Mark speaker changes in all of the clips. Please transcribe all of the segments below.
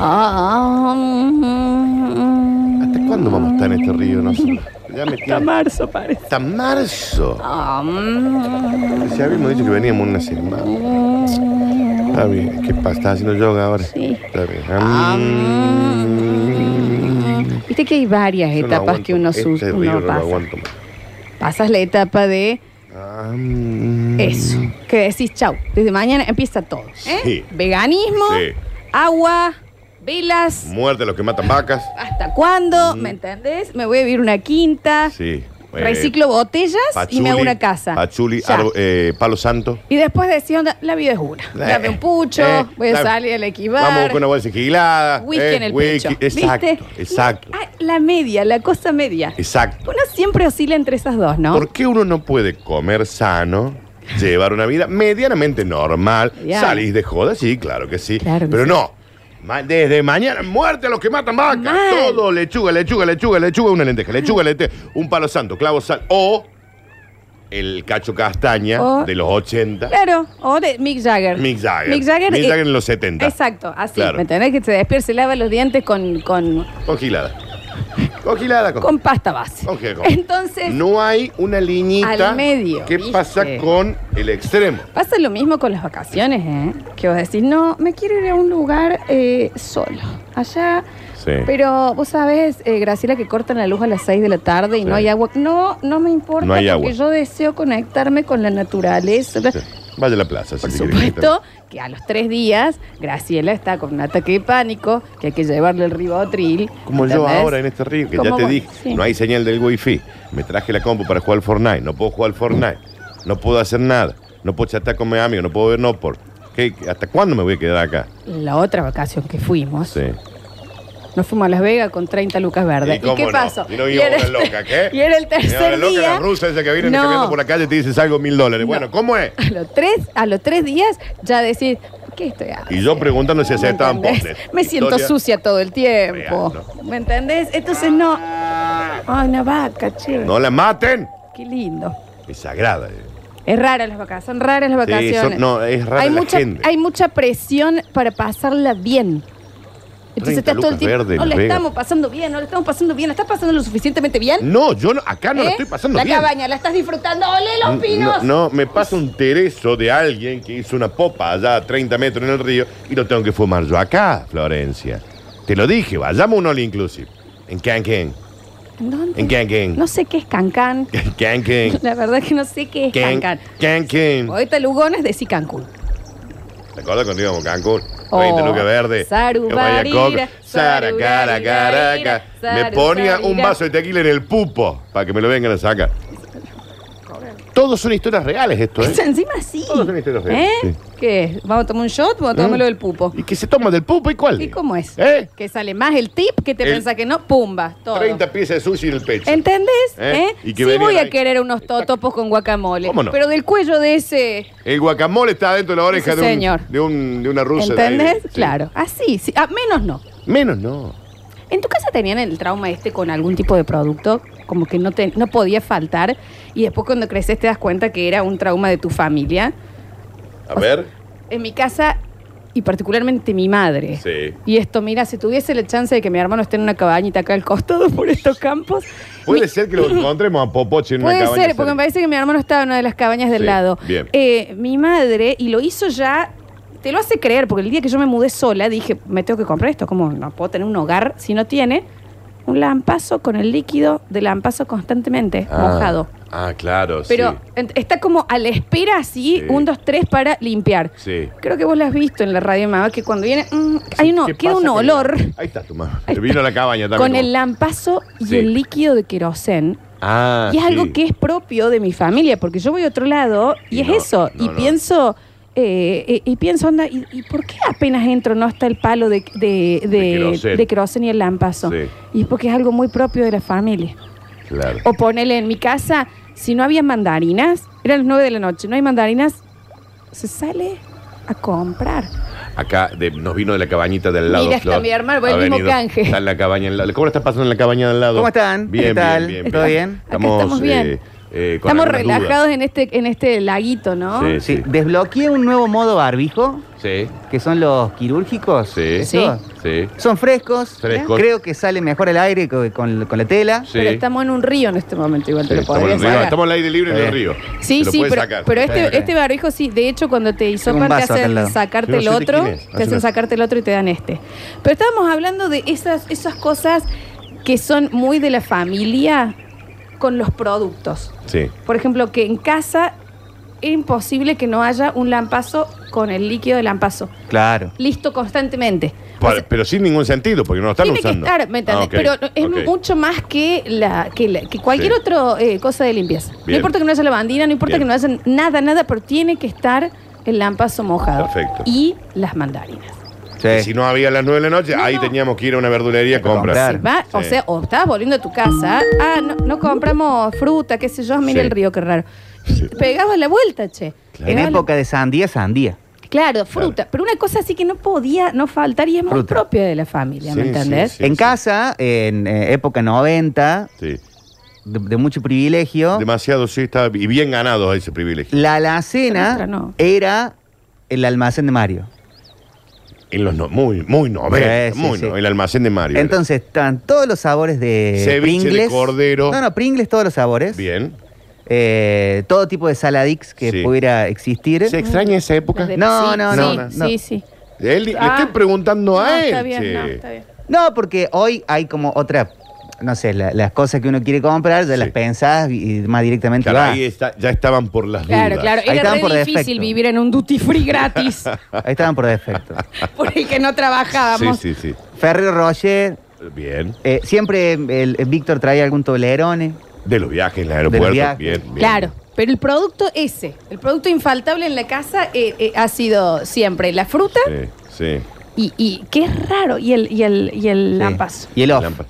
Speaker 1: Ah, mm,
Speaker 2: ¿Hasta cuándo vamos a estar en este río nosotros? Ya me
Speaker 1: Hasta
Speaker 2: tiene...
Speaker 1: marzo parece.
Speaker 2: Hasta marzo.
Speaker 1: Ah, mm,
Speaker 2: Si habíamos dicho que veníamos una semana. Está bien. ¿Qué pasa? ¿Estás haciendo yoga ahora?
Speaker 1: Sí.
Speaker 2: Está bien.
Speaker 1: Ah,
Speaker 2: Mm.
Speaker 1: mm. Viste que hay varias
Speaker 2: Yo no
Speaker 1: etapas
Speaker 2: aguanto
Speaker 1: que uno,
Speaker 2: más.
Speaker 1: su-
Speaker 2: Este río
Speaker 1: uno
Speaker 2: no lo
Speaker 1: pasa.
Speaker 2: aguanto más.
Speaker 1: Pasas la etapa de
Speaker 2: Ah, mm.
Speaker 1: eso, que decís chau, desde mañana empieza todo. ¿eh?
Speaker 2: Sí.
Speaker 1: Veganismo,
Speaker 2: Sí.
Speaker 1: agua, velas,
Speaker 2: Muerte a los que matan vacas.
Speaker 1: ¿hasta cuándo? ¿Me entendés? Me voy a vivir una quinta,
Speaker 2: Mm. Sí. Eh,
Speaker 1: reciclo botellas y me hago
Speaker 2: pachuli,
Speaker 1: una casa.
Speaker 2: Pachuli,
Speaker 1: Ya.
Speaker 2: árbol- eh, palo santo.
Speaker 1: Y después decía, onda, la vida es una. Dame un pucho,
Speaker 2: Eh,
Speaker 1: voy a
Speaker 2: dame-
Speaker 1: salir al equivar.
Speaker 2: Vamos con una bolsa gilada.
Speaker 1: Whisky en el pecho.
Speaker 2: Exacto,
Speaker 1: ¿Viste?
Speaker 2: exacto,
Speaker 1: Ah, La media, la cosa media.
Speaker 2: exacto.
Speaker 1: Uno siempre oscila entre esas dos, ¿no?
Speaker 2: ¿Por qué uno no puede comer sano, llevar una vida medianamente normal?
Speaker 1: Ya.
Speaker 2: Salís de joda, sí, claro que sí.
Speaker 1: Claro que
Speaker 2: pero
Speaker 1: sí.
Speaker 2: no. Ma- Desde mañana, muerte a los que matan vacas.
Speaker 1: Mal.
Speaker 2: Todo, lechuga, lechuga, lechuga, lechuga, una lenteja, lechuga, lenteja, un palo santo, clavo sal. O el cacho castaña
Speaker 1: O-
Speaker 2: de los 80.
Speaker 1: Claro, o de Mick Jagger.
Speaker 2: Mick Jagger.
Speaker 1: Mick Jagger,
Speaker 2: Mick
Speaker 1: eh,
Speaker 2: Jagger en los 70.
Speaker 1: Exacto, así.
Speaker 2: Claro.
Speaker 1: ¿Me entendés? Que se despierta, se lava los dientes con, con,
Speaker 2: Con gilada. Con gilada, con-
Speaker 1: con pasta base.
Speaker 2: Ok, ok.
Speaker 1: Entonces,
Speaker 2: No hay una liñita.
Speaker 1: Al medio,
Speaker 2: ¿Qué
Speaker 1: ¿viste?
Speaker 2: pasa con el extremo?
Speaker 1: pasa lo mismo con las vacaciones, ¿eh? Que vos decís, no, me quiero ir a un lugar eh, solo. Allá.
Speaker 2: Sí.
Speaker 1: Pero vos sabés, eh, Graciela, que cortan la luz a las 6 de la tarde y
Speaker 2: Sí.
Speaker 1: no hay agua. No, no me importa
Speaker 2: No hay
Speaker 1: porque
Speaker 2: agua.
Speaker 1: yo deseo conectarme con la naturaleza.
Speaker 2: Vaya a la plaza.
Speaker 1: Por
Speaker 2: si quiere
Speaker 1: supuesto que a los tres días Graciela está con un ataque de pánico, que hay que llevarle el ribotril.
Speaker 2: gritar. Como yo
Speaker 1: ¿entendés?
Speaker 2: ahora en este río, que ya
Speaker 1: Como
Speaker 2: te
Speaker 1: vos,
Speaker 2: dije,
Speaker 1: sí.
Speaker 2: no hay señal del wifi. Me traje la compu para jugar al Fortnite. No puedo jugar al Fortnite. No puedo hacer nada. No puedo chatar con mis amigos. No puedo ver no por. ¿Qué- ¿Hasta cuándo me voy a quedar acá?
Speaker 1: La otra vacación que fuimos,
Speaker 2: Sí.
Speaker 1: nos fuimos a Las Vegas con 30 lucas verdes.
Speaker 2: ¿Y
Speaker 1: ¿Y,
Speaker 2: cómo
Speaker 1: qué
Speaker 2: no?
Speaker 1: pasó?
Speaker 2: Y no íbamos
Speaker 1: era
Speaker 2: una
Speaker 1: el-
Speaker 2: loca, ¿qué?
Speaker 1: y era
Speaker 2: Mira,
Speaker 1: el
Speaker 2: la
Speaker 1: tercer
Speaker 2: loca,
Speaker 1: día.
Speaker 2: la rusa esa que viene
Speaker 1: No.
Speaker 2: caminando por la calle y te dice salgo mil dólares. Bueno, ¿cómo es?
Speaker 1: A los tres, a los tres días ya decís, ¿qué estoy haciendo?
Speaker 2: Y yo preguntando si aceptaban
Speaker 1: ¿Me entendés?
Speaker 2: postres.
Speaker 1: Me siento
Speaker 2: Victoria.
Speaker 1: sucia todo el tiempo.
Speaker 2: Real,
Speaker 1: ¿Me entendés? Entonces no. Ay, una vaca, che.
Speaker 2: No la maten.
Speaker 1: Qué lindo.
Speaker 2: Es sagrada. eh.
Speaker 1: Es rara las vacaciones, son raras las
Speaker 2: Sí, son-
Speaker 1: vacaciones.
Speaker 2: no, es rara
Speaker 1: hay
Speaker 2: la
Speaker 1: mucha,
Speaker 2: gente.
Speaker 1: Hay mucha presión para pasarla bien.
Speaker 2: 30
Speaker 1: Entonces estás todo el
Speaker 2: lucas
Speaker 1: tiempo.
Speaker 2: verdes,
Speaker 1: no la
Speaker 2: Las Vegas".
Speaker 1: estamos pasando bien, no la estamos pasando bien, la estás pasando lo suficientemente bien.
Speaker 2: No, yo no- acá no
Speaker 1: ¿Eh?
Speaker 2: la estoy pasando
Speaker 1: la
Speaker 2: bien.
Speaker 1: cabaña, la estás disfrutando. ¡Ole los
Speaker 2: No,
Speaker 1: pinos!
Speaker 2: no, me pasa un tereso de alguien que hizo una popa allá a 30 metros en el río y lo tengo que fumar yo acá, Florencia. Te lo dije, vayamos a un All Inclusive. En Cancún.
Speaker 1: ¿En dónde?
Speaker 2: En Cancún.
Speaker 1: No sé qué es Cancán.
Speaker 2: En Cancún.
Speaker 1: La verdad que no sé qué es
Speaker 2: Can-
Speaker 1: Cancán. este
Speaker 2: Cancún.
Speaker 1: Ahorita Lugones decís Cancún.
Speaker 2: ¿Te acuerdas cuando íbamos a Cancún?
Speaker 1: Oh,
Speaker 2: 20 lucas verde.
Speaker 1: Saru
Speaker 2: Que vaya
Speaker 1: Barira,
Speaker 2: coco. Sara,
Speaker 1: Saru
Speaker 2: cara,
Speaker 1: Barira,
Speaker 2: cara, cara. Me
Speaker 1: Saru
Speaker 2: ponía un
Speaker 1: Barira.
Speaker 2: vaso de tequila en el pupo para que me lo vengan a sacar. Todos son historias reales esto, ¿eh?
Speaker 1: Eso encima sí.
Speaker 2: Todos son historias reales,
Speaker 1: ¿Eh?
Speaker 2: sí.
Speaker 1: ¿Qué es? ¿Vamos a tomar un shot? Vamos a tomármelo del pupo.
Speaker 2: ¿Eh? ¿Y qué se toma del pupo y cuál?
Speaker 1: ¿Y cómo es?
Speaker 2: ¿Eh?
Speaker 1: Que sale más el tip que te
Speaker 2: El-
Speaker 1: pensás que no, pumba, todo.
Speaker 2: 30 piezas de sushi en el pecho.
Speaker 1: ¿Entendés?
Speaker 2: ¿Eh?
Speaker 1: ¿Eh?
Speaker 2: Y que
Speaker 1: sí
Speaker 2: venían
Speaker 1: voy a
Speaker 2: ahí.
Speaker 1: querer unos totopos con guacamole.
Speaker 2: ¿Cómo no?
Speaker 1: Pero del cuello de ese...
Speaker 2: El guacamole está dentro de la oreja
Speaker 1: Ese
Speaker 2: de, un-
Speaker 1: señor.
Speaker 2: de un- de una rusa. de
Speaker 1: ¿Entendés?
Speaker 2: aire. Sí.
Speaker 1: Claro. Así, sí. Ah, menos no.
Speaker 2: Menos no.
Speaker 1: ¿En tu casa tenían el trauma este con algún tipo de producto? Como que no, te, no podía faltar. Y después cuando creces te das cuenta que era un trauma de tu familia.
Speaker 2: A ver.
Speaker 1: En mi casa, y particularmente mi madre.
Speaker 2: Sí.
Speaker 1: Y esto, mira, si tuviese la chance de que mi hermano esté en una cabañita acá al costado por estos campos.
Speaker 2: Puede
Speaker 1: mi-
Speaker 2: ser que lo encontremos a Popoche en una
Speaker 1: Puede
Speaker 2: cabaña.
Speaker 1: ser, porque
Speaker 2: cerca.
Speaker 1: me parece que mi hermano estaba en una de las cabañas del
Speaker 2: Sí,
Speaker 1: lado.
Speaker 2: bien.
Speaker 1: Eh, mi madre, y lo hizo ya, te lo hace creer, porque el día que yo me mudé sola, dije, me tengo que comprar esto, como no puedo tener un hogar si no tiene un lampazo con el líquido de lampazo constantemente
Speaker 2: Ah.
Speaker 1: mojado.
Speaker 2: Ah, claro,
Speaker 1: Pero ent- está como a la espera así,
Speaker 2: Sí.
Speaker 1: un, dos, tres, para limpiar.
Speaker 2: sí. Sí.
Speaker 1: Creo que vos lo has visto en la radio, mamá, que cuando viene, mm, hay uno,
Speaker 2: ¿Qué
Speaker 1: queda
Speaker 2: pasa
Speaker 1: un
Speaker 2: con la-
Speaker 1: olor.
Speaker 2: Ahí está tu mamá.
Speaker 1: Ahí
Speaker 2: Te vino a la cabaña también.
Speaker 1: Con el lampazo y
Speaker 2: Sí.
Speaker 1: el líquido de querosén.
Speaker 2: Ah,
Speaker 1: y es algo
Speaker 2: sí.
Speaker 1: que es propio de mi familia, porque yo voy a otro lado y,
Speaker 2: Y
Speaker 1: es
Speaker 2: no,
Speaker 1: eso.
Speaker 2: no,
Speaker 1: y
Speaker 2: no.
Speaker 1: pienso, eh, eh, y pienso, anda, ¿y, y por qué apenas entro no está el palo de, de, de,
Speaker 2: De querosén.
Speaker 1: de querosén y el lampazo?
Speaker 2: Sí.
Speaker 1: Y es porque es algo muy propio de la familia.
Speaker 2: Claro.
Speaker 1: O ponele en mi casa, si no había mandarinas, eran las 9 de la noche, no hay mandarinas, se sale a comprar.
Speaker 2: Acá de- nos vino de la cabañita del lado.
Speaker 1: Mira, está
Speaker 2: Flor.
Speaker 1: mi hermano, el
Speaker 2: Ha
Speaker 1: mismo
Speaker 2: venido.
Speaker 1: canje.
Speaker 2: Está en la cabaña. al lado. ¿Cómo la estás pasando en la cabaña del lado?
Speaker 3: ¿Cómo están?
Speaker 2: Bien,
Speaker 3: ¿Qué tal?
Speaker 2: bien, bien.
Speaker 3: ¿Todo bien?
Speaker 1: Acá estamos bien.
Speaker 2: eh, eh, con
Speaker 1: Estamos
Speaker 2: algunas
Speaker 1: relajados en este, en este laguito, ¿no?
Speaker 2: Sí.
Speaker 3: Sí, desbloqueé un nuevo modo barbijo,
Speaker 2: dudas. Sí,
Speaker 3: que son los quirúrgicos.
Speaker 2: Sí.
Speaker 3: ¿Esos?
Speaker 2: sí.
Speaker 3: Son frescos.
Speaker 2: Frescos.
Speaker 3: Creo que sale mejor el aire co- con, con la tela.
Speaker 2: Sí.
Speaker 1: Pero estamos en un río en este momento, igual
Speaker 2: Sí,
Speaker 1: te lo
Speaker 2: estamos, en
Speaker 1: podrías
Speaker 2: el río,
Speaker 1: sacar.
Speaker 2: estamos al aire libre en el
Speaker 3: Eh.
Speaker 2: río.
Speaker 1: Sí,
Speaker 2: Te lo
Speaker 1: sí,
Speaker 2: puedes
Speaker 1: pero,
Speaker 2: sacar.
Speaker 1: pero
Speaker 3: Sí,
Speaker 1: este,
Speaker 3: sí.
Speaker 1: este barbijo sí. De hecho, cuando te hisopan, te
Speaker 3: vaso acá al
Speaker 1: hacen
Speaker 3: lado.
Speaker 1: sacarte
Speaker 2: Yo
Speaker 1: el
Speaker 2: no sé de
Speaker 1: otro,
Speaker 2: quién es.
Speaker 1: te
Speaker 2: Hace
Speaker 1: hacen
Speaker 2: una-
Speaker 1: sacarte el otro y te dan este. Pero estábamos hablando de esas, esas cosas que son muy de la familia con los productos.
Speaker 2: Sí.
Speaker 1: Por ejemplo, que en casa es imposible que no haya un lampazo con el líquido de lampazo.
Speaker 3: Claro.
Speaker 1: Listo constantemente. O
Speaker 2: Para-
Speaker 1: sea,
Speaker 2: pero sin ningún sentido, porque no lo están
Speaker 1: tiene
Speaker 2: usando.
Speaker 1: que estar, ¿me entendés?
Speaker 2: Ah, ok,
Speaker 1: Pero es
Speaker 2: ok.
Speaker 1: mucho más que la que, la- que cualquier
Speaker 2: Sí.
Speaker 1: otra cosa de limpieza. No
Speaker 2: Bien.
Speaker 1: importa que no haya lavandina, no importa
Speaker 2: Bien.
Speaker 1: que no haya nada, nada, pero tiene que estar el lampazo mojado.
Speaker 2: Perfecto.
Speaker 1: Y las mandarinas.
Speaker 2: Y si no había a las 9 de la noche,
Speaker 1: No,
Speaker 2: ahí
Speaker 1: no.
Speaker 2: teníamos que ir a una verdulería a
Speaker 3: Comprar.
Speaker 2: comprar.
Speaker 3: Claro.
Speaker 1: ¿Va? O
Speaker 2: Sí.
Speaker 1: sea, o estabas volviendo a tu casa. Ah, no, no compramos fruta, qué sé yo, mira
Speaker 2: Sí.
Speaker 1: el río, qué raro.
Speaker 2: Sí.
Speaker 1: Pegabas la vuelta, che.
Speaker 3: En
Speaker 1: Pegabas la-
Speaker 3: época de sandía, sandía.
Speaker 1: Claro, fruta. Pero una cosa así que no podía no faltar y es muy
Speaker 3: Fruta.
Speaker 1: propia de la familia, ¿me
Speaker 2: Sí, sí,
Speaker 1: entendés?
Speaker 2: sí.
Speaker 3: en casa, en eh, época 90,
Speaker 2: Sí.
Speaker 3: de, de mucho privilegio,
Speaker 2: Demasiado, sí, está. Y bien ganado ese privilegio.
Speaker 3: la
Speaker 1: Pero nuestra
Speaker 3: alacena
Speaker 1: no.
Speaker 3: era el almacén de Mario.
Speaker 2: En los no- muy, muy novela.
Speaker 3: Sí, sí,
Speaker 2: muy
Speaker 3: sí.
Speaker 2: no- El almacén de Mario.
Speaker 3: Entonces están todos los sabores de
Speaker 2: Ceviche de
Speaker 3: Pringles.
Speaker 2: cordero.
Speaker 3: No, no, Pringles, todos los sabores.
Speaker 2: Bien.
Speaker 3: Eh, todo tipo de saladix que
Speaker 2: Sí.
Speaker 3: pudiera existir.
Speaker 2: ¿Se extraña esa época?
Speaker 1: Las de-
Speaker 3: No,
Speaker 1: sí,
Speaker 3: no,
Speaker 1: sí,
Speaker 3: no, no, no.
Speaker 1: Sí, sí.
Speaker 2: Él- le
Speaker 1: Ah.
Speaker 2: estoy preguntando a
Speaker 1: No,
Speaker 2: él.
Speaker 1: Está bien,
Speaker 2: che.
Speaker 1: no, está bien.
Speaker 3: No, porque hoy hay como otra, no sé, la- las cosas que uno quiere comprar, ya
Speaker 2: Sí.
Speaker 3: las pensás y más directamente
Speaker 2: Claro,
Speaker 3: va.
Speaker 2: ahí está- ya estaban por las
Speaker 1: Claro,
Speaker 2: dudas.
Speaker 1: claro.
Speaker 3: Ahí
Speaker 1: Era
Speaker 3: estaban
Speaker 1: re
Speaker 3: por
Speaker 1: difícil
Speaker 3: defecto.
Speaker 1: vivir en un duty free gratis
Speaker 3: Ahí estaban por defecto.
Speaker 1: por el que no trabajábamos.
Speaker 2: Sí, sí, sí.
Speaker 3: Ferrero Roger,
Speaker 2: Bien.
Speaker 3: eh, siempre el, el Víctor traía algún toblerone.
Speaker 2: De los viajes en el aeropuerto.
Speaker 3: viajes.
Speaker 2: Bien, bien.
Speaker 1: Claro. Pero el producto ese, el producto infaltable en la casa eh, eh, ha sido siempre la fruta
Speaker 2: Sí, sí.
Speaker 1: y, y qué raro, y el, y el, y el
Speaker 3: Sí.
Speaker 1: lampazo.
Speaker 3: Y el off.
Speaker 2: Lámpara.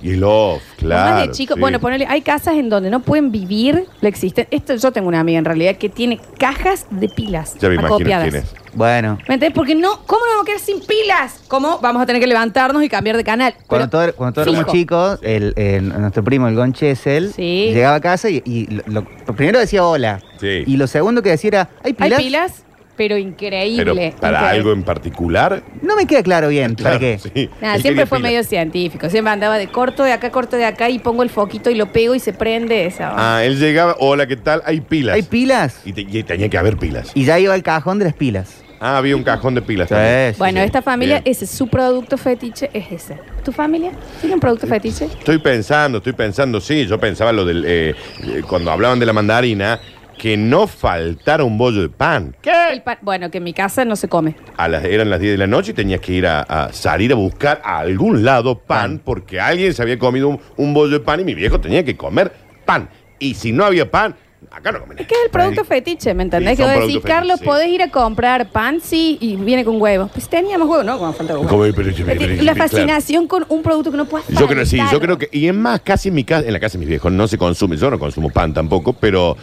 Speaker 2: Y el off, claro.
Speaker 1: Más de chico,
Speaker 2: sí.
Speaker 1: bueno, ponele, hay casas en donde no pueden vivir la existencia. Esto yo tengo una amiga en realidad que tiene cajas de pilas
Speaker 2: Ya me imagino
Speaker 1: acopiadas.
Speaker 2: quién es.
Speaker 3: Bueno,
Speaker 1: ¿Me entendés? Porque no, ¿cómo nos vamos a quedar sin pilas? ¿Cómo vamos a tener que levantarnos y cambiar de canal?
Speaker 3: cuando
Speaker 1: Pero-
Speaker 3: todos cuando todos
Speaker 1: Fijo.
Speaker 3: éramos chicos, el, el- nuestro primo, el Gonchesel,
Speaker 1: Sí.
Speaker 3: llegaba a casa y, y lo, lo primero decía hola.
Speaker 2: Sí.
Speaker 3: Y lo segundo que decía era, ¿hay pilas?
Speaker 1: Hay pilas, pero increíble.
Speaker 2: Pero para
Speaker 1: increíble.
Speaker 2: algo en particular.
Speaker 3: No me queda claro bien, ¿para
Speaker 2: Claro,
Speaker 3: qué?
Speaker 2: sí.
Speaker 1: Nada,
Speaker 2: Él
Speaker 1: siempre
Speaker 2: quería
Speaker 1: fue
Speaker 2: pila.
Speaker 1: medio científico. Siempre andaba de corto de acá, corto de acá y pongo el foquito y lo pego y se prende esa.
Speaker 2: Ah, él llegaba, hola, ¿qué tal? Hay pilas.
Speaker 3: ¿Hay pilas?
Speaker 2: y, te- y tenía que haber pilas.
Speaker 3: Y ya iba al cajón de las pilas.
Speaker 2: Ah, había un cajón de pilas.
Speaker 3: Sí,
Speaker 2: también.
Speaker 3: sí,
Speaker 1: bueno,
Speaker 2: sí.
Speaker 1: esta familia,
Speaker 2: Bien.
Speaker 1: ese su producto fetiche es ese. ¿Tu familia tiene un producto fetiche?
Speaker 2: Estoy pensando, estoy pensando, sí, yo pensaba lo del. eh, eh, cuando hablaban de la mandarina, que no faltara un bollo de pan.
Speaker 1: El pan- bueno, que en mi casa no se come.
Speaker 2: A las, eran las 10 de la noche y tenías que ir a, a salir a buscar a algún lado pan,
Speaker 3: Pan.
Speaker 2: porque alguien se había comido un, un bollo de pan y mi viejo tenía que comer pan. Y si no había pan, acá no comen. nada.
Speaker 1: ¿Qué es el producto fetiche? ¿Me
Speaker 2: Sí,
Speaker 1: entendés? que
Speaker 2: son
Speaker 1: vos
Speaker 2: productos
Speaker 1: decís, Carlos,
Speaker 2: fetiche, sí.
Speaker 1: podés ir a comprar pan, sí, y viene con huevo. Pues teníamos huevo, ¿no? Como falta huevo.
Speaker 2: Como, pero, pero,
Speaker 1: Es decir,
Speaker 2: pero,
Speaker 1: La
Speaker 2: claro.
Speaker 1: fascinación con un producto que no puedas
Speaker 2: Yo creo, sí, yo
Speaker 1: faltar.
Speaker 2: creo que. Y es más, casi en mi casa, en la casa de mis viejos no se consume, yo no consumo pan tampoco, pero.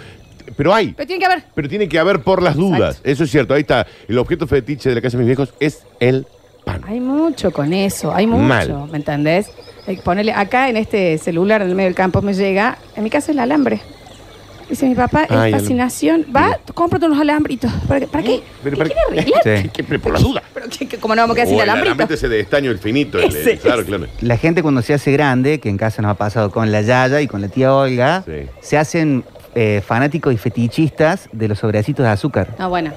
Speaker 2: Pero hay.
Speaker 1: Pero tiene que haber.
Speaker 2: Pero tiene que haber por las dudas.
Speaker 1: Exacto.
Speaker 2: Eso es cierto. Ahí está. El objeto fetiche de la casa de mis viejos es el pan.
Speaker 1: Hay mucho con eso, hay mucho,
Speaker 2: Mal.
Speaker 1: ¿me entendés? Eh, Ponele, acá en este celular en el medio del campo me llega, en mi casa el alambre. Dice mi papá, es
Speaker 2: Ay,
Speaker 1: fascinación, va, cómprate unos alambritos. ¿Para qué? ¿Para qué?
Speaker 2: Pero
Speaker 1: ¿Qué
Speaker 2: para-
Speaker 1: quiere arreglar?
Speaker 3: Sí.
Speaker 2: Que- pero por las dudas.
Speaker 1: Pero que, que como no vamos a quedar
Speaker 2: O
Speaker 1: sin
Speaker 2: el alambrito
Speaker 1: alambritos.
Speaker 2: ese de estaño, el finito. el-
Speaker 1: Ese,
Speaker 2: el- claro, claro.
Speaker 3: La gente cuando se hace grande, que en casa nos ha pasado con la Yaya y con la tía Olga,
Speaker 2: Sí.
Speaker 3: se hacen eh, fanáticos y fetichistas de los sobrecitos de azúcar.
Speaker 1: No, bueno.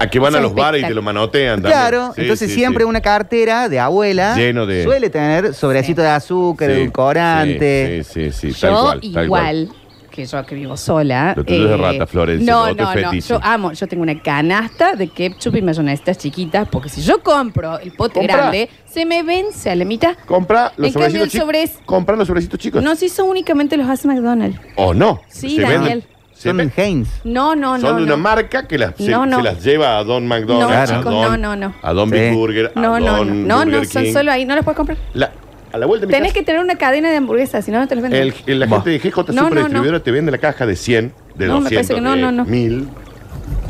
Speaker 2: A que van
Speaker 1: Ese
Speaker 2: a los bares y
Speaker 1: espectac-
Speaker 2: te lo manotean. también.
Speaker 3: Claro,
Speaker 2: Sí,
Speaker 3: entonces
Speaker 2: sí,
Speaker 3: siempre
Speaker 2: sí.
Speaker 3: una cartera de abuela
Speaker 2: Lleno de-
Speaker 3: suele tener sobrecitos de azúcar,
Speaker 2: Sí,
Speaker 3: edulcorante.
Speaker 2: Sí, sí, sí. sí, tal
Speaker 1: yo
Speaker 2: cual, tal
Speaker 1: igual
Speaker 2: cual.
Speaker 1: que yo que vivo sola. eh,
Speaker 2: Lo tuyo es de rata, Florencia,
Speaker 1: No,
Speaker 2: lo otro
Speaker 1: no,
Speaker 2: es
Speaker 1: no.
Speaker 2: fetiche.
Speaker 1: Yo amo, yo tengo una canasta de ketchup y mayonesas chiquitas, porque si yo compro el pote
Speaker 2: Comprá.
Speaker 1: grande, se me vence a la mitad.
Speaker 2: Compra los
Speaker 1: En cambio,
Speaker 2: sobrecitos
Speaker 1: el sobre
Speaker 2: chicos.
Speaker 1: es-
Speaker 2: Compra los sobrecitos chicos.
Speaker 1: No, si son únicamente los hace McDonald's.
Speaker 2: ¿O no?
Speaker 1: Sí,
Speaker 2: venden-
Speaker 1: Daniel.
Speaker 2: se
Speaker 3: Son
Speaker 2: ven-
Speaker 3: Heinz.
Speaker 1: No, no, no.
Speaker 2: son de una
Speaker 1: no.
Speaker 2: marca que las, se,
Speaker 1: No, no.
Speaker 2: se las lleva a Don McDonald's,
Speaker 3: No,
Speaker 2: a
Speaker 1: chicos,
Speaker 2: Don,
Speaker 1: no, no, no.
Speaker 2: a Don
Speaker 3: Sí.
Speaker 2: Big Burger,
Speaker 1: No,
Speaker 2: a
Speaker 1: no,
Speaker 2: Don
Speaker 1: no, no, no,
Speaker 2: Burger
Speaker 1: son
Speaker 2: King.
Speaker 1: solo ahí, no los puedes comprar.
Speaker 2: La- a la vuelta de mi
Speaker 1: Tenés
Speaker 2: casa.
Speaker 1: que tener una cadena de hamburguesas, si no, no te los venden.
Speaker 2: El, el- la
Speaker 3: Bah.
Speaker 2: gente de GJ
Speaker 1: No,
Speaker 2: Super
Speaker 1: no,
Speaker 2: Distribuidora te vende la caja de 100, de
Speaker 1: No, me
Speaker 2: 200,
Speaker 1: parece que no,
Speaker 2: de
Speaker 1: no, no.
Speaker 2: 1000,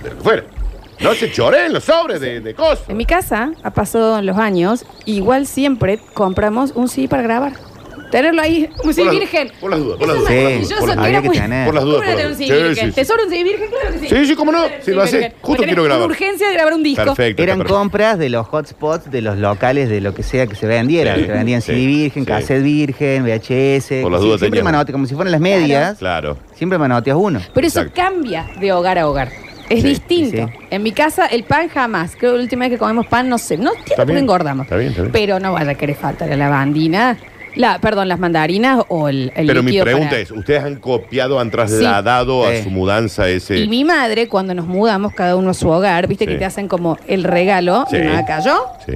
Speaker 2: de lo que fuera. No se choreen los sobres de, de cosas.
Speaker 1: En mi casa, ha pasado los años, igual siempre compramos un CD para grabar. Tenerlo ahí como si
Speaker 2: Por las-
Speaker 1: Pues virgen.
Speaker 2: por las dudas, por las
Speaker 1: Eso
Speaker 2: dudas,
Speaker 1: es
Speaker 2: por las dudas, por
Speaker 1: maravilloso,
Speaker 2: las
Speaker 1: que
Speaker 3: dudas.
Speaker 1: era
Speaker 3: Había que
Speaker 1: muy-
Speaker 3: tener.
Speaker 2: Por las dudas,
Speaker 1: ¿Cómo no
Speaker 2: por las
Speaker 1: tener un
Speaker 2: dudas.
Speaker 1: CD
Speaker 2: Sí, sí,
Speaker 1: virgen?
Speaker 2: sí.
Speaker 1: ¿Te sobra un CD virgen? Claro que sí.
Speaker 2: Sí, sí, cómo no,
Speaker 1: Claro que
Speaker 2: si
Speaker 1: sí,
Speaker 2: lo haces,
Speaker 1: virgen. Porque
Speaker 2: justo
Speaker 1: tenés
Speaker 2: quiero grabar.
Speaker 1: Una urgencia de grabar un disco.
Speaker 2: Perfecto.
Speaker 3: Eran
Speaker 2: perfecto.
Speaker 3: compras de los hotspots de los locales de lo que sea que se vendiera.
Speaker 2: Sí,
Speaker 3: que vendían
Speaker 2: sí,
Speaker 3: CD virgen,
Speaker 2: sí.
Speaker 3: cassette virgen, VHS.
Speaker 2: Por las
Speaker 3: Sí,
Speaker 2: dudas
Speaker 3: siempre
Speaker 2: teníamos.
Speaker 3: manoteas, como si fueran las medias.
Speaker 2: Claro.
Speaker 3: Siempre manoteas uno.
Speaker 1: Pero eso
Speaker 2: Exacto.
Speaker 1: cambia de hogar a hogar. Es
Speaker 2: Sí,
Speaker 1: distinto.
Speaker 3: sí.
Speaker 1: En mi casa, el pan jamás. Creo que la última vez que comemos pan, no sé. No tiene
Speaker 2: Está
Speaker 1: por
Speaker 2: bien.
Speaker 1: engordamos.
Speaker 2: Está bien, está bien.
Speaker 1: Pero no vaya a querer faltar a la bandina. La, perdón, las mandarinas o el, el
Speaker 2: Pero mi
Speaker 1: líquido
Speaker 2: pregunta
Speaker 1: para-
Speaker 2: es, ¿ustedes han copiado, han trasladado
Speaker 3: Sí.
Speaker 2: a su mudanza ese?
Speaker 1: Y mi madre, cuando nos mudamos cada uno a su hogar, viste
Speaker 2: Sí.
Speaker 1: que te hacen como el regalo.
Speaker 2: Sí.
Speaker 1: Mi mamá cayó,
Speaker 2: Sí.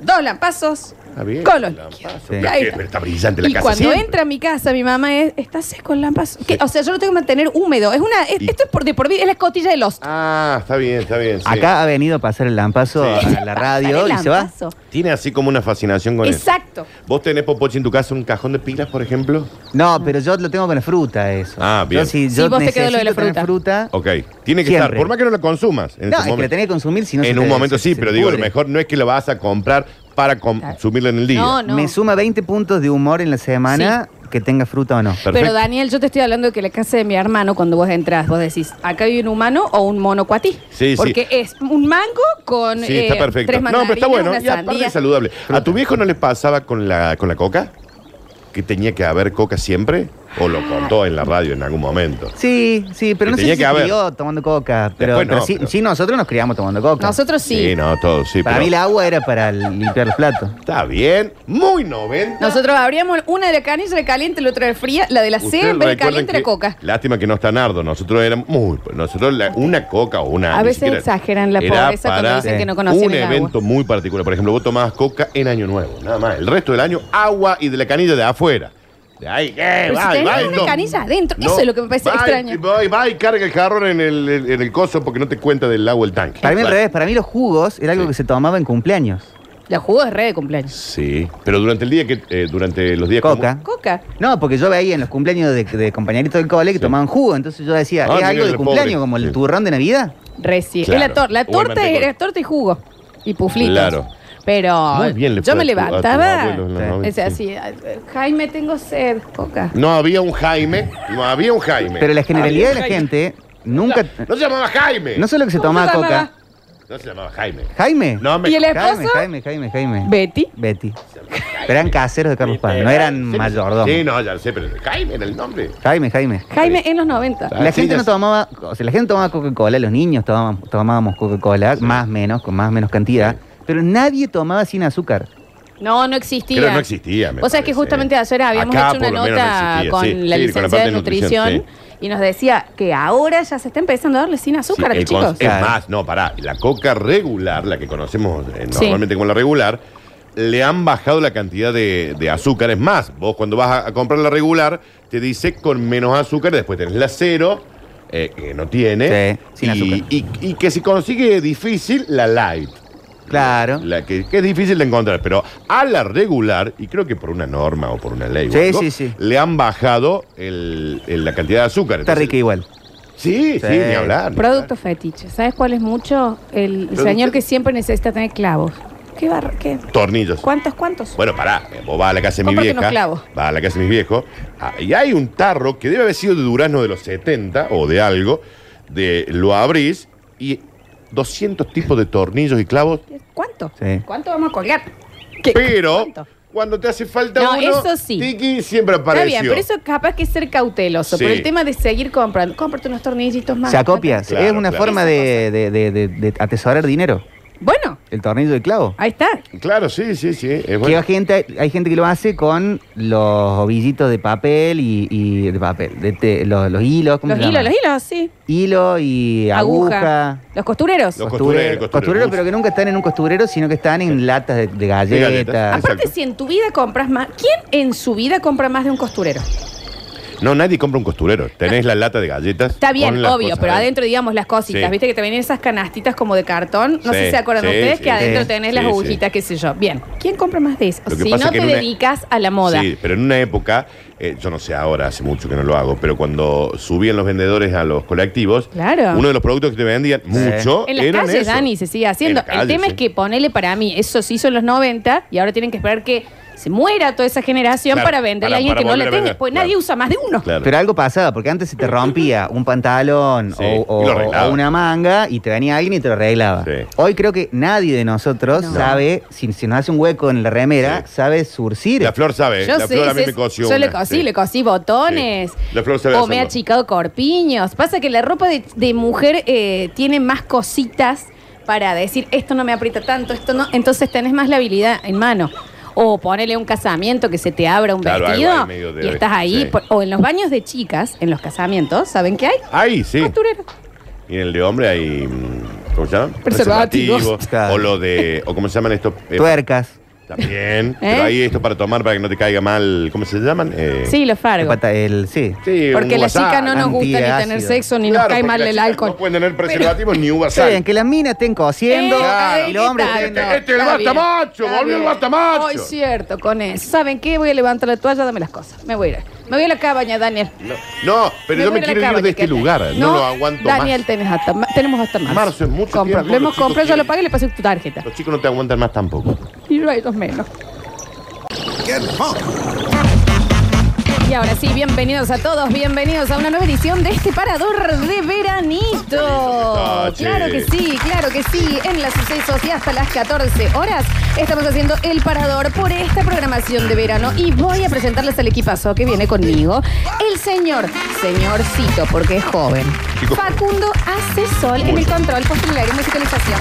Speaker 1: dos lampazos,
Speaker 2: Está bien.
Speaker 1: con los
Speaker 2: Lampazo.
Speaker 1: líquidos.
Speaker 3: Sí.
Speaker 2: Pero
Speaker 1: Ahí
Speaker 2: qué-
Speaker 1: está.
Speaker 2: pero está brillante la
Speaker 1: y
Speaker 2: casa
Speaker 1: cuando
Speaker 2: siempre.
Speaker 1: entra a mi casa, mi mamá es, está seco el lampazo. Que,
Speaker 2: Sí.
Speaker 1: O sea, yo lo tengo que mantener húmedo. Es una, es-
Speaker 2: Y-
Speaker 1: esto es por, de por vida, es la escotilla de los.
Speaker 2: Ah, está bien, está bien. sí.
Speaker 3: Acá ha venido a pasar el lampazo
Speaker 2: Sí.
Speaker 3: a la radio y se va.
Speaker 2: Tiene así como una fascinación con eso.
Speaker 1: Exacto.
Speaker 2: ¿Vos tenés, Popochi, en tu casa un cajón de pilas, por ejemplo?
Speaker 3: No, pero yo lo tengo con la fruta eso.
Speaker 2: Ah, bien.
Speaker 3: Yo, si
Speaker 1: Sí,
Speaker 3: yo
Speaker 1: vos te quedó lo de la
Speaker 3: necesito tener fruta.
Speaker 2: Ok. Tiene que
Speaker 3: Siempre.
Speaker 2: estar, por más que no la consumas. En
Speaker 3: no,
Speaker 2: su
Speaker 3: es que la
Speaker 2: momento.
Speaker 3: tenés que consumir si no se
Speaker 2: en
Speaker 3: te-
Speaker 2: un momento
Speaker 3: se-
Speaker 2: sí,
Speaker 3: se
Speaker 2: pero
Speaker 3: te
Speaker 2: digo, lo
Speaker 3: pudre.
Speaker 2: mejor no es que la vas a comprar para consumirla en el día.
Speaker 1: No, no.
Speaker 3: Me suma 20 puntos de humor en la semana que tenga fruta o no.
Speaker 1: Pero
Speaker 2: Perfecto.
Speaker 1: Daniel, yo te estoy hablando de que la casa de mi hermano, cuando vos entras, vos decís, acá hay un humano o un mono cuatí.
Speaker 2: Sí, sí.
Speaker 1: Porque es un mango con
Speaker 2: Sí, está
Speaker 1: eh,
Speaker 2: perfecto.
Speaker 1: tres
Speaker 2: no, pero está
Speaker 1: mandarinas,
Speaker 2: bueno.
Speaker 1: una
Speaker 2: Y aparte
Speaker 1: sandía.
Speaker 2: es saludable. ¿A tu viejo no le pasaba con la, con la coca? ¿Que tenía que haber coca siempre? ¿O
Speaker 1: Ah.
Speaker 2: lo contó en la radio en algún momento?
Speaker 3: Sí, sí, pero
Speaker 2: Y
Speaker 3: no sé
Speaker 2: tenía
Speaker 3: si
Speaker 2: que
Speaker 3: se
Speaker 2: haber.
Speaker 3: crió tomando coca. Pero,
Speaker 2: Después no,
Speaker 3: pero sí,
Speaker 2: pero-
Speaker 3: sí, nosotros nos criamos tomando coca.
Speaker 1: Nosotros sí.
Speaker 2: no, todo, sí.
Speaker 3: Para
Speaker 2: pero
Speaker 3: mí el agua era para limpiar los platos.
Speaker 2: Está bien. Muy 90.
Speaker 1: Nosotros abríamos una de la canilla era caliente, la otra era fría, la de la
Speaker 2: Ustedes
Speaker 1: C, pero
Speaker 2: recuerden
Speaker 1: caliente
Speaker 2: que- Ah,
Speaker 1: era coca.
Speaker 2: Lástima que no está Nardo. Nosotros éramos muy. Nosotros la- una coca o una.
Speaker 1: A
Speaker 2: ni
Speaker 1: veces
Speaker 2: siquiera-
Speaker 1: exageran la
Speaker 2: era
Speaker 1: pobreza cuando
Speaker 2: para
Speaker 1: dicen que no conocen
Speaker 2: Un
Speaker 1: el agua.
Speaker 2: evento muy particular. Por ejemplo, vos tomabas coca en Año Nuevo, nada más. El resto del año, agua y de la canilla de afuera. De ahí, eh,
Speaker 1: Pero si
Speaker 2: va,
Speaker 1: tenés
Speaker 2: va,
Speaker 1: una
Speaker 2: no.
Speaker 1: canilla adentro, eso es lo que me parece
Speaker 2: va,
Speaker 1: extraño.
Speaker 2: y Va, y va y carga el jarrón en el, en el coso porque no te cuenta del agua el tanque.
Speaker 3: Para mí al
Speaker 2: Claro.
Speaker 3: revés, para mí los jugos era algo
Speaker 2: Sí.
Speaker 3: que se tomaba en cumpleaños.
Speaker 1: La jugó de re de cumpleaños.
Speaker 2: Sí, pero durante el día que eh, durante los días
Speaker 3: Coca.
Speaker 1: Coca.
Speaker 3: No, porque yo veía en los cumpleaños de, de compañeritos del cole que tomaban jugo, entonces yo decía,
Speaker 2: Ah,
Speaker 3: es
Speaker 2: mira,
Speaker 3: algo de
Speaker 2: re
Speaker 3: cumpleaños,
Speaker 2: pobre.
Speaker 3: como el
Speaker 2: Sí.
Speaker 3: turrón de Navidad.
Speaker 1: Recién.
Speaker 2: Claro.
Speaker 1: La, tor- la
Speaker 2: O el
Speaker 1: torta
Speaker 2: mantecón.
Speaker 1: era torta y jugo. Y puflitos.
Speaker 2: Claro.
Speaker 1: Pero
Speaker 2: Muy bien le
Speaker 1: yo
Speaker 2: fue
Speaker 1: me
Speaker 2: a tu- a tus
Speaker 1: levantaba.
Speaker 2: abuelos en los
Speaker 3: Sí.
Speaker 2: 90,
Speaker 1: Es
Speaker 2: sí.
Speaker 1: así, Jaime, tengo sed, coca.
Speaker 2: No había un Jaime, no había un Jaime.
Speaker 3: Pero la generalidad de la
Speaker 1: Jaime.
Speaker 3: gente nunca...
Speaker 2: No se llamaba Jaime.
Speaker 3: No solo que se
Speaker 1: ¿Cómo se
Speaker 3: tomaba
Speaker 1: llamaba?
Speaker 3: coca.
Speaker 2: No se llamaba Jaime.
Speaker 3: Jaime.
Speaker 2: No me
Speaker 1: ¿Y el
Speaker 3: Jaime,
Speaker 1: esposo?
Speaker 3: Jaime, Jaime, Jaime.
Speaker 1: Betty.
Speaker 3: Betty. Pero eran caseros de Carlos Paz, no eran mayordomos.
Speaker 2: Sí, no, ya lo sé, pero Jaime era el nombre.
Speaker 3: Jaime, Jaime.
Speaker 1: Jaime en los 90.
Speaker 2: Claro. Ah,
Speaker 3: La
Speaker 2: sí,
Speaker 3: gente
Speaker 2: ya
Speaker 3: no
Speaker 2: sé.
Speaker 3: tomaba, o sea, la gente tomaba Coca-Cola, los niños tomaban- tomábamos Coca-Cola, más menos, con más menos cantidad, pero nadie tomaba sin azúcar.
Speaker 1: No, no existía.
Speaker 2: Creo que no existía, me
Speaker 1: O sea que
Speaker 2: parece. eh.
Speaker 1: justamente ayer habíamos
Speaker 2: Acá,
Speaker 1: hecho una
Speaker 2: por lo menos, no
Speaker 1: nota
Speaker 2: existía,
Speaker 1: con
Speaker 2: sí,
Speaker 1: la
Speaker 2: sí, con la
Speaker 1: licenciada
Speaker 2: parte
Speaker 1: de
Speaker 2: de
Speaker 1: nutrición,
Speaker 2: nutrición,
Speaker 1: y nos decía que ahora ya se está empezando a darle sin azúcar,
Speaker 2: Sí, el
Speaker 1: chicos.
Speaker 2: con- Es más, no, pará. La coca regular, la que conocemos eh,
Speaker 1: Sí.
Speaker 2: normalmente como la regular, le han bajado la cantidad de, de azúcar. Es más, vos cuando vas a, a comprar la regular, te dice con menos azúcar, después tenés la cero, eh, que no tiene.
Speaker 3: Sí, sin
Speaker 2: y,
Speaker 3: azúcar.
Speaker 2: Y, y que si consigue difícil, la light.
Speaker 3: Claro.
Speaker 2: La que, que es difícil de encontrar, pero a la regular, y creo que por una norma o por una ley, o
Speaker 3: Sí, sí, sí.
Speaker 2: le han bajado el- el- la cantidad de azúcar.
Speaker 3: Está
Speaker 2: Entonces-
Speaker 3: rica igual.
Speaker 2: Sí, sí,
Speaker 3: Sí.
Speaker 2: ni hablar. ni
Speaker 1: Producto fetiche. ¿Sabes cuál es mucho? El
Speaker 2: Producto-
Speaker 1: señor que siempre necesita tener clavos. ¿Qué barra? ¿Qué?
Speaker 2: hablar. Tornillos.
Speaker 1: ¿Cuántos, cuántos?
Speaker 2: Bueno, pará, eh, vos vas a la casa de mi
Speaker 1: Cómprate
Speaker 2: vieja.
Speaker 1: unos clavos.
Speaker 2: Vas a la casa de mis viejos. ah, Y hay un tarro que debe haber sido de durazno de los 70 o de algo. De, lo abrís y 200 tipos de tornillos y clavos.
Speaker 1: ¿Cuánto?
Speaker 3: Sí.
Speaker 1: ¿Cuánto vamos a colgar? ¿Qué-
Speaker 2: Pero
Speaker 1: cuánto?
Speaker 2: cuando te hace falta
Speaker 1: No,
Speaker 2: uno,
Speaker 1: eso sí.
Speaker 2: Tiki siempre
Speaker 1: Está
Speaker 2: apareció.
Speaker 1: bien, pero eso capaz que es ser cauteloso.
Speaker 2: Sí.
Speaker 1: Por el tema de seguir comprando. Cómprate unos tornillitos más.
Speaker 3: Se acopia,
Speaker 2: Claro,
Speaker 3: es una
Speaker 2: claro.
Speaker 3: forma de, de- de- de- de atesorar dinero,
Speaker 1: Bueno,
Speaker 3: el tornillo de clavo.
Speaker 1: ahí está.
Speaker 2: Claro, sí, sí, sí. Es
Speaker 3: Que
Speaker 2: bueno.
Speaker 3: hay, gente, hay gente que lo hace con los ovillitos de papel y, y- de papel, de te- los, los hilos, ¿cómo
Speaker 1: Los
Speaker 3: se llama?
Speaker 1: hilos, los hilos, sí.
Speaker 3: Hilo y aguja.
Speaker 1: Los costureros.
Speaker 2: Los costureros,
Speaker 3: costurero,
Speaker 2: costureros.
Speaker 3: pero que nunca están en un costurero, sino que están en latas de, de
Speaker 2: galletas.
Speaker 3: galletas.
Speaker 2: Aparte-
Speaker 1: Aparte,
Speaker 2: Exacto.
Speaker 1: si en tu vida compras más, ¿quién en su vida compra más de un costurero?
Speaker 2: No, nadie compra un costurero. Tenés la lata de galletas.
Speaker 1: Está bien,
Speaker 2: con las
Speaker 1: obvio,
Speaker 2: cosas ¿eh?
Speaker 1: pero adentro, digamos, las cositas.
Speaker 2: Sí.
Speaker 1: Viste que te vienen esas canastitas como de cartón. No
Speaker 2: Sí,
Speaker 1: sé si se acuerdan
Speaker 2: sí,
Speaker 1: ustedes
Speaker 2: sí.
Speaker 1: que adentro
Speaker 3: Sí,
Speaker 1: tenés
Speaker 2: sí,
Speaker 1: las
Speaker 2: sí.
Speaker 1: agujitas, qué sé yo. Bien, ¿quién compra más de eso?
Speaker 2: Lo que
Speaker 1: Si
Speaker 2: pasa
Speaker 1: no
Speaker 2: es que
Speaker 1: te
Speaker 2: en una-
Speaker 1: dedicas a la moda.
Speaker 2: Sí, pero en una época, eh, yo no sé ahora, hace mucho que no lo hago, pero cuando subían los vendedores a los colectivos,
Speaker 1: Claro.
Speaker 2: uno de los productos que te vendían mucho
Speaker 1: En las
Speaker 2: eran
Speaker 1: calles,
Speaker 2: esos.
Speaker 1: Dani, se sigue haciendo.
Speaker 2: En la calle,
Speaker 1: el tema
Speaker 2: sí.
Speaker 1: es que ponele para mí, eso se hizo en los 90 y ahora tienen que esperar que se muera toda esa generación
Speaker 2: Claro,
Speaker 1: para venderle
Speaker 2: para-
Speaker 1: a alguien
Speaker 2: para
Speaker 1: que no le
Speaker 2: volver a
Speaker 1: tenga.
Speaker 2: vender,
Speaker 1: Pues
Speaker 2: claro.
Speaker 1: nadie usa más de uno.
Speaker 2: Claro.
Speaker 3: Pero algo pasaba, porque antes se te rompía un pantalón
Speaker 2: Sí,
Speaker 3: o, o-
Speaker 2: y lo arreglaba.
Speaker 3: o una manga y te venía alguien y te lo arreglaba.
Speaker 2: Sí.
Speaker 3: Hoy creo que nadie de nosotros
Speaker 1: No.
Speaker 3: sabe, si, si nos hace un hueco en la remera,
Speaker 2: Sí.
Speaker 3: sabe surcir.
Speaker 2: La flor sabe.
Speaker 1: Yo
Speaker 2: Eh, la
Speaker 1: sé,
Speaker 2: flor a mí
Speaker 1: sé,
Speaker 2: me cosió.
Speaker 1: yo le
Speaker 2: una,
Speaker 1: cosí,
Speaker 2: sí.
Speaker 1: le cosí botones.
Speaker 2: Sí. La flor sabe
Speaker 1: o me ha
Speaker 2: hacerlo.
Speaker 1: achicado corpiños. Pasa que la ropa de, de mujer eh, tiene más cositas para decir esto no me aprieta tanto, esto no. Entonces tenés más la habilidad en mano. O ponele un casamiento que se te abra un
Speaker 2: Claro, algo ahí
Speaker 1: vestido
Speaker 2: medio de-
Speaker 1: y estás ahí.
Speaker 2: sí.
Speaker 1: por- o en los baños de chicas, en los casamientos, ¿saben qué hay?
Speaker 2: Ahí, sí.
Speaker 1: Costureros.
Speaker 2: Y en el de hombre hay. mm, ¿Cómo se llama?
Speaker 1: Preservativos.
Speaker 3: Claro.
Speaker 2: O lo de. O cómo se llaman estos. eh,
Speaker 3: Tuercas,
Speaker 2: También.
Speaker 1: ¿Eh?
Speaker 2: Pero ahí esto para tomar para que no te caiga mal. ¿Cómo se llaman? Eh,
Speaker 1: Sí, los
Speaker 3: el
Speaker 1: fargo.
Speaker 3: pata- el, sí.
Speaker 2: sí,
Speaker 1: Porque
Speaker 2: un
Speaker 1: las
Speaker 2: WhatsApp.
Speaker 1: chicas no nos gusta ni tener
Speaker 3: antiácido.
Speaker 1: sexo ni
Speaker 2: Claro,
Speaker 1: nos cae
Speaker 2: porque
Speaker 1: mal
Speaker 2: las
Speaker 1: el
Speaker 2: chicas
Speaker 1: alcohol.
Speaker 2: No pueden tener preservativos ni uva
Speaker 3: Está
Speaker 2: sal.
Speaker 3: bien, que las minas estén cosiendo,
Speaker 1: Eh,
Speaker 2: Claro.
Speaker 3: el hombre
Speaker 1: ahí
Speaker 3: esté-
Speaker 1: está.
Speaker 2: Este- este es el basta
Speaker 1: Está bien,
Speaker 2: macho,
Speaker 1: está
Speaker 2: volvió el
Speaker 1: bien.
Speaker 2: basta macho.
Speaker 1: Ay, cierto, con eso. ¿Saben qué? Voy a levantar la toalla, dame las cosas. Me voy a ir. Me voy a la cabaña, Daniel.
Speaker 2: No, pero yo
Speaker 1: voy
Speaker 2: me
Speaker 1: a la
Speaker 2: quiero ir
Speaker 1: cabaña,
Speaker 2: de este
Speaker 1: que-
Speaker 2: lugar. No, lo aguanto
Speaker 1: Daniel,
Speaker 2: más.
Speaker 1: tenés hasta ma- tenemos hasta marzo.
Speaker 2: Marzo es mucho
Speaker 1: Compra-
Speaker 2: tiempo,
Speaker 1: Lo hemos
Speaker 2: los chicos
Speaker 1: comprado, yo lo
Speaker 2: quieren-
Speaker 1: pagué y le pasé tu tarjeta.
Speaker 2: Los chicos no te aguantan más tampoco.
Speaker 1: Y yo a ellos menos.
Speaker 4: Get Punk.
Speaker 1: Y ahora sí, bienvenidos a todos, bienvenidos a una nueva edición de este Parador de Veranito.
Speaker 2: Qué lindo que está, Ah, che.
Speaker 1: Claro que sí, claro que sí, en las sucesos y hasta las 14 horas estamos haciendo el Parador por esta programación de verano y voy a presentarles al equipazo que viene conmigo, el señor, señorcito, porque es joven.
Speaker 2: Chico.
Speaker 1: Facundo hace sol en
Speaker 2: Muy.
Speaker 1: el control postular y musicalización.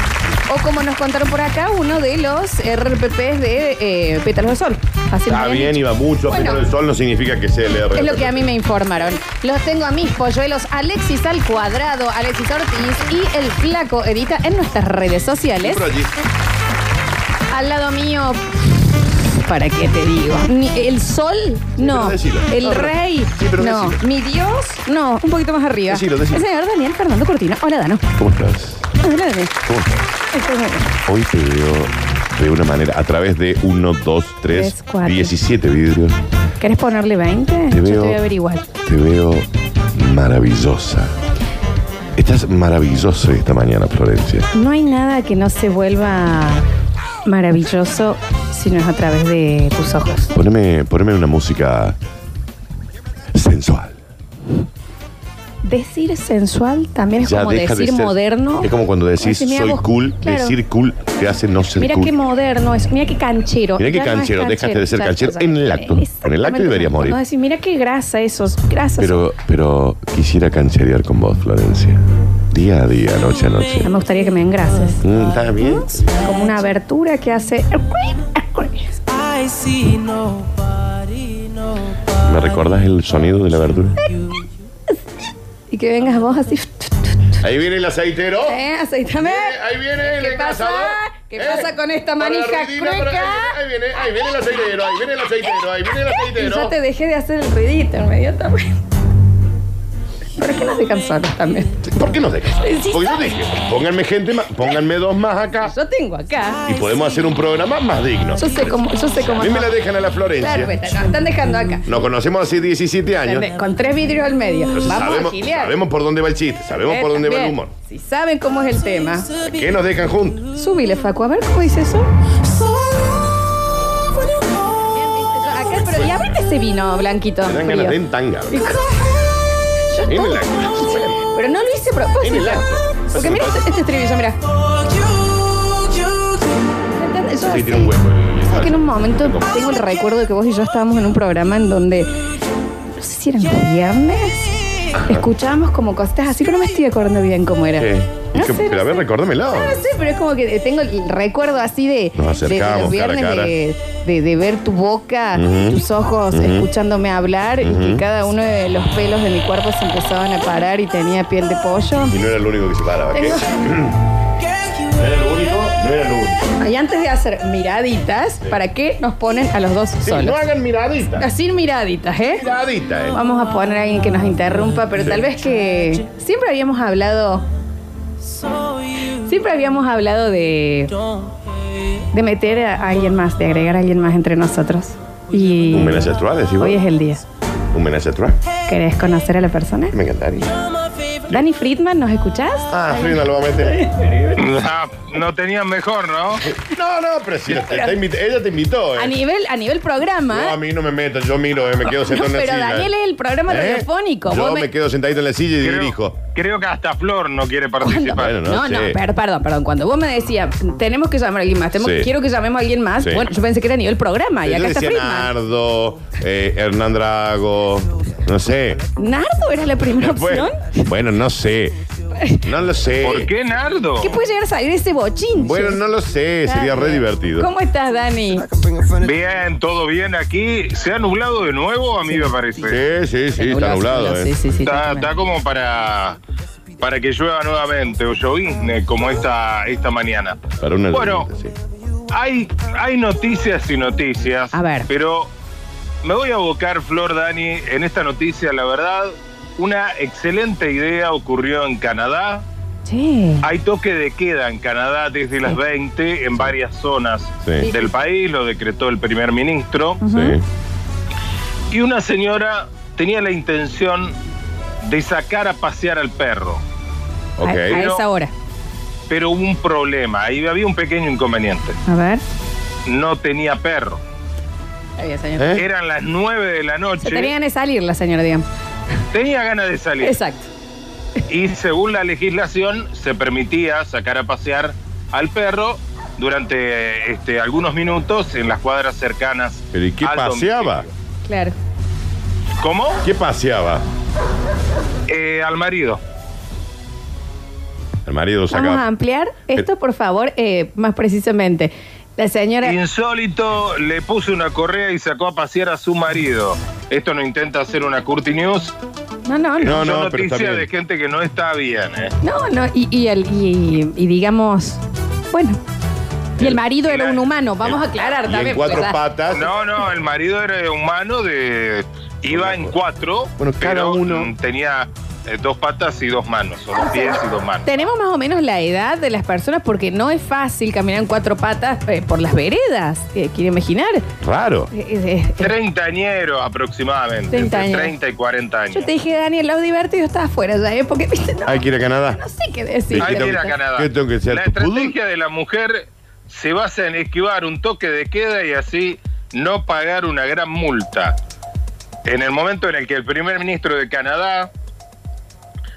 Speaker 1: O como nos contaron por acá, uno de los RPPs de eh, Pétalos de Sol. Así
Speaker 2: Está
Speaker 1: me habían
Speaker 2: bien,
Speaker 1: dicho.
Speaker 2: iba mucho,
Speaker 1: Bueno.
Speaker 2: pero el sol no significa que sea el
Speaker 1: Es lo que a mí me informaron. Los tengo a mis polluelos, Alexis al cuadrado, Alexis Ortiz y el flaco Edita en nuestras redes sociales.
Speaker 2: Pero allí,
Speaker 1: Al lado mío, ¿para qué te digo? Ni- el sol, no.
Speaker 2: pero decilo.
Speaker 1: El
Speaker 2: No, pero-
Speaker 1: rey,
Speaker 2: sí, pero
Speaker 1: no.
Speaker 2: decilo.
Speaker 1: Mi Dios, no. Un poquito más arriba.
Speaker 2: Decilo, decilo.
Speaker 1: El señor Daniel Fernando Cortina. Hola, Dano.
Speaker 2: ¿Cómo estás?
Speaker 1: Hola, Daniel.
Speaker 2: ¿Cómo estás?
Speaker 1: Estoy muy bien.
Speaker 2: Hoy te veo de una manera, a través de 1, 2,
Speaker 1: Tres,
Speaker 2: 3,
Speaker 1: cuatro.
Speaker 2: 17 vidrios.
Speaker 1: ¿Querés ponerle 20?
Speaker 2: Te
Speaker 1: Yo te
Speaker 2: veo-
Speaker 1: voy a averiguar.
Speaker 2: Te veo maravillosa. Estás maravilloso esta mañana, Florencia.
Speaker 1: No hay nada que no se vuelva maravilloso si no es a través de tus ojos.
Speaker 2: Poneme, poneme una música sensual.
Speaker 1: Decir sensual también es
Speaker 2: Ya
Speaker 1: como
Speaker 2: deja de
Speaker 1: decir
Speaker 2: ser-
Speaker 1: moderno.
Speaker 2: Es como cuando decís
Speaker 1: Como si me
Speaker 2: soy
Speaker 1: hago-
Speaker 2: cool,
Speaker 1: Claro.
Speaker 2: decir cool te hace no ser
Speaker 1: Mira
Speaker 2: cool.
Speaker 1: qué moderno es, mira qué canchero.
Speaker 2: Mira qué
Speaker 1: Ya no es
Speaker 2: canchero, dejaste de ser
Speaker 1: ya,
Speaker 2: canchero
Speaker 1: ya, ya.
Speaker 2: en el acto. En el
Speaker 1: Exactamente.
Speaker 2: acto deberías morir.
Speaker 1: No decir, mira qué grasa esos, grasas.
Speaker 2: Pero, pero quisiera cancherear con vos, Florencia. Día a día, noche a noche.
Speaker 1: Ya Ah, me gustaría que me engrases.
Speaker 2: Mm, ¿Está bien?
Speaker 1: Como una abertura que hace.
Speaker 5: I see nobody, nobody.
Speaker 2: ¿Me recordás el sonido de la verdura?
Speaker 1: Y que vengas vos así.
Speaker 2: Ahí viene el aceitero.
Speaker 1: ¿Eh? Aceitame.
Speaker 2: Ahí viene el
Speaker 1: ¿Qué pasa?
Speaker 2: engrasador.
Speaker 1: ¿Qué
Speaker 2: Eh,
Speaker 1: pasa con esta
Speaker 2: para la
Speaker 1: manija
Speaker 2: ruidina, para-
Speaker 1: cueca?
Speaker 2: Ahí viene, ahí viene el aceitero, ahí viene el aceitero, ahí viene el
Speaker 1: Y
Speaker 2: aceitero.
Speaker 1: ya te dejé de hacer el ruidito inmediatamente. Pero es que nos dejan solos también.
Speaker 2: ¿Por qué nos dejas?
Speaker 1: Sí,
Speaker 2: Porque yo dije, pónganme gente más, pónganme dos más acá
Speaker 1: Yo tengo acá.
Speaker 2: y podemos hacer un programa más digno.
Speaker 1: Yo sé cómo. Yo sé
Speaker 2: A
Speaker 1: cómo.
Speaker 2: mí me la
Speaker 1: no.
Speaker 2: dejan a la
Speaker 1: Claro,
Speaker 2: Florencia.
Speaker 1: pues, nos están dejando acá.
Speaker 2: Nos conocemos hace 17 años.
Speaker 1: ¿Entendés? Con tres vidrios al medio.
Speaker 2: Entonces
Speaker 1: Vamos
Speaker 2: sabemos,
Speaker 1: a gilear.
Speaker 2: sabemos por dónde va el chiste, sabemos
Speaker 1: Eh,
Speaker 2: por dónde va el
Speaker 1: también.
Speaker 2: humor.
Speaker 1: Si saben cómo es el tema,
Speaker 2: ¿Qué nos dejan juntos?
Speaker 1: súbile, Facu. A ver cómo dice eso.
Speaker 5: So when you
Speaker 1: Bien,
Speaker 5: go,
Speaker 1: viste, yo acá, pero y abrite ese vino blanquito.
Speaker 2: Me dan
Speaker 1: frío.
Speaker 2: ganas de entanga.
Speaker 1: Y
Speaker 2: En
Speaker 1: co- Yo todo-
Speaker 2: el acto.
Speaker 1: Pero no lo hice a
Speaker 2: En el
Speaker 1: propósito.
Speaker 2: acto.
Speaker 1: Porque mira este, este estribillo, mira.
Speaker 5: you, you, you.
Speaker 1: ¿Entendés? Yo
Speaker 2: Sí,
Speaker 1: así.
Speaker 2: tiene un
Speaker 1: Creo que en
Speaker 2: hueco.
Speaker 1: un momento tengo el recuerdo de que vos y yo estábamos en un programa en donde, no sé si era el viernes, escuchábamos como cositas así, pero no me estoy acordando bien cómo era.
Speaker 2: ¿Qué?
Speaker 1: No
Speaker 2: ¿Qué?
Speaker 1: sé, no
Speaker 2: Pero a ver,
Speaker 1: sé.
Speaker 2: recórdamelo.
Speaker 1: No, no sé, Ah, pero es como que tengo el recuerdo así de,
Speaker 2: Nos
Speaker 1: de- de
Speaker 2: acercamos,
Speaker 1: los viernes
Speaker 2: cara a cara.
Speaker 1: De, de- de ver tu boca,
Speaker 2: Ujú.
Speaker 1: tus ojos,
Speaker 2: Ujú.
Speaker 1: escuchándome hablar y
Speaker 2: Ujú.
Speaker 1: que cada uno de los pelos de mi cuerpo se empezaban a parar y tenía piel de pollo.
Speaker 2: Y no era el único que se paraba. ¿qué?
Speaker 1: Tengo-
Speaker 2: No era el único, no era el único.
Speaker 1: Y antes de hacer miraditas, ¿para qué nos ponen a los dos
Speaker 2: Sí,
Speaker 1: solos?
Speaker 2: no hagan miradita.
Speaker 1: Así miraditas, ¿eh?
Speaker 2: Miradita, eh.
Speaker 1: Vamos a poner a alguien que nos interrumpa, pero tal vez que siempre habíamos hablado,
Speaker 5: So you
Speaker 1: siempre habíamos hablado de,
Speaker 5: don't hate.
Speaker 1: de meter a alguien más, de agregar a alguien más entre nosotros. Y
Speaker 2: Un menaje a Troa, decís vos.
Speaker 1: hoy es el día.
Speaker 2: Un menaje a Troa.
Speaker 1: ¿Querés conocer a la persona?
Speaker 2: Me encantaría.
Speaker 5: You're my
Speaker 1: Dani Friedman, ¿nos escuchás?
Speaker 2: Ah, Frida lo va a meter.
Speaker 6: No, no tenían mejor, ¿no?
Speaker 2: No, no, pero si te- te invita- ella te invitó. eh.
Speaker 1: A nivel, a nivel programa.
Speaker 2: No, a mí no me meto, yo miro, eh, me quedo sentado en la
Speaker 1: pero
Speaker 2: silla.
Speaker 1: Daniel es el programa
Speaker 2: ¿Eh?
Speaker 1: radiofónico.
Speaker 2: Yo
Speaker 1: Vos
Speaker 2: me...
Speaker 1: me-
Speaker 2: quedo sentadito en la silla y dirijo.
Speaker 6: creo que hasta Flor no quiere
Speaker 1: Cuando-
Speaker 6: participar.
Speaker 2: Bueno, no
Speaker 1: no, no,
Speaker 2: sé.
Speaker 1: per- perdón, perdón. Cuando vos me decías, tenemos que llamar a alguien más, tenemos-
Speaker 2: Sí.
Speaker 1: quiero que llamemos a alguien más,
Speaker 2: Sí.
Speaker 1: bueno, yo pensé que era a nivel programa y
Speaker 2: Yo
Speaker 1: acá está
Speaker 2: decía
Speaker 1: Friedman.
Speaker 2: Nardo, eh, Hernán Drago, no sé.
Speaker 1: ¿Nardo era la primera
Speaker 2: Después-
Speaker 1: opción?
Speaker 2: bueno, no sé. No lo sé.
Speaker 6: ¿Por qué Nardo?
Speaker 1: ¿Qué puede llegar a salir de ese bochín?
Speaker 2: Bueno, no lo sé, sería re divertido.
Speaker 1: ¿Cómo estás, Dani?
Speaker 6: Bien, todo bien aquí. ¿Se ha nublado de nuevo? A mí me parece.
Speaker 2: Sí, sí, sí, está nublado,
Speaker 1: Sí,
Speaker 2: eh.
Speaker 1: sí, sí.
Speaker 6: Está, está como para, para que llueva nuevamente o llovizne como esta, esta mañana.
Speaker 2: Para una
Speaker 6: Bueno.
Speaker 2: sí.
Speaker 6: Hay, hay noticias y noticias.
Speaker 1: A ver.
Speaker 6: Pero me voy a abocar, Flor Dani, en esta noticia, la verdad. Una excelente idea ocurrió en Canadá.
Speaker 1: Che.
Speaker 6: Hay toque de queda en Canadá desde las 20 en varias zonas
Speaker 2: Sí.
Speaker 6: del país, lo decretó el primer ministro.
Speaker 2: Sí.
Speaker 6: Y una señora tenía la intención de sacar a pasear al perro,
Speaker 1: A, a
Speaker 2: Ok.
Speaker 6: no.
Speaker 1: esa hora.
Speaker 6: pero hubo un problema, ahí había un pequeño inconveniente.
Speaker 1: A ver.
Speaker 6: No tenía perro.
Speaker 1: Está bien, señor.
Speaker 2: ¿Eh?
Speaker 6: Eran las 9 de la
Speaker 1: Se
Speaker 6: noche.
Speaker 1: tenía ganas de salir la señora, digamos.
Speaker 6: Tenía ganas de salir.
Speaker 1: Exacto.
Speaker 6: Y según la legislación, se permitía sacar a pasear al perro durante este, algunos minutos en las cuadras cercanas.
Speaker 2: ¿Pero y qué
Speaker 6: al
Speaker 2: paseaba?
Speaker 6: domicilio.
Speaker 1: Claro.
Speaker 6: ¿Cómo?
Speaker 2: ¿Qué paseaba?
Speaker 6: Eh, al marido.
Speaker 2: El marido lo
Speaker 1: Vamos a
Speaker 2: sacaba.
Speaker 1: ampliar esto, por favor, eh, más precisamente. La señora.
Speaker 6: Insólito le puso una correa y sacó a pasear a su marido. Esto no intenta hacer una curti news.
Speaker 1: No, no, no.
Speaker 2: No,
Speaker 6: Son
Speaker 2: no, pero está
Speaker 6: noticias
Speaker 2: bien.
Speaker 6: de gente que no está bien. ¿eh?
Speaker 1: No, no. Y, y el, y, y digamos. Bueno. Y el marido era un humano, vamos a aclarar
Speaker 2: Y
Speaker 1: también.
Speaker 2: en cuatro
Speaker 1: porque, o sea,
Speaker 2: patas.
Speaker 6: No, no, el marido era humano de. Iba en cuatro,
Speaker 2: Bueno, cada
Speaker 6: pero
Speaker 2: uno-
Speaker 6: mm, tenía eh, dos patas y dos manos, o
Speaker 2: Ah,
Speaker 6: dos pies y dos manos.
Speaker 1: Tenemos más o menos la edad de las personas porque no es fácil caminar en cuatro patas eh, por las veredas. eh, quiero imaginar.
Speaker 2: Raro.
Speaker 1: Eh, eh, eh,
Speaker 6: Treintañero aproximadamente, entre
Speaker 1: Treintañero.
Speaker 6: 30 y 40 años.
Speaker 1: Yo te dije, Daniel, lo divertido está afuera ya, ¿eh? Porque, viste, no,
Speaker 2: Hay que ir a
Speaker 1: no
Speaker 2: Canadá.
Speaker 1: sé qué decir.
Speaker 6: Ahí
Speaker 2: Dijiste-
Speaker 6: mira, Canadá.
Speaker 2: ¿Qué tengo que ser?
Speaker 6: La
Speaker 2: ¿Tu pudú?
Speaker 6: estrategia de la mujer se basa en esquivar un toque de queda y así no pagar una gran multa. En el momento en el que el primer ministro de Canadá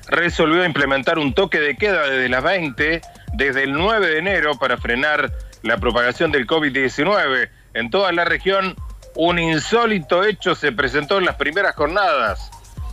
Speaker 6: resolvió implementar un toque de queda desde las 20, desde el 9 de enero, para frenar la propagación del COVID-19 en toda la región, un insólito hecho se presentó en las primeras jornadas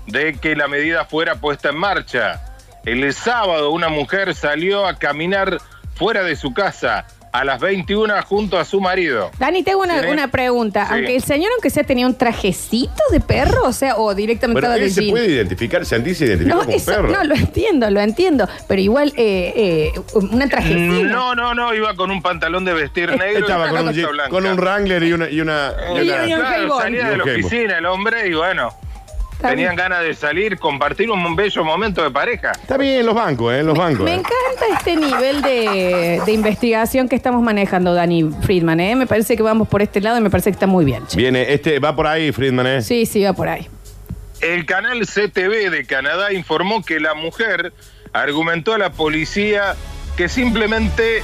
Speaker 6: de que la medida fuera puesta en marcha. El sábado una mujer salió a caminar fuera de su casa a las 21 junto a su marido.
Speaker 1: Dani, tengo una,
Speaker 6: Sí.
Speaker 1: una pregunta.
Speaker 6: Sí.
Speaker 1: Aunque el señor, aunque sea, tenía un trajecito de perro, o sea, o directamente
Speaker 2: Bueno,
Speaker 1: estaba de
Speaker 2: él se
Speaker 1: jean.
Speaker 2: puede identificar, sentirse identificado
Speaker 1: No,
Speaker 2: como
Speaker 1: eso-
Speaker 2: perro.
Speaker 1: no, lo entiendo, lo entiendo. Pero igual, eh, eh, una trajecina.
Speaker 6: No, no, no, iba con un pantalón de vestir negro.
Speaker 2: Él Estaba
Speaker 6: y
Speaker 2: con
Speaker 6: una
Speaker 2: un,
Speaker 6: camisa
Speaker 2: jeep-
Speaker 6: blanca.
Speaker 2: con un Wrangler y una. Y una, y
Speaker 1: Y-
Speaker 2: una-
Speaker 1: y-
Speaker 6: Claro,
Speaker 1: Hellboy.
Speaker 6: salía de la
Speaker 2: Hellboy.
Speaker 6: oficina el hombre y bueno,
Speaker 1: Está bien.
Speaker 6: tenían ganas de salir, compartir un bello momento de pareja.
Speaker 2: Está bien, los bancos, ¿eh? Los bancos.
Speaker 1: Me
Speaker 2: eh.
Speaker 1: encanta este nivel de, de investigación que estamos manejando, Dani Friedman. ¿eh? Me parece que vamos por este lado y me parece que está muy bien. che.
Speaker 2: Viene, este va por ahí, Friedman, ¿eh?
Speaker 1: Sí, sí, va por ahí.
Speaker 6: El canal CTV de Canadá informó que la mujer argumentó a la policía que simplemente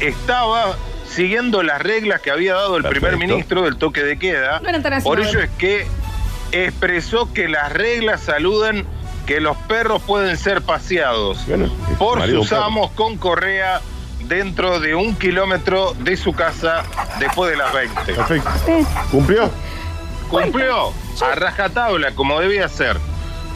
Speaker 6: estaba siguiendo las reglas que había dado el primer
Speaker 2: Perfecto.
Speaker 6: ministro del toque de queda.
Speaker 1: No eran tan así,
Speaker 6: Por
Speaker 1: ¿no? ¿eh?
Speaker 6: ello es que expresó que las reglas saludan que los perros pueden ser paseados
Speaker 2: Bueno, es
Speaker 6: por
Speaker 2: marido un
Speaker 6: sus
Speaker 2: perro.
Speaker 6: amos con correa dentro de un kilómetro de su casa después de las 20.
Speaker 2: Perfecto.
Speaker 1: Eh,
Speaker 2: ¿Cumplió?
Speaker 6: Cumplió a rajatabla como debía ser.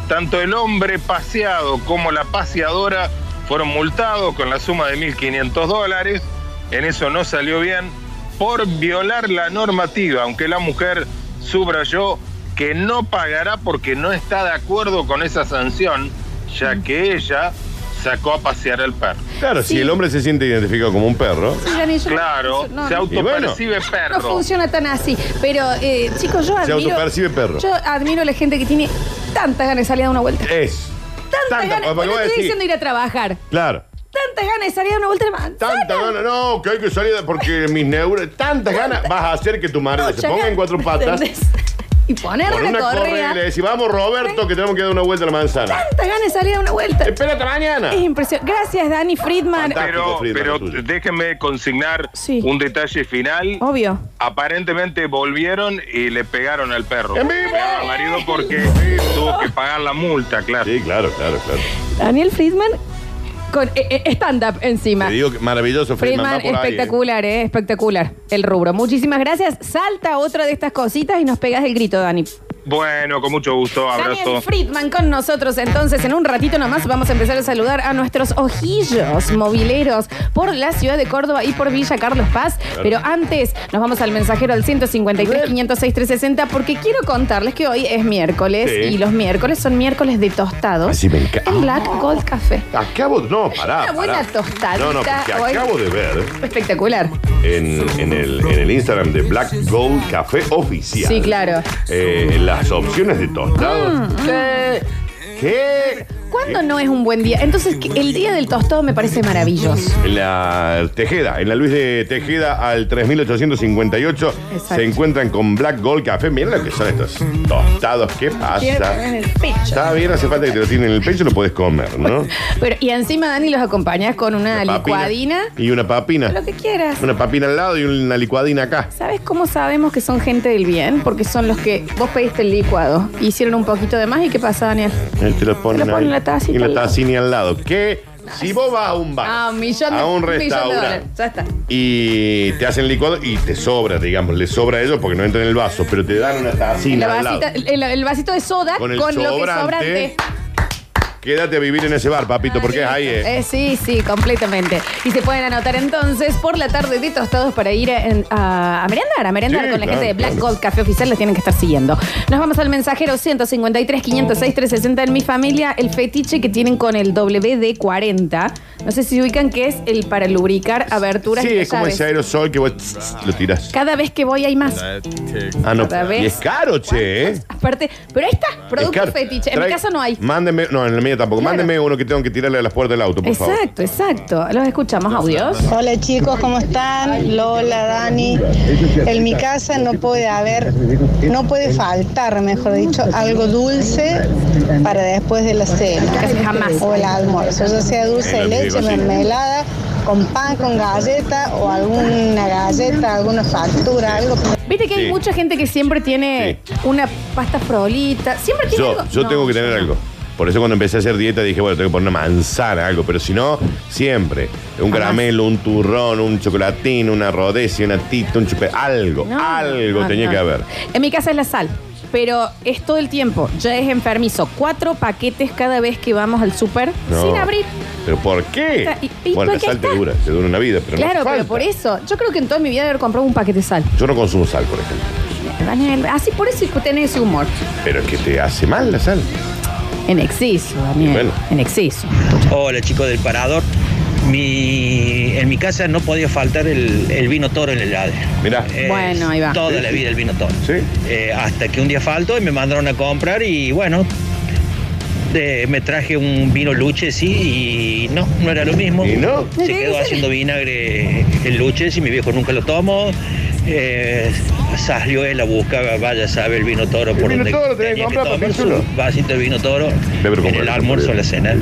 Speaker 6: Tanto el hombre paseado como la paseadora fueron multados con la suma de 1.500 dólares. En eso no salió bien por violar la normativa, aunque la mujer subrayó que no pagará porque no está de acuerdo con esa sanción, ya que ella sacó a pasear al perro.
Speaker 2: Claro,
Speaker 1: Sí.
Speaker 2: si el hombre se siente identificado como un perro.
Speaker 1: sí, Dani, yo-
Speaker 6: Claro,
Speaker 1: yo- no,
Speaker 6: se
Speaker 1: no.
Speaker 6: autopercibe
Speaker 1: No
Speaker 6: perro.
Speaker 1: funciona tan así. Pero, eh, chicos, yo
Speaker 2: Se
Speaker 1: admiro.
Speaker 2: autopercibe perro.
Speaker 1: Yo admiro a la gente que tiene tantas ganas de salir a dar una vuelta.
Speaker 2: Es.
Speaker 1: Tantas
Speaker 2: Tanta,
Speaker 1: ganas.
Speaker 2: porque
Speaker 1: No
Speaker 2: vos
Speaker 1: estoy
Speaker 2: decís-
Speaker 1: diciendo ir a trabajar.
Speaker 2: Claro.
Speaker 1: Tantas ganas de salir a dar una vuelta de manzana.
Speaker 2: Tanta ganas, no, que hay que salir de- porque mis neuronas, tantas ganas, vas a hacer que tu marido se ponga en cuatro patas.
Speaker 1: ¿Entendés? y ponerle
Speaker 2: Con
Speaker 1: la
Speaker 2: una correa y le
Speaker 1: correa.
Speaker 2: decís, vamos Roberto, que tenemos que dar una vuelta a la manzana.
Speaker 1: Tanta ganas de salir a una vuelta.
Speaker 2: Espérate mañana.
Speaker 1: Es impresionante. Gracias, Dani Friedman.
Speaker 2: Fantástico.
Speaker 6: Pero,
Speaker 2: Friedman,
Speaker 6: pero
Speaker 2: lo suyo.
Speaker 6: déjenme consignar
Speaker 1: Sí.
Speaker 6: un detalle final.
Speaker 1: Obvio.
Speaker 6: Aparentemente volvieron y le pegaron al perro.
Speaker 2: ¡En vivo!
Speaker 6: Al marido porque tuvo que pagar la multa, claro.
Speaker 2: Sí, claro, claro, claro.
Speaker 1: Daniel Friedman con eh, eh, stand-up encima.
Speaker 2: Te digo que maravilloso, Friedman.
Speaker 1: Friedman,
Speaker 2: va por ahí,
Speaker 1: espectacular, eh, espectacular. El rubro. Muchísimas gracias. Salta otra de estas cositas y nos pegas el grito, Dani.
Speaker 6: Bueno, con mucho gusto, abrazo.
Speaker 1: Daniel Friedman con nosotros. Entonces, en un ratito nomás vamos a empezar a saludar a nuestros ojillos mobileros por la ciudad de Córdoba y por Villa Carlos Paz. Pero antes, nos vamos al mensajero al 153 506 360 porque quiero contarles que hoy es miércoles
Speaker 2: Sí.
Speaker 1: y los miércoles son miércoles de tostados.
Speaker 2: Así me encanta.
Speaker 1: En Black Gold Café.
Speaker 2: eh. Acabo de. No, pará.
Speaker 1: Una buena
Speaker 2: pará.
Speaker 1: tostadita
Speaker 2: No, no, porque
Speaker 1: hoy.
Speaker 2: acabo de ver
Speaker 1: Espectacular.
Speaker 2: en, en el, en el Instagram de Black Gold Café Oficial.
Speaker 1: Sí, claro.
Speaker 2: eh, las opciones de tostado. ¿Qué? ¿Qué?
Speaker 1: Mm, ¿Cuándo no es un buen día? Entonces, que el día del tostado me parece maravilloso.
Speaker 2: En la Tejeda, en la Luis de Tejeda al 3858
Speaker 1: Exacto.
Speaker 2: se encuentran con Black Gold Café. Miren lo que son estos tostados, ¿qué
Speaker 1: Quiero en
Speaker 2: pasa?
Speaker 1: el pecho.
Speaker 2: Está bien, hace falta que te lo tienen en el pecho, lo puedes comer, ¿no?
Speaker 1: Pero, y encima, Dani, los acompañas con una,
Speaker 2: Una papina.
Speaker 1: licuadina.
Speaker 2: Y una papina.
Speaker 1: Lo que quieras.
Speaker 2: Una papina al lado y una licuadina acá.
Speaker 1: ¿Sabes cómo sabemos que son gente del bien? Porque son los que vos pediste el licuado, hicieron un poquito de más y ¿qué pasa, Daniel?
Speaker 2: Eh, Te lo ponen,
Speaker 1: Te lo ponen
Speaker 2: ahí.
Speaker 1: en la tacita
Speaker 2: Y la
Speaker 1: al lado.
Speaker 2: tacina al lado. Que si vos vas a un bar,
Speaker 1: Ah, un millón de,
Speaker 2: a un
Speaker 1: un millón de
Speaker 2: restaurante,
Speaker 1: dólares. Ya está.
Speaker 2: y te hacen licuado y te sobra, digamos, le sobra a ellos porque no entra en el vaso, pero te dan una
Speaker 1: La
Speaker 2: tacina al lado.
Speaker 1: vasita- el, el vasito de soda
Speaker 2: Con
Speaker 1: con,
Speaker 2: el
Speaker 1: lo que
Speaker 2: sobrante.
Speaker 1: sobrante.
Speaker 2: Quédate a vivir en ese bar, papito, porque es ahí. eh.
Speaker 1: Eh, sí, sí, completamente. Y se pueden anotar entonces por la tarde de tostados para ir en- a, a merendar, a merendar
Speaker 2: Sí,
Speaker 1: con la
Speaker 2: claro,
Speaker 1: gente de Black
Speaker 2: claro.
Speaker 1: Gold Café Oficial, la tienen que estar siguiendo. Nos vamos al mensajero 153 506 360 en mi familia, el fetiche que tienen con el WD-40. No sé si ubican que es el para lubricar aberturas.
Speaker 2: Sí,
Speaker 1: y
Speaker 2: es como
Speaker 1: llaves.
Speaker 2: ese aerosol que vos tss, tss, lo tirás.
Speaker 1: Cada vez que voy hay más.
Speaker 2: Ah, no.
Speaker 1: cada vez.
Speaker 2: Y es caro, che, ¿eh?
Speaker 1: Aparte, pero ahí está, producto
Speaker 2: caro.
Speaker 1: fetiche. En
Speaker 2: Trae-
Speaker 1: mi caso no hay.
Speaker 2: Mándeme, no, en la mía tampoco.
Speaker 1: Claro.
Speaker 2: Mándeme uno que tengo que tirarle a las puertas del auto, por favor.
Speaker 1: Exacto, exacto. Los escuchamos, audios.
Speaker 7: Hola chicos, ¿cómo están? Lola, Dani. En mi casa no puede haber, no puede faltar, mejor dicho, algo dulce para después de la cena.
Speaker 1: Casi jamás.
Speaker 7: O el almuerzo, ya sea dulce
Speaker 2: Eh,
Speaker 7: de
Speaker 2: lo que
Speaker 7: leche,
Speaker 2: digo, sí.
Speaker 7: mermelada, con pan, con galleta o alguna galleta, alguna factura, algo.
Speaker 1: Viste que
Speaker 2: Sí.
Speaker 1: hay mucha gente que siempre tiene
Speaker 2: Sí.
Speaker 1: una pasta frolita. Siempre tiene
Speaker 2: Yo,
Speaker 1: algo.
Speaker 2: yo
Speaker 1: No,
Speaker 2: tengo que tener
Speaker 1: no.
Speaker 2: algo. Por eso cuando empecé a hacer dieta dije, bueno, tengo que poner una manzana, algo. Pero si no, siempre. Un caramelo, un turrón, un chocolatín, una rodesia, una tita, un chupe. Algo,
Speaker 1: No,
Speaker 2: algo
Speaker 1: no,
Speaker 2: tenía
Speaker 1: Ah, no.
Speaker 2: que haber.
Speaker 1: En mi casa es la sal. Pero es todo el tiempo. Ya es enfermizo. Cuatro paquetes cada vez que vamos al súper
Speaker 2: No.
Speaker 1: sin abrir.
Speaker 2: ¿Pero por qué?
Speaker 1: Está- y- y
Speaker 2: bueno, la
Speaker 1: porque
Speaker 2: sal te
Speaker 1: está.
Speaker 2: dura, te dura una vida, pero no
Speaker 1: claro,
Speaker 2: hace
Speaker 1: pero
Speaker 2: falta.
Speaker 1: por eso. Yo creo que en toda mi vida debo haber comprado un paquete de sal.
Speaker 2: Yo no consumo sal, por ejemplo.
Speaker 1: Daniel, así por eso es que tenés ese humor.
Speaker 2: Pero es que te hace mal la sal.
Speaker 1: En exceso, Daniel.
Speaker 2: Y bueno.
Speaker 1: En exceso.
Speaker 8: Hola chicos del Parador. Mi, en mi casa no podía faltar el, el vino toro en el helado.
Speaker 2: Mirá.
Speaker 1: Bueno, ahí va.
Speaker 8: Toda la vida el vino toro.
Speaker 2: Sí.
Speaker 8: Eh, hasta que un día faltó y me mandaron a comprar y bueno, eh, me traje un vino luche, sí, y no, no era lo mismo.
Speaker 2: ¿Y no?
Speaker 8: Se quedó haciendo vinagre el luche, y mi viejo nunca lo tomó. Eh, salió él a buscar, vaya a saber el vino toro por
Speaker 2: vino
Speaker 8: donde
Speaker 2: toro tenés que
Speaker 8: tenía
Speaker 2: comprar,
Speaker 8: tomar
Speaker 2: papi,
Speaker 8: su
Speaker 2: chulo.
Speaker 8: vasito de vino toro
Speaker 2: Debe
Speaker 8: en
Speaker 2: comprar,
Speaker 8: el almuerzo,
Speaker 2: debe.
Speaker 8: la cena.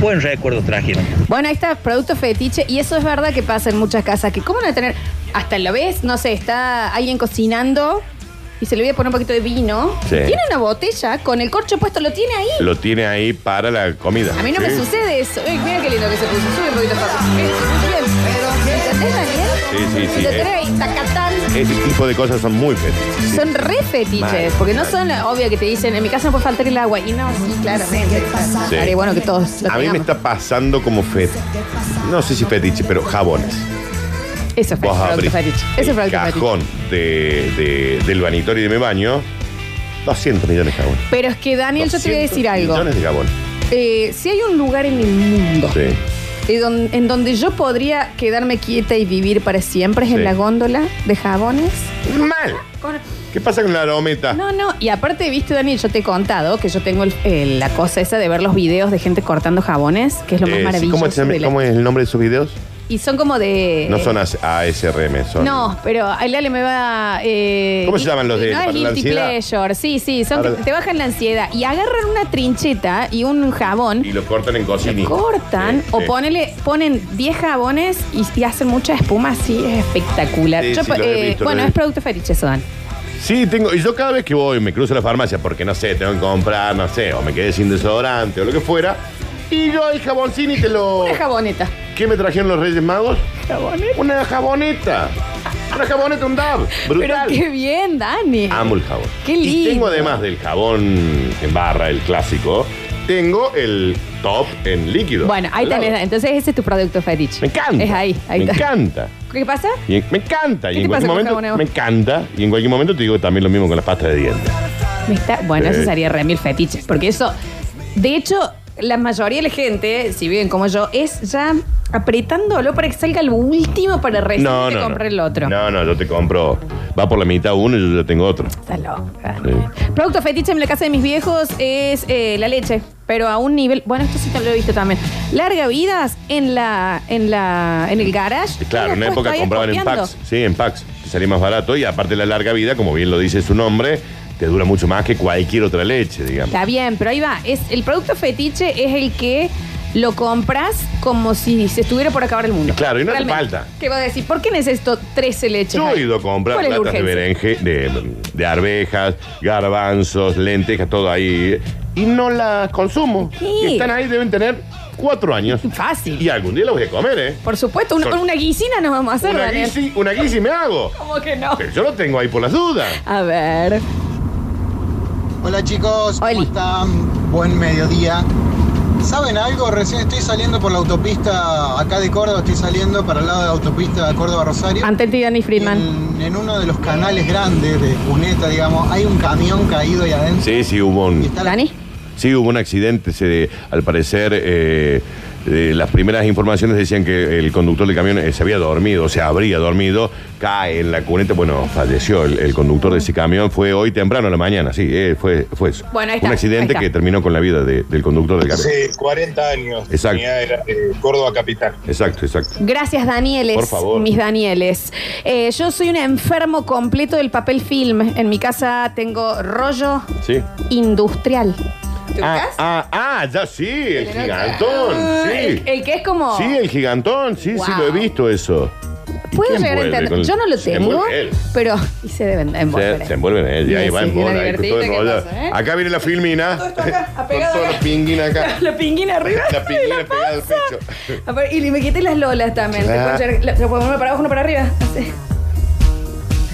Speaker 8: Buen recuerdo trajeron.
Speaker 1: Bueno, ahí está, producto fetiche, y eso es verdad que pasa en muchas casas, que cómo no tener, hasta lo ves, no sé, está alguien cocinando y se le voy a poner un poquito de vino,
Speaker 2: Sí.
Speaker 1: tiene una botella con el corcho puesto, lo tiene ahí.
Speaker 2: Lo tiene ahí para la comida.
Speaker 1: A mí no me
Speaker 2: Sí.
Speaker 1: sucede eso. Uy, mira qué lindo que se puso, sube un poquito papi. Eh, muy bien. ¿Entendés, Daniel?
Speaker 2: Sí, sí, sí,
Speaker 1: Lo
Speaker 2: eh.
Speaker 1: tenés ahí, tacatán.
Speaker 2: Ese tipo de cosas son muy feas.
Speaker 1: Son re fetiches,
Speaker 2: Mal.
Speaker 1: porque no son la obvia que te dicen, en mi casa no puede faltar el agua. Y no, sí, claramente. Claro, y bueno que todos lo
Speaker 2: A mí me
Speaker 1: tengamos.
Speaker 2: está pasando como fet. No sé si fetiche, pero jabones.
Speaker 1: Eso es fe-
Speaker 2: Vos
Speaker 1: producto
Speaker 2: abrís
Speaker 1: fetiche. Eso es
Speaker 2: el
Speaker 1: producto fetiche.
Speaker 2: cajón de, de- del vanitorio y de mi baño. 200 millones de jabones.
Speaker 1: Pero es que, Daniel, yo te voy a
Speaker 2: 200
Speaker 1: decir algo.
Speaker 2: Millones de jabones.
Speaker 1: Eh, si hay un lugar en el mundo
Speaker 2: Sí.
Speaker 1: de don- en donde yo podría quedarme quieta y vivir para siempre es
Speaker 2: Sí.
Speaker 1: en la góndola de jabones.
Speaker 2: Mal.
Speaker 1: Con-
Speaker 2: ¿Qué pasa con la arometa?
Speaker 1: No, no, y aparte, viste, Daniel, yo te he contado que yo tengo el- el- la cosa esa de ver los videos de gente cortando jabones, que es lo más
Speaker 2: Eh, sí,
Speaker 1: maravilloso.
Speaker 2: ¿cómo, se llama-
Speaker 1: de la-
Speaker 2: cómo es el nombre de sus videos?
Speaker 1: Y son como de. eh,
Speaker 2: No son as- ASRM, son.
Speaker 1: No, pero el Ale me va. eh,
Speaker 2: ¿Cómo se llaman los de-
Speaker 1: No
Speaker 2: para
Speaker 1: es
Speaker 2: la
Speaker 1: guilty
Speaker 2: ansiedad?
Speaker 1: pleasure. Sí, sí, son que
Speaker 2: Ahora-
Speaker 1: te bajan la ansiedad. Y agarran una trincheta y un jabón.
Speaker 2: Y lo cortan en cocini.
Speaker 1: cortan
Speaker 2: Sí,
Speaker 1: o
Speaker 2: sí.
Speaker 1: ponele, ponen 10 jabones y, y hacen mucha espuma así, es espectacular.
Speaker 2: Sí,
Speaker 1: Yo, eh,
Speaker 2: sí, lo he visto, lo
Speaker 1: bueno,
Speaker 2: he
Speaker 1: es
Speaker 2: visto.
Speaker 1: producto fetiche, eso dan.
Speaker 2: Sí, tengo. Y yo cada vez que voy me cruzo a la farmacia porque no sé, tengo que comprar, no sé, o me quedé sin desodorante o lo que fuera. Y yo el jaboncini te lo.
Speaker 1: Una jaboneta.
Speaker 2: ¿Qué me trajeron los Reyes Magos? Jaboneta. Una jaboneta. Una jaboneta, un dab. Ah, Brutal.
Speaker 1: Pero qué bien, Dani.
Speaker 2: Amo el jabón.
Speaker 1: Qué
Speaker 2: Y
Speaker 1: lindo.
Speaker 2: tengo además del jabón en barra, el clásico, tengo el top en líquido.
Speaker 1: Bueno, ahí
Speaker 2: Al lado.
Speaker 1: tenés. Entonces ese es tu producto fetiche.
Speaker 2: Me encanta.
Speaker 1: Es ahí, ahí
Speaker 2: me
Speaker 1: está.
Speaker 2: encanta.
Speaker 1: ¿Qué pasa?
Speaker 2: Y en- me encanta.
Speaker 1: ¿Qué
Speaker 2: Y
Speaker 1: te
Speaker 2: en cualquier
Speaker 1: pasa con
Speaker 2: momento.
Speaker 1: jaboneo?
Speaker 2: me encanta. Y en cualquier momento te digo también lo mismo con la pasta de dientes.
Speaker 1: Me está- bueno,
Speaker 2: Sí.
Speaker 1: eso sería remil fetiche. Porque eso, de hecho, la mayoría de la gente, si viven como yo, es ya apretándolo para que salga lo último para recién
Speaker 2: No,
Speaker 1: te
Speaker 2: no.
Speaker 1: compre
Speaker 2: no.
Speaker 1: el otro.
Speaker 2: No, no, yo te compro. Va por la mitad uno y yo ya tengo otro.
Speaker 1: Está loca.
Speaker 2: Sí.
Speaker 1: Producto fetiche en la casa de mis viejos es eh, la leche, pero a un nivel. Bueno, esto sí te lo he visto también. Larga vidas en la, en la, en el garage.
Speaker 2: Y Eh, Claro,
Speaker 1: Mira,
Speaker 2: en una
Speaker 1: después
Speaker 2: época
Speaker 1: todavía
Speaker 2: compraban en
Speaker 1: copiando.
Speaker 2: packs. Sí, en packs. que Salía más barato y aparte la larga vida, como bien lo dice su nombre, te dura mucho más que cualquier otra leche, digamos.
Speaker 1: Está bien, pero ahí va. Es, el producto fetiche es el que lo compras como si se estuviera por acabar el mundo.
Speaker 2: Claro, y no hace falta.
Speaker 1: ¿Qué va a decir? ¿Por qué necesito 13 leches?
Speaker 2: Yo he
Speaker 1: ahí?
Speaker 2: ido a comprar
Speaker 1: ¿Cuál es la
Speaker 2: latas de
Speaker 1: urgencia?
Speaker 2: berenje, de, de arvejas, garbanzos, lentejas, todo ahí. Y no las consumo.
Speaker 1: Sí.
Speaker 2: Y están ahí, deben tener cuatro años.
Speaker 1: Fácil.
Speaker 2: Y algún día las voy a comer, ¿eh?
Speaker 1: Por supuesto, un-
Speaker 2: Son-
Speaker 1: una guisina nos vamos a hacer,
Speaker 2: Una
Speaker 1: Daniel.
Speaker 2: guisi, una guisi me hago.
Speaker 1: ¿Cómo que no?
Speaker 2: Pero yo lo tengo ahí por las dudas.
Speaker 1: A ver.
Speaker 9: Hola chicos, ¿cómo
Speaker 1: Oli.
Speaker 9: están? Buen mediodía. ¿Saben algo? Recién estoy saliendo por la autopista acá de Córdoba, estoy saliendo para el lado de la autopista Córdoba-Rosario.
Speaker 1: Ante ti, Dani Friedman.
Speaker 9: En, en uno de los canales grandes de Cuneta, digamos, hay un camión caído ahí adentro.
Speaker 2: Sí, sí, hubo
Speaker 9: Y
Speaker 2: un,
Speaker 9: está la-
Speaker 1: Dani.
Speaker 2: sí, hubo un accidente. se- al parecer, eh, eh, las primeras informaciones decían que el conductor del camión eh, se había dormido, o se habría dormido, cae en la cuneta. Bueno, falleció el, el conductor de ese camión. Fue hoy temprano en la mañana, sí, eh, fue, fue eso.
Speaker 1: Bueno, ahí está,
Speaker 2: un
Speaker 1: ahí
Speaker 2: accidente
Speaker 1: está.
Speaker 2: que terminó con la vida de- del conductor del camión.
Speaker 6: Hace 40 años.
Speaker 2: Exacto.
Speaker 6: tenía, era, eh, Córdoba Capital.
Speaker 2: Exacto, exacto.
Speaker 1: Gracias, Danieles.
Speaker 2: Por favor.
Speaker 1: Mis Danieles. Eh, yo soy un enfermo completo del papel film. En mi casa tengo rollo
Speaker 2: Sí.
Speaker 1: industrial. ¿Tu
Speaker 2: Ah,
Speaker 1: casa?
Speaker 2: ah, ah, ya sí, el gigantón. Sí.
Speaker 1: Ah, El, el que es como.
Speaker 2: Sí, el gigantón, sí, sí,
Speaker 1: Wow.
Speaker 2: lo he visto eso. ¿Y
Speaker 1: Puedo
Speaker 2: quién
Speaker 1: llegar a
Speaker 2: vuelve
Speaker 1: entender.
Speaker 2: con-
Speaker 1: Yo no lo
Speaker 2: se
Speaker 1: tengo,
Speaker 2: envuelve él.
Speaker 1: pero. Y se deben envolver.
Speaker 2: Se, se envuelven en él, y ahí
Speaker 1: Sí,
Speaker 2: va
Speaker 1: sí,
Speaker 2: en bola,
Speaker 1: la
Speaker 2: ahí está todo
Speaker 1: divertidita que
Speaker 2: enrollado.
Speaker 1: pasa, ¿eh?
Speaker 2: Acá viene la filmina.
Speaker 1: Todo esto acá, apegado
Speaker 2: Con todos
Speaker 1: acá.
Speaker 2: los pinguines acá.
Speaker 1: La pinguina arriba.
Speaker 2: La pinguina
Speaker 1: y la
Speaker 2: pegada al
Speaker 1: panza.
Speaker 2: pecho.
Speaker 1: A ver, y me quité las lolas también.
Speaker 2: Claro.
Speaker 1: ¿Se puede llegar- ¿Lo puedo poner para abajo, uno para arriba? Así.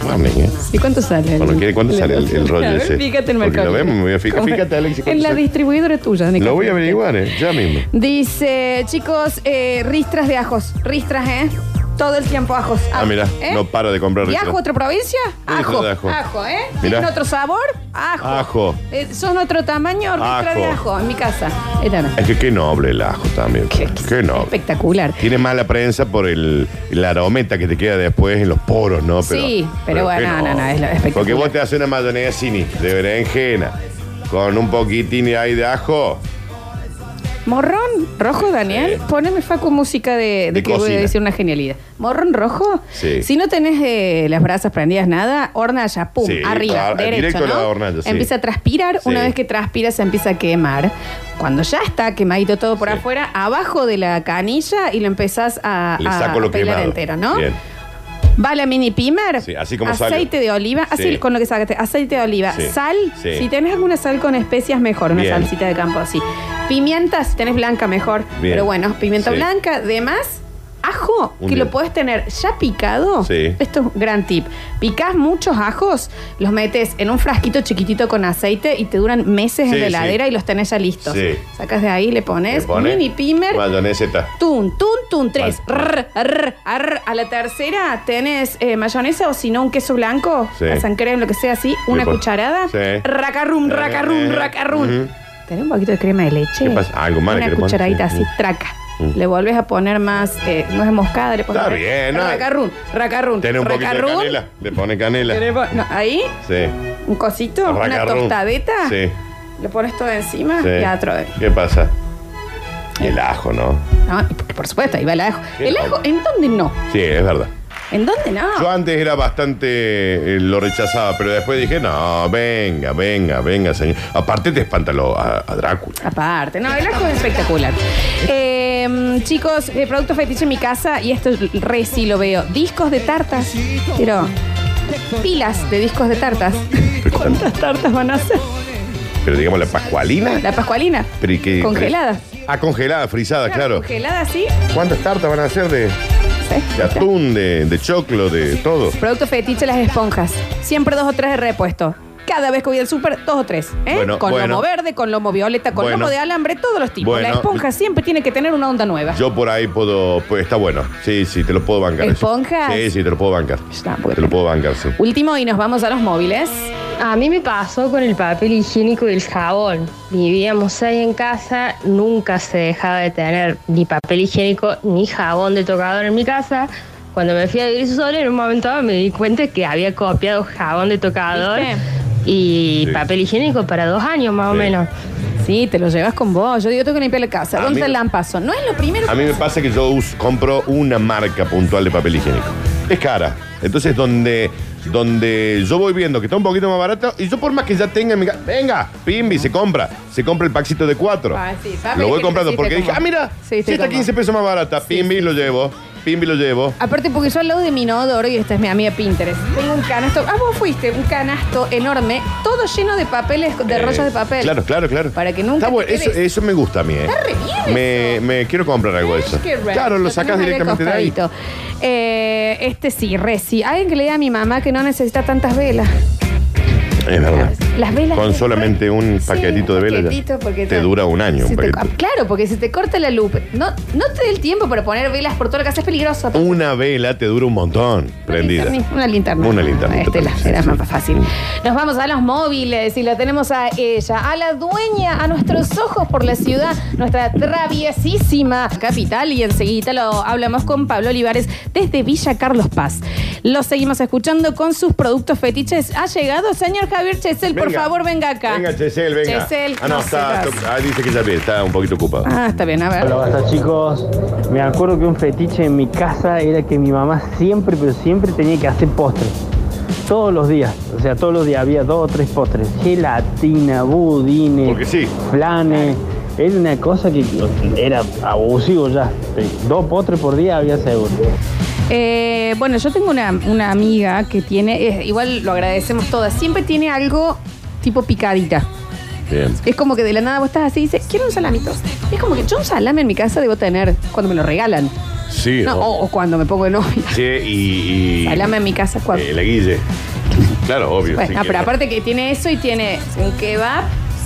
Speaker 2: Mami, ¿eh?
Speaker 1: ¿Y cuánto sale? el-
Speaker 2: Bueno, ¿quiere- cuánto sale el- el rollo
Speaker 1: A ver,
Speaker 2: ese?
Speaker 1: Fíjate en
Speaker 2: Porque
Speaker 1: mercado.
Speaker 2: lo vemos, me voy a fijar.
Speaker 1: ¿Cómo?
Speaker 2: Fíjate, Alexis, cuánto
Speaker 1: En la
Speaker 2: sale.
Speaker 1: distribuidora tuya, Nico.
Speaker 2: Lo voy a averiguar, ¿eh? ya mismo.
Speaker 1: Dice, chicos, eh, ristras de ajos. Ristras, ¿eh? Todo el tiempo ajos.
Speaker 2: Ah, mira, no paro de comprar
Speaker 1: ¿eh? ¿Y
Speaker 2: ristras.
Speaker 1: ajo otra provincia?
Speaker 2: Ristras
Speaker 1: Ajo.
Speaker 2: de ajo.
Speaker 1: Ajo, ¿eh?
Speaker 2: Mirá.
Speaker 1: ¿Tienen otro sabor? Ajo.
Speaker 2: Ajo.
Speaker 1: Eh, ¿Son otro tamaño? Ristras
Speaker 2: Ajo.
Speaker 1: de ajo en mi casa. Era no.
Speaker 2: Es que qué noble el ajo también. Qué, noble.
Speaker 1: Espectacular.
Speaker 2: Tiene mala prensa por el, el arometa que te queda después en los poros, ¿no?
Speaker 1: Sí, pero bueno,
Speaker 2: qué
Speaker 1: no,
Speaker 2: noble.
Speaker 1: no, no, es lo- espectacular.
Speaker 2: Porque vos te haces una mayonesini de berenjena con un poquitín ahí de ajo.
Speaker 1: Morrón rojo, Daniel.
Speaker 2: Sí.
Speaker 1: Poneme Facu música de, de
Speaker 2: De
Speaker 1: que voy a
Speaker 2: cocina.
Speaker 1: decir una genialidad. Morrón rojo.
Speaker 2: Sí.
Speaker 1: Si no tenés eh, las brasas prendidas nada, hornalla, pum,
Speaker 2: Sí,
Speaker 1: arriba,
Speaker 2: ah,
Speaker 1: derecho,
Speaker 2: directo a la
Speaker 1: ¿no?
Speaker 2: hornalla, sí.
Speaker 1: Empieza a transpirar.
Speaker 2: Sí.
Speaker 1: Una vez que transpira se empieza a quemar. Cuando ya está quemadito todo por afuera, abajo de la canilla y lo empezás a,
Speaker 2: Le
Speaker 1: a-
Speaker 2: saco
Speaker 1: a
Speaker 2: lo
Speaker 1: pelar
Speaker 2: quemado.
Speaker 1: entero, ¿no?
Speaker 2: Bien.
Speaker 1: Va la mini pimer.
Speaker 2: Sí, así como salió.
Speaker 1: Aceite de oliva. Así
Speaker 2: Sí.
Speaker 1: con lo que sacaste. Aceite de oliva.
Speaker 2: Sí.
Speaker 1: Sal.
Speaker 2: Sí.
Speaker 1: Si tenés alguna sal con especias, mejor. Una
Speaker 2: Bien.
Speaker 1: salsita de campo así. Pimienta, si tenés blanca, mejor.
Speaker 2: Bien.
Speaker 1: Pero bueno, pimienta
Speaker 2: Sí.
Speaker 1: blanca. Además, ajo,
Speaker 2: Un
Speaker 1: que
Speaker 2: día.
Speaker 1: lo podés tener ya picado.
Speaker 2: Sí.
Speaker 1: Esto es un gran tip. Picás muchos ajos, los metes en un frasquito chiquitito con aceite y te duran meses
Speaker 2: Sí,
Speaker 1: en la
Speaker 2: sí.
Speaker 1: heladera y los tenés ya listos.
Speaker 2: Sí.
Speaker 1: Sacas de ahí, le pones
Speaker 2: Le pone
Speaker 1: mini pimer.
Speaker 2: Mayoneseta.
Speaker 1: Tun, tun, tun, tres.
Speaker 2: Vale.
Speaker 1: Rr, rr, arr. A la tercera tenés eh, mayonesa o si no un queso blanco,
Speaker 2: Sí.
Speaker 1: la zancrea, lo que sea así,
Speaker 2: Le
Speaker 1: una
Speaker 2: pon-
Speaker 1: cucharada.
Speaker 2: Sí.
Speaker 1: Racarrum, racarrum,
Speaker 2: Eh,
Speaker 1: racarrum.
Speaker 2: ujú.
Speaker 1: Tenés un poquito de crema de leche.
Speaker 2: ¿Qué pasa? Algo más le
Speaker 1: Una
Speaker 2: querés poner,
Speaker 1: cucharadita
Speaker 2: sí.
Speaker 1: así,
Speaker 2: Mm.
Speaker 1: traca.
Speaker 2: Mm.
Speaker 1: Le volvés a poner más eh, nuez moscada, le pones
Speaker 2: Está bien, ¿no?
Speaker 1: Racarrum, racarrum.
Speaker 2: Tiene un poquito de
Speaker 1: racarrum.
Speaker 2: canela. Le pone canela.
Speaker 1: Tenés po- no, ahí,
Speaker 2: Sí.
Speaker 1: un cosito, una Ah,
Speaker 2: Racarrum.
Speaker 1: tostadeta.
Speaker 2: Sí.
Speaker 1: Le pones todo encima
Speaker 2: sí.
Speaker 1: y adentro.
Speaker 2: ¿Qué pasa? Y el ajo, ¿no?
Speaker 1: No, y por, por supuesto, ahí va el ajo.
Speaker 2: Qué
Speaker 1: El
Speaker 2: loco.
Speaker 1: ajo, ¿en dónde no?
Speaker 2: Sí, es verdad.
Speaker 1: ¿En dónde no?
Speaker 2: Yo antes era bastante, eh, lo rechazaba, pero después dije, no, venga, venga, venga, señor. Aparte te espanta lo- a, a Drácula.
Speaker 1: Aparte, no, el ajo es espectacular. Eh, chicos, eh, producto fetiche en mi casa, y esto re sí lo veo. Discos de tartas. Quiero pilas de discos de tartas. ¿Cuántas tartas van a hacer?
Speaker 2: Pero digamos la pascualina.
Speaker 1: La pascualina.
Speaker 2: Pero ¿y qué-
Speaker 1: Congelada.
Speaker 2: Ah, congelada, frisada, claro.
Speaker 1: Congelada, sí.
Speaker 2: ¿Cuántas tartas van a hacer de, de
Speaker 1: sí.
Speaker 2: atún, de, de choclo, de todo?
Speaker 1: Producto fetiche, las esponjas. Siempre dos o tres de repuesto. Cada vez que voy al súper, dos o tres. ¿eh?
Speaker 2: Bueno,
Speaker 1: con
Speaker 2: bueno.
Speaker 1: lomo verde, con lomo violeta, con
Speaker 2: Bueno.
Speaker 1: lomo de alambre, todos los tipos. la
Speaker 2: Bueno.
Speaker 1: esponja siempre tiene que tener una onda nueva.
Speaker 2: Yo por ahí puedo, pues está bueno. Sí, sí, te lo puedo bancar. eso.
Speaker 1: ¿Esponjas?
Speaker 2: Sí, sí, te lo puedo bancar.
Speaker 1: Está bueno.
Speaker 2: Te lo puedo bancar, sí.
Speaker 1: Último y nos vamos a los móviles.
Speaker 10: A mí me pasó con el papel higiénico y el jabón. Vivíamos ahí en casa, nunca se dejaba de tener ni papel higiénico ni jabón de tocador en mi casa. Cuando me fui a vivir sola, en un momento dado me di cuenta que había copiado jabón de tocador
Speaker 1: ¿Viste?
Speaker 10: y
Speaker 2: Sí.
Speaker 10: papel higiénico para dos años más o
Speaker 2: Sí.
Speaker 10: menos.
Speaker 1: Sí, te lo llevas con vos. Yo digo, tengo que limpiar la casa.
Speaker 2: A
Speaker 1: ¿Dónde
Speaker 2: mí-
Speaker 1: está el lampazo? No es lo primero
Speaker 2: A
Speaker 1: que
Speaker 2: mí me pasa que yo us- compro una marca puntual de papel higiénico. Es cara. Entonces, donde, donde yo voy viendo que está un poquito más barato, y yo por más que ya tenga en mi ca- venga, pimbi, se compra. Se compra el paxito de cuatro.
Speaker 1: Ah, sí, papel
Speaker 2: lo voy
Speaker 1: higiénico,
Speaker 2: comprando
Speaker 1: sí,
Speaker 2: porque
Speaker 1: estoy
Speaker 2: dije, ah,
Speaker 1: como-
Speaker 2: mira,
Speaker 1: Sí,
Speaker 2: si
Speaker 1: estoy
Speaker 2: está
Speaker 1: como-
Speaker 2: 15 pesos más barata, pimbi, lo llevo, pimbi, lo llevo.
Speaker 1: Aparte, porque yo al lado de mi inodoro, y esta es mi amiga Pinterest, tengo un canasto. Ah, vos fuiste, un canasto enorme, todo lleno de papeles, de
Speaker 2: Eh,
Speaker 1: rollos de papel.
Speaker 2: Claro, claro, claro.
Speaker 1: Para que nunca
Speaker 2: Está
Speaker 1: te
Speaker 2: bueno, eso,
Speaker 1: quedes-
Speaker 2: eso me gusta a mí, ¿eh?
Speaker 1: Está re bien
Speaker 2: me,
Speaker 1: eso.
Speaker 2: me quiero comprar algo de eso.
Speaker 1: Qué raro,
Speaker 2: Claro, lo sacas
Speaker 1: tenés acá
Speaker 2: directamente de ahí.
Speaker 1: costadito. Eh, este sí, Reci. Alguien que le diga a mi mamá que no necesita tantas velas.
Speaker 2: Es verdad.
Speaker 1: Las velas.
Speaker 2: Con solamente un
Speaker 1: Sí,
Speaker 2: paquetito de velas. ya
Speaker 1: paquetito, porque
Speaker 2: Te
Speaker 1: ya-
Speaker 2: dura un año.
Speaker 1: se
Speaker 2: Un
Speaker 1: te-
Speaker 2: paquetito.
Speaker 1: claro, porque si te corta la luz, no, no te dé el tiempo para poner velas por todo lo que haces, es peligroso.
Speaker 2: Una vela te dura un montón prendida.
Speaker 1: linterni- Una linterna.
Speaker 2: Una linterna.
Speaker 1: Este, la-
Speaker 2: Sí,
Speaker 1: era
Speaker 2: sí.
Speaker 1: más fácil. Nos vamos a los móviles y la tenemos a ella, a la dueña, a nuestros ojos por la ciudad, nuestra traviesísima capital. Y enseguida lo hablamos con Pablo Olivares desde Villa Carlos Paz. Lo seguimos escuchando con sus productos fetiches. Ha llegado, señor Javier Chesel, por
Speaker 2: Venga.
Speaker 1: favor, venga acá.
Speaker 2: Venga, Chesel, venga.
Speaker 1: Chesel,
Speaker 2: ah, no,
Speaker 1: no
Speaker 2: está,
Speaker 1: seas-
Speaker 2: ah, dice que ya ve, está un poquito ocupado.
Speaker 1: Ah, está bien, a ver.
Speaker 8: Hola, basta chicos. Me acuerdo que un fetiche en mi casa era que mi mamá siempre, pero siempre tenía que hacer postres. Todos los días. O sea, todos los días había dos o tres postres. Gelatina, budines,
Speaker 2: Porque sí.
Speaker 8: flanes. Era una cosa que era abusivo ya. Dos postres por día había seguro.
Speaker 1: Eh, bueno, yo tengo una, una amiga que tiene, eh, igual lo agradecemos todas, siempre tiene algo tipo picadita.
Speaker 2: Bien.
Speaker 1: Es como que de la nada vos estás así y dices, quiero un salamito. Es como que yo un salame en mi casa debo tener cuando me lo regalan.
Speaker 2: Sí.
Speaker 1: No,
Speaker 2: o-
Speaker 1: o, o cuando me pongo de novia.
Speaker 2: Sí, y. y-
Speaker 1: Salame en mi casa cuando.
Speaker 2: eh, la guille. Claro, obvio.
Speaker 1: Bueno,
Speaker 2: sí
Speaker 1: ah,
Speaker 2: que-
Speaker 1: pero aparte que tiene eso y tiene un kebab,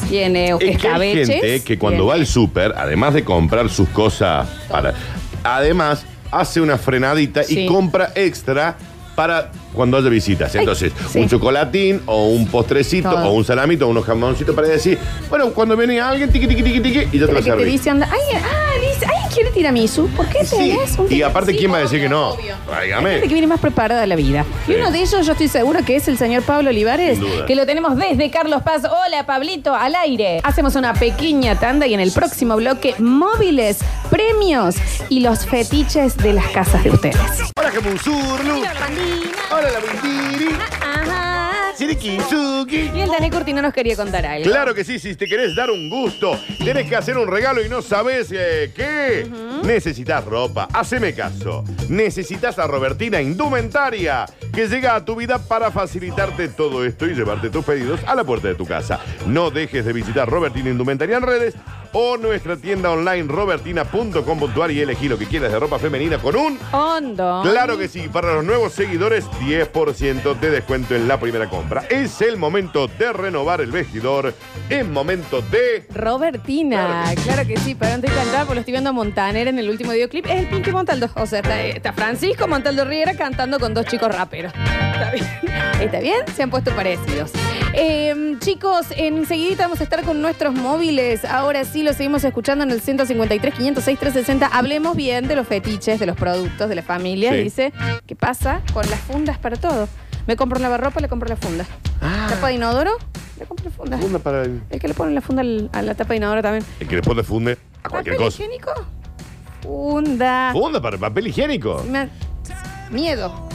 Speaker 1: tiene
Speaker 2: Es que hay
Speaker 1: escabeches.
Speaker 2: gente que cuando
Speaker 1: tiene-
Speaker 2: va al súper, además de comprar sus cosas para. Además, hace una frenadita
Speaker 1: Sí.
Speaker 2: y compra extra para cuando haya visitas. Entonces,
Speaker 1: sí.
Speaker 2: un chocolatín o un postrecito
Speaker 1: Todo.
Speaker 2: o un salamito o unos jamoncitos para decir, bueno, cuando viene alguien, tiqui, tiqui, tiqui, tiqui, y ya te
Speaker 1: Pero
Speaker 2: lo
Speaker 1: que te
Speaker 2: serví.
Speaker 1: dice, anda, ay, ah, dice, ay, quiere tiramisú. ¿Por qué
Speaker 2: Sí,
Speaker 1: tenés un
Speaker 2: y aparte,
Speaker 1: tiramisú?
Speaker 2: ¿quién va a decir que no?
Speaker 1: obvio.
Speaker 2: Válgame.
Speaker 1: Hay gente que viene más preparada a la vida. Y
Speaker 2: Sí.
Speaker 1: uno de ellos, yo estoy seguro que es el señor Pablo Olivares,
Speaker 2: Sin duda.
Speaker 1: que lo tenemos desde Carlos Paz. Hola, Pablito, al aire. Hacemos una pequeña tanda y en el próximo bloque, móviles, premios y los fetiches de las casas de ustedes.
Speaker 2: Hola, Jamunzurlu. Hola, la Bundiri.
Speaker 1: Ah, Ajá.
Speaker 2: Sirikinzuki.
Speaker 1: Y el Dani Curtino nos quería contar algo.
Speaker 2: Claro que sí, si te querés dar un gusto, tenés que hacer un regalo y no sabes eh, qué. Necesitas ropa, haceme caso. Necesitas a Robertina Indumentaria, que llega a tu vida para facilitarte todo esto y llevarte tus pedidos a la puerta de tu casa. No dejes de visitar Robertina Indumentaria en redes o nuestra tienda online robertina.com.ar y elegí lo que quieras de ropa femenina con un
Speaker 1: Hondo.
Speaker 2: Claro que sí, para los nuevos seguidores 10% de descuento en la primera compra. Es el momento de renovar el vestidor, es momento de...
Speaker 1: Robertina,
Speaker 2: Claro
Speaker 1: claro. que sí, pero antes de cantar, porque lo estoy viendo a Montaner en el último videoclip, es el Pinky Montaldo. O sea, está, está Francisco Montaldo Riera cantando con dos chicos raperos. Está bien, está bien, se han puesto parecidos. Eh, chicos, enseguida vamos a estar con nuestros móviles. Ahora sí, lo seguimos escuchando en el 153, 506, 360. Hablemos bien de los fetiches, de los productos, de la familia.
Speaker 2: Sí.
Speaker 1: Dice, ¿qué pasa con las fundas para todo? Me compro un lavarropa, le compro la funda. ¿Tapa de inodoro? Le compro la funda.
Speaker 2: Funda para el...
Speaker 1: El que le pone la funda al- a la tapa de inodoro también.
Speaker 2: El que después de funde. Cualquier
Speaker 1: ¿Papel
Speaker 2: cosa.
Speaker 1: higiénico? Funda.
Speaker 2: Funda para papel higiénico.
Speaker 1: Me- Miedo.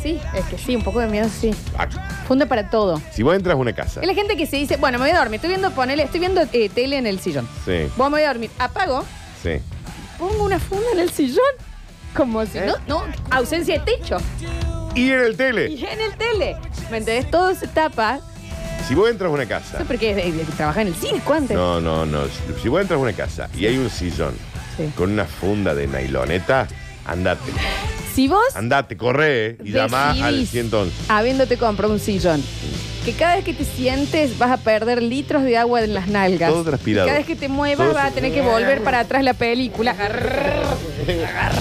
Speaker 1: Sí, es que sí, un poco de miedo, sí.
Speaker 2: Ah,
Speaker 1: Funda para todo.
Speaker 2: Si vos entras a una casa.
Speaker 1: Es la gente que se dice, bueno, me voy a dormir. Estoy viendo, ponele, estoy viendo eh, tele en el sillón.
Speaker 2: Sí,
Speaker 1: Vos me voy a dormir. Apago,
Speaker 2: sí.
Speaker 1: pongo una funda en el sillón. Como si no, no, ausencia de techo.
Speaker 2: Y en el tele.
Speaker 1: Y en el tele. ¿Me entendés? Todo se tapa.
Speaker 2: Si vos entras a una casa.
Speaker 1: Eso porque es de- de que trabaja en el cine. ¿Cuánto?
Speaker 2: No, no, no. Si- Si vos entras a una casa y hay un sillón
Speaker 1: Sí.
Speaker 2: con una funda de nailoneta, andate.
Speaker 1: Si vos,
Speaker 2: Andate, corre y llama al
Speaker 1: Decidís.
Speaker 2: 111.
Speaker 1: habiéndote comprado un sillón, que cada vez que te sientes vas a perder litros de agua en las nalgas.
Speaker 2: Todo transpirado.
Speaker 1: Y Cada vez que te muevas
Speaker 2: Todo
Speaker 1: vas a tener que volver para atrás la película.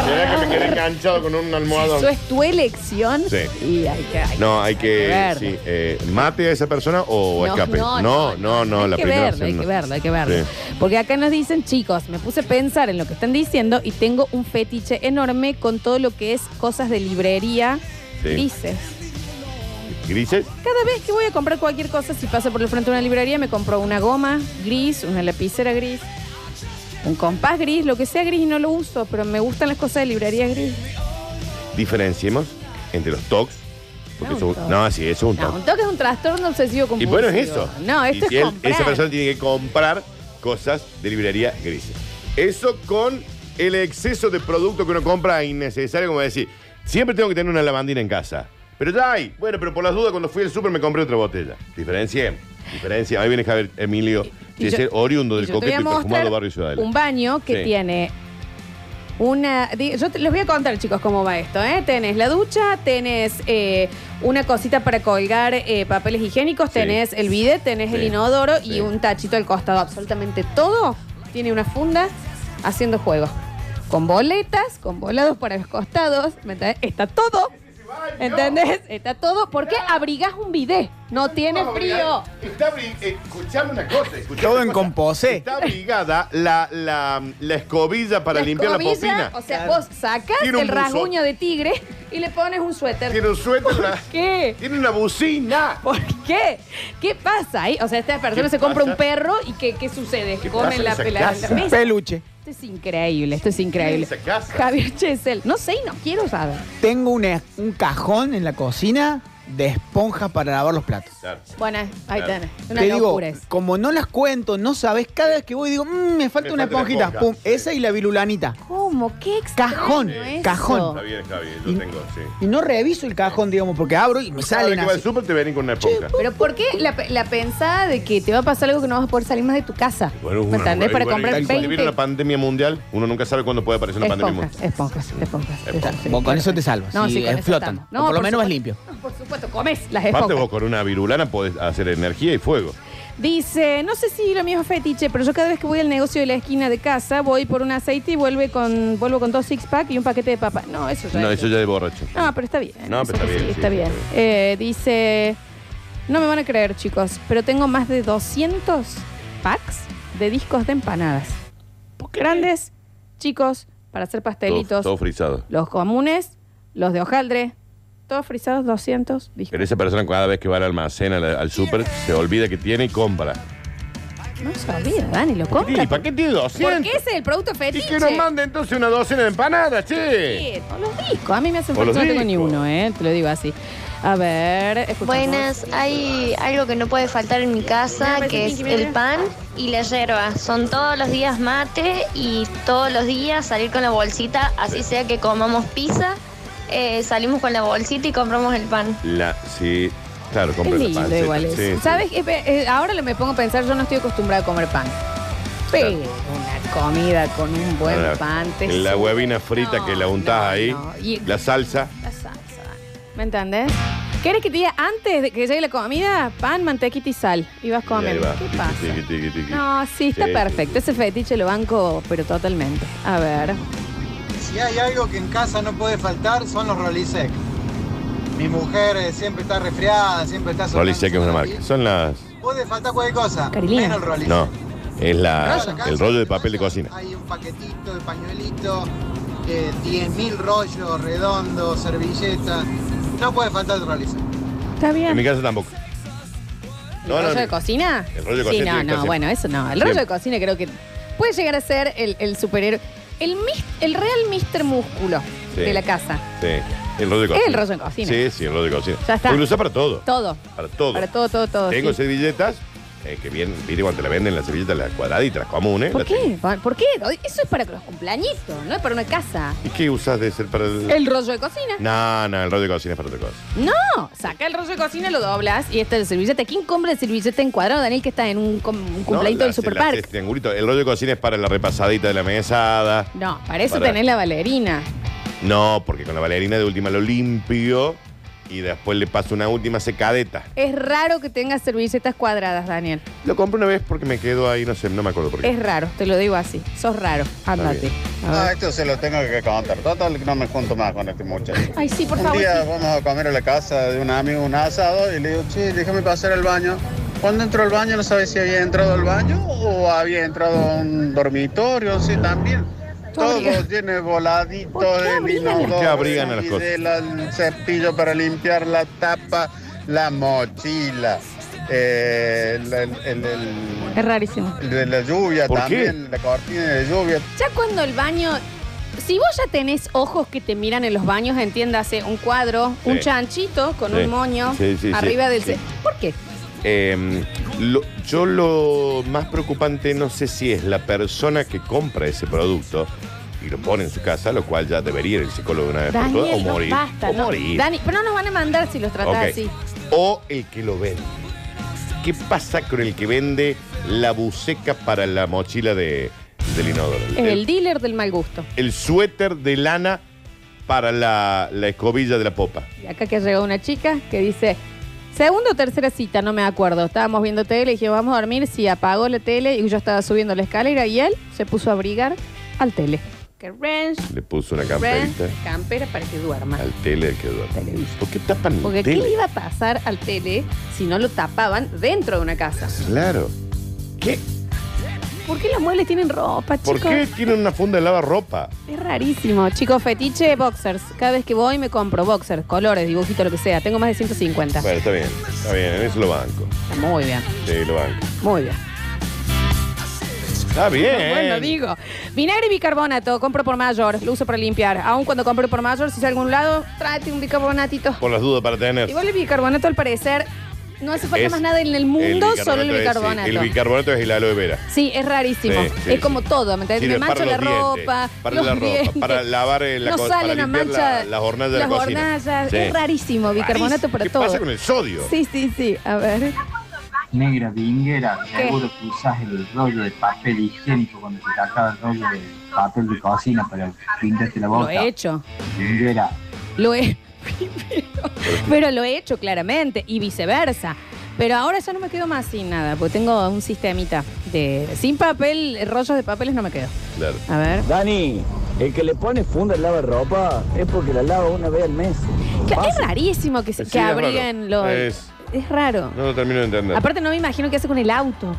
Speaker 2: ¿Será que me quedé enganchado con un
Speaker 1: Eso es tu elección.
Speaker 2: Sí.
Speaker 1: Y hay que, hay
Speaker 2: No, hay que.
Speaker 1: ver.
Speaker 2: sí, eh, ¿Mate a esa persona o escape? No, no, no,
Speaker 1: hay
Speaker 2: la
Speaker 1: que
Speaker 2: primera
Speaker 1: verlo,
Speaker 2: opción
Speaker 1: hay
Speaker 2: no.
Speaker 1: que verlo, hay que verlo. Porque acá nos dicen, chicos, me puse a pensar en lo que están diciendo y tengo un fetiche enorme con todo lo que es cosas de librería.
Speaker 2: Sí.
Speaker 1: Grises.
Speaker 2: Sí. ¿Grises?
Speaker 1: Cada vez que voy a comprar cualquier cosa, si paso por el frente de una librería, me compro una goma gris, una lapicera gris, un compás gris, lo que sea gris y no lo uso, pero me gustan las cosas de librería gris.
Speaker 2: Diferenciemos entre los tocs. Porque
Speaker 1: No,
Speaker 2: eso-
Speaker 1: un toc.
Speaker 2: no, sí, eso es un
Speaker 1: No,
Speaker 2: toc.
Speaker 1: un toque es un trastorno obsesivo
Speaker 2: Y
Speaker 1: compulsivo.
Speaker 2: bueno, es eso.
Speaker 1: No,
Speaker 2: Y
Speaker 1: esto
Speaker 2: si
Speaker 1: es
Speaker 2: él-
Speaker 1: comprar.
Speaker 2: Esa persona tiene que comprar cosas de librería grises. Eso con el exceso de producto que uno compra innecesario, como decir, siempre tengo que tener una lavandina en casa. Pero ya hay. Bueno, pero por las dudas, cuando fui al súper me compré otra botella. Diferencia. Diferencia. Ahí viene Javier Emilio,
Speaker 1: Y
Speaker 2: de
Speaker 1: yo-
Speaker 2: ser oriundo
Speaker 1: Y
Speaker 2: del
Speaker 1: yo te voy
Speaker 2: coqueto
Speaker 1: a
Speaker 2: y perfumado
Speaker 1: mostrar
Speaker 2: barrio Ciudadela.
Speaker 1: Un baño que
Speaker 2: Sí.
Speaker 1: tiene una. di- Yo te- les voy a contar, chicos, cómo va esto. ¿eh? Tenés la ducha, tenés eh, una cosita para colgar eh, papeles higiénicos,
Speaker 2: Sí.
Speaker 1: tenés el bidet, tenés el
Speaker 2: Sí.
Speaker 1: inodoro
Speaker 2: Sí.
Speaker 1: y un tachito al costado. Absolutamente todo tiene una funda haciendo juego. Con boletas, con volados para los costados. ¿me entendés? Está todo. ¿Entendés? Está todo. ¿Por qué abrigás un bidet? No tiene frío.
Speaker 2: Está bri- escuchame una cosa. escuchame
Speaker 11: Todo
Speaker 2: una
Speaker 11: en
Speaker 2: cosa.
Speaker 11: composé.
Speaker 2: Está abrigada la, la, la escobilla para
Speaker 1: La
Speaker 2: limpiar
Speaker 1: escobilla,
Speaker 2: la popina.
Speaker 1: O sea,
Speaker 11: Claro.
Speaker 1: vos sacás
Speaker 2: Tiene un
Speaker 1: el
Speaker 2: buzo.
Speaker 1: rasguño de tigre y le pones un suéter.
Speaker 2: Tiene un suéter.
Speaker 1: ¿Por
Speaker 2: la-
Speaker 1: qué?
Speaker 2: Tiene una bucina.
Speaker 1: ¿Por qué? ¿Qué pasa ahí? O sea, esta persona
Speaker 2: ¿Qué
Speaker 1: se compra
Speaker 2: pasa?
Speaker 1: un perro y ¿qué, qué sucede?
Speaker 2: ¿Qué pasa
Speaker 1: Come
Speaker 2: en
Speaker 1: la,
Speaker 2: esa
Speaker 1: la- la
Speaker 2: casa?
Speaker 1: mesa.
Speaker 11: Peluche.
Speaker 1: Esto es increíble, esto es increíble.
Speaker 2: ¿Qué es esa casa?
Speaker 1: Javier Chesel, no sé y no quiero saber.
Speaker 11: Tengo una- un cajón en la cocina de esponjas para lavar los platos.
Speaker 2: Claro.
Speaker 1: Bueno, ahí
Speaker 2: Claro.
Speaker 1: tenés. Una
Speaker 11: Te digo,
Speaker 1: locura es.
Speaker 11: como no las cuento, no sabes, cada vez que voy digo, "Mm, me falta
Speaker 2: Me falta una
Speaker 11: una esponjita.
Speaker 2: esponja.
Speaker 11: Pum,
Speaker 2: Sí.
Speaker 11: esa y la virulanita.
Speaker 1: ¿Cómo? ¿Qué extraño
Speaker 11: Cajón,
Speaker 1: eso.
Speaker 11: cajón.
Speaker 2: Está bien, está bien. Yo tengo, sí.
Speaker 11: Y no reviso el cajón, digamos, porque abro y me
Speaker 2: Cada vez
Speaker 11: salen
Speaker 2: que va al
Speaker 11: así.
Speaker 2: súper te vienen con una esponja.
Speaker 1: Pero ¿por qué la, la pensada de que te va a pasar algo que no vas a poder salir más de tu casa? ¿Me entendés? Para comprar
Speaker 2: Si viene
Speaker 1: 20
Speaker 2: una pandemia mundial, uno nunca sabe cuándo puede aparecer una pandemia mundial.
Speaker 1: esponjas, esponjas, esponjas.
Speaker 2: Esponjas.
Speaker 1: Sí,
Speaker 11: Vos con
Speaker 1: sí,
Speaker 11: eso
Speaker 1: sí.
Speaker 11: te salvas, si,
Speaker 1: con
Speaker 11: eh,
Speaker 1: eso
Speaker 11: flotan.
Speaker 1: estamos.
Speaker 11: O por lo
Speaker 1: por
Speaker 11: menos vas
Speaker 1: supuesto.
Speaker 11: limpio.
Speaker 1: No, por supuesto, comes las
Speaker 2: Aparte vos
Speaker 1: esponjas.
Speaker 2: con una virulana podés hacer energía y fuego.
Speaker 1: Dice, no sé si lo mío es fetiche, pero yo cada vez que voy al negocio de la esquina de casa, voy por un aceite y vuelve con, vuelvo con dos six-pack y un paquete de papa. No, eso ya
Speaker 2: No,
Speaker 1: es-
Speaker 2: eso ya de borracho.
Speaker 1: No, pero está bien.
Speaker 2: No, pero
Speaker 1: Eso
Speaker 2: está bien,
Speaker 1: Eh, sí,
Speaker 2: sí,
Speaker 1: está bien.
Speaker 2: está bien.
Speaker 1: Eh, dice, no me van a creer, chicos, pero tengo más de 200 packs de discos de empanadas. Grandes, chicos, para hacer
Speaker 2: Todo,
Speaker 1: pastelitos.
Speaker 2: todo frisado.
Speaker 1: Los comunes, los de hojaldre, todos frisados 200 discos.
Speaker 2: Pero esa persona cada vez que va al almacén, al, al súper, se olvida que tiene y compra.
Speaker 1: No sabía, Dani, lo
Speaker 2: ¿Por qué tiene-
Speaker 1: compra.
Speaker 2: ¿Para qué tiene
Speaker 1: Porque
Speaker 2: 200?
Speaker 1: ese es el producto
Speaker 2: Y
Speaker 1: fetiche.
Speaker 2: que nos mande entonces una docena de empanadas, che.
Speaker 1: Sí, o los discos. A mí me hacen
Speaker 2: O
Speaker 1: falta,
Speaker 2: los
Speaker 1: no tengo ni
Speaker 2: discos.
Speaker 1: uno, ¿eh? Te lo digo así. A ver, escuchamos.
Speaker 12: Buenas, hay algo que no puede faltar en mi casa, que es el pan y la yerba. Son todos los días mate y todos los días salir con la bolsita, así sea que comamos pizza, eh, salimos con la bolsita y compramos el pan.
Speaker 2: La, sí, claro,
Speaker 1: Es
Speaker 2: compra la
Speaker 1: lindo
Speaker 2: panceta.
Speaker 1: igual eso.
Speaker 2: Sí, sí.
Speaker 1: ¿Sabes? Eh, eh, Ahora me pongo a pensar, yo no estoy acostumbrada a comer pan. Pero
Speaker 2: Claro.
Speaker 1: una comida con un buen
Speaker 2: Ahora,
Speaker 1: pan. te
Speaker 2: La
Speaker 1: sube.
Speaker 2: huevina frita
Speaker 1: No,
Speaker 2: que la untás
Speaker 1: no,
Speaker 2: ahí,
Speaker 1: no. Y-
Speaker 2: la salsa.
Speaker 1: La salsa. ¿Me entendés? ¿Quieres que te diga antes de que llegue la comida? Pan, mantequita y sal. Y vas
Speaker 2: y ahí
Speaker 1: comiendo.
Speaker 2: va.
Speaker 1: ¿Qué
Speaker 2: Tiqui,
Speaker 1: pasa?
Speaker 2: tiqui, tiqui, tiqui.
Speaker 1: No, sí, está
Speaker 2: Sí,
Speaker 1: perfecto. Ese fetiche lo banco, pero totalmente. A ver.
Speaker 9: Si hay algo que en casa no puede faltar son los Rolisec. Mi mujer eh, siempre está resfriada, siempre está
Speaker 2: Rolly
Speaker 9: que
Speaker 2: Sec es una marca. Son las.
Speaker 9: Puede faltar cualquier cosa,
Speaker 1: Carilina.
Speaker 9: menos el Rolisec.
Speaker 2: No. Es la,
Speaker 9: Claro,
Speaker 2: el rollo de papel de cocina.
Speaker 9: Hay un paquetito de pañuelito, eh, 10.000 rollos redondos, servilletas. No puede faltar el Rolisec.
Speaker 1: Está bien.
Speaker 2: En mi casa tampoco.
Speaker 1: ¿El
Speaker 2: No, no,
Speaker 1: rollo
Speaker 2: no.
Speaker 1: de cocina?
Speaker 2: El rollo de
Speaker 1: sí,
Speaker 2: cocina
Speaker 1: no,
Speaker 2: tiene que
Speaker 1: no,
Speaker 2: ser.
Speaker 1: bueno, eso no. El rollo
Speaker 2: Siempre.
Speaker 1: de cocina creo que puede llegar a ser el, el superhéroe. El, mis- el real Mr. Músculo
Speaker 2: Sí.
Speaker 1: de la casa.
Speaker 2: Sí. El rollo de cocina.
Speaker 1: El rollo de cocina.
Speaker 2: Sí, sí, el rollo de cocina.
Speaker 1: Ya está.
Speaker 2: Porque lo usás para todo.
Speaker 1: Todo.
Speaker 2: Para todo.
Speaker 1: Para todo, todo, todo.
Speaker 2: Tengo
Speaker 1: sí.
Speaker 2: servilletas, eh, que bien, viste cuando te la venden las servilletas, las cuadraditas, las comunes.
Speaker 1: ¿Por
Speaker 2: las tengo.
Speaker 1: qué? ¿Por qué? Eso es para los cumpleañitos, no es para una casa.
Speaker 2: ¿Y qué usas de ser para el.?
Speaker 1: El rollo de cocina.
Speaker 2: No, no, el rollo de cocina es para otra cosa.
Speaker 1: No, saca el rollo de cocina, lo doblas y este es el servillete. ¿Quién compra el servillete encuadrado, Daniel, que está en un, com- un cumpleaños
Speaker 2: No,
Speaker 1: del
Speaker 2: las- las-
Speaker 1: Superpark?
Speaker 2: el triangulito. El rollo de cocina es para la repasadita de la mesada.
Speaker 1: No, para eso
Speaker 2: Para-
Speaker 1: tenés la valerina.
Speaker 2: No, porque con la bailarina de última lo limpio y después le paso una última secadeta.
Speaker 1: Es raro que tengas servilletas cuadradas, Daniel.
Speaker 2: Lo compré una vez porque me quedo ahí, no sé, no me acuerdo por qué.
Speaker 1: Es raro, te lo digo así. Sos raro. Ándate.
Speaker 13: Ah, esto se lo tengo que contar. Total, que no me junto más con este muchacho.
Speaker 1: Ay, sí, por
Speaker 13: Un
Speaker 1: favor.
Speaker 13: día
Speaker 1: sí.
Speaker 13: vamos a comer a la casa de un amigo un asado y le digo, che, déjame pasar al baño. Cuando entró al baño no sabía si había entrado al baño o había entrado a un dormitorio, sí, también. Todo
Speaker 14: abrigas-
Speaker 13: tiene voladitos
Speaker 14: abrigan
Speaker 13: de
Speaker 14: las- ¿Por qué abrigan las
Speaker 13: y
Speaker 14: cosas?
Speaker 13: del al- cepillo para limpiar la tapa, la mochila, eh, el- el- el- el-
Speaker 1: Es rarísimo.
Speaker 13: de la lluvia
Speaker 1: ¿Por qué?
Speaker 13: también, la cortina de lluvia,
Speaker 1: Ya cuando el baño. Si vos ya tenés ojos que te miran en los baños, entiéndase, un cuadro,
Speaker 2: Sí.
Speaker 1: un chanchito con
Speaker 2: Sí.
Speaker 1: un moño
Speaker 2: Sí, sí, sí.
Speaker 1: arriba del.
Speaker 2: Sí.
Speaker 1: ¿Por qué?
Speaker 2: Eh, lo- yo lo más preocupante no sé si es la persona que compra ese producto y lo pone en su casa, lo cual ya debería ir el psicólogo de una vez por todas, o
Speaker 1: Daniel, no,
Speaker 2: morir.
Speaker 1: basta,
Speaker 2: o
Speaker 1: no.
Speaker 2: morir.
Speaker 1: Dani, pero no nos van a mandar si los tratás
Speaker 2: Ok.
Speaker 1: así.
Speaker 2: O el que lo vende. ¿Qué pasa con el que vende la buceca para la mochila de, del inodoro?
Speaker 1: Es el dealer del mal gusto.
Speaker 2: el suéter de lana para la, la escobilla de la popa.
Speaker 1: Y acá que llegó una chica que dice, segunda o tercera cita, no me acuerdo. Estábamos viendo tele y dije, vamos a dormir. Sí, apagó la tele y yo estaba subiendo la escalera y él se puso a abrigar al tele. Que ranch,
Speaker 2: Le puso una
Speaker 1: ranch,
Speaker 2: camperita
Speaker 1: campera para que duerma.
Speaker 2: al tele que duerme. ¿Por qué tapan el
Speaker 1: Porque ¿qué
Speaker 2: tele?
Speaker 1: le iba a pasar al tele si no lo tapaban dentro de una casa?
Speaker 2: Claro. ¿Qué?
Speaker 1: ¿Por qué los muebles tienen ropa,
Speaker 2: ¿Por
Speaker 1: chicos?
Speaker 2: qué tienen una funda de lavarropa?
Speaker 1: Es rarísimo. Chicos, fetiche boxers. Cada vez que voy me compro boxers, colores, dibujitos, lo que sea. Tengo más de 150.
Speaker 2: Bueno, está bien, está bien, en eso lo banco.
Speaker 1: Muy bien.
Speaker 2: Sí, lo banco.
Speaker 1: Muy bien.
Speaker 2: Está bien.
Speaker 1: Bueno, digo. Vinagre y bicarbonato, compro por mayor, lo uso para limpiar. Aún cuando compro por mayor, si es a algún lado, tráete un bicarbonatito.
Speaker 2: Por las dudas para tener.
Speaker 1: Igual el bicarbonato, al parecer, no hace falta
Speaker 2: Es
Speaker 1: más nada en el mundo, solo el bicarbonato.
Speaker 2: Es, el bicarbonato es el aloe vera.
Speaker 1: Sí, es rarísimo.
Speaker 2: Sí, sí,
Speaker 1: es
Speaker 2: sí.
Speaker 1: como todo, ¿me entiendes?
Speaker 2: Sirve
Speaker 1: Me mancha la
Speaker 2: para los dientes,
Speaker 1: ropa,
Speaker 2: para
Speaker 1: los
Speaker 2: la ropa,
Speaker 1: dientes.
Speaker 2: para lavar, eh, la
Speaker 1: no
Speaker 2: co-
Speaker 1: sale
Speaker 2: para
Speaker 1: una
Speaker 2: limpiar la-
Speaker 1: mancha.
Speaker 2: las hornallas de la
Speaker 1: las
Speaker 2: cocina.
Speaker 1: hornallas,
Speaker 2: Sí.
Speaker 1: es rarísimo, bicarbonato para
Speaker 2: ¿Qué
Speaker 1: todo.
Speaker 2: pasa con el sodio?
Speaker 1: Sí, sí, sí. A ver.
Speaker 15: Negra vinguera,
Speaker 1: ¿Qué?
Speaker 15: seguro que usás el rollo de papel higiénico cuando se te acaba el rollo de papel de cocina para pintarte la
Speaker 1: Lo
Speaker 15: boca.
Speaker 1: he hecho.
Speaker 15: Vinguera.
Speaker 1: Lo he. Pero lo he hecho claramente y viceversa. Pero ahora ya no me quedo más sin nada, porque tengo un sistemita de. Sin papel, rollos de papeles no me quedo. A ver.
Speaker 16: Dani, el que le pone funda al lavarropa es porque la lava una vez al mes.
Speaker 1: Claro, es rarísimo que, se-
Speaker 2: Sí,
Speaker 1: que
Speaker 2: es raro.
Speaker 1: abriguen los.
Speaker 2: Es-
Speaker 1: es raro.
Speaker 2: No lo termino de entender.
Speaker 1: Aparte, no me imagino qué hace con el auto.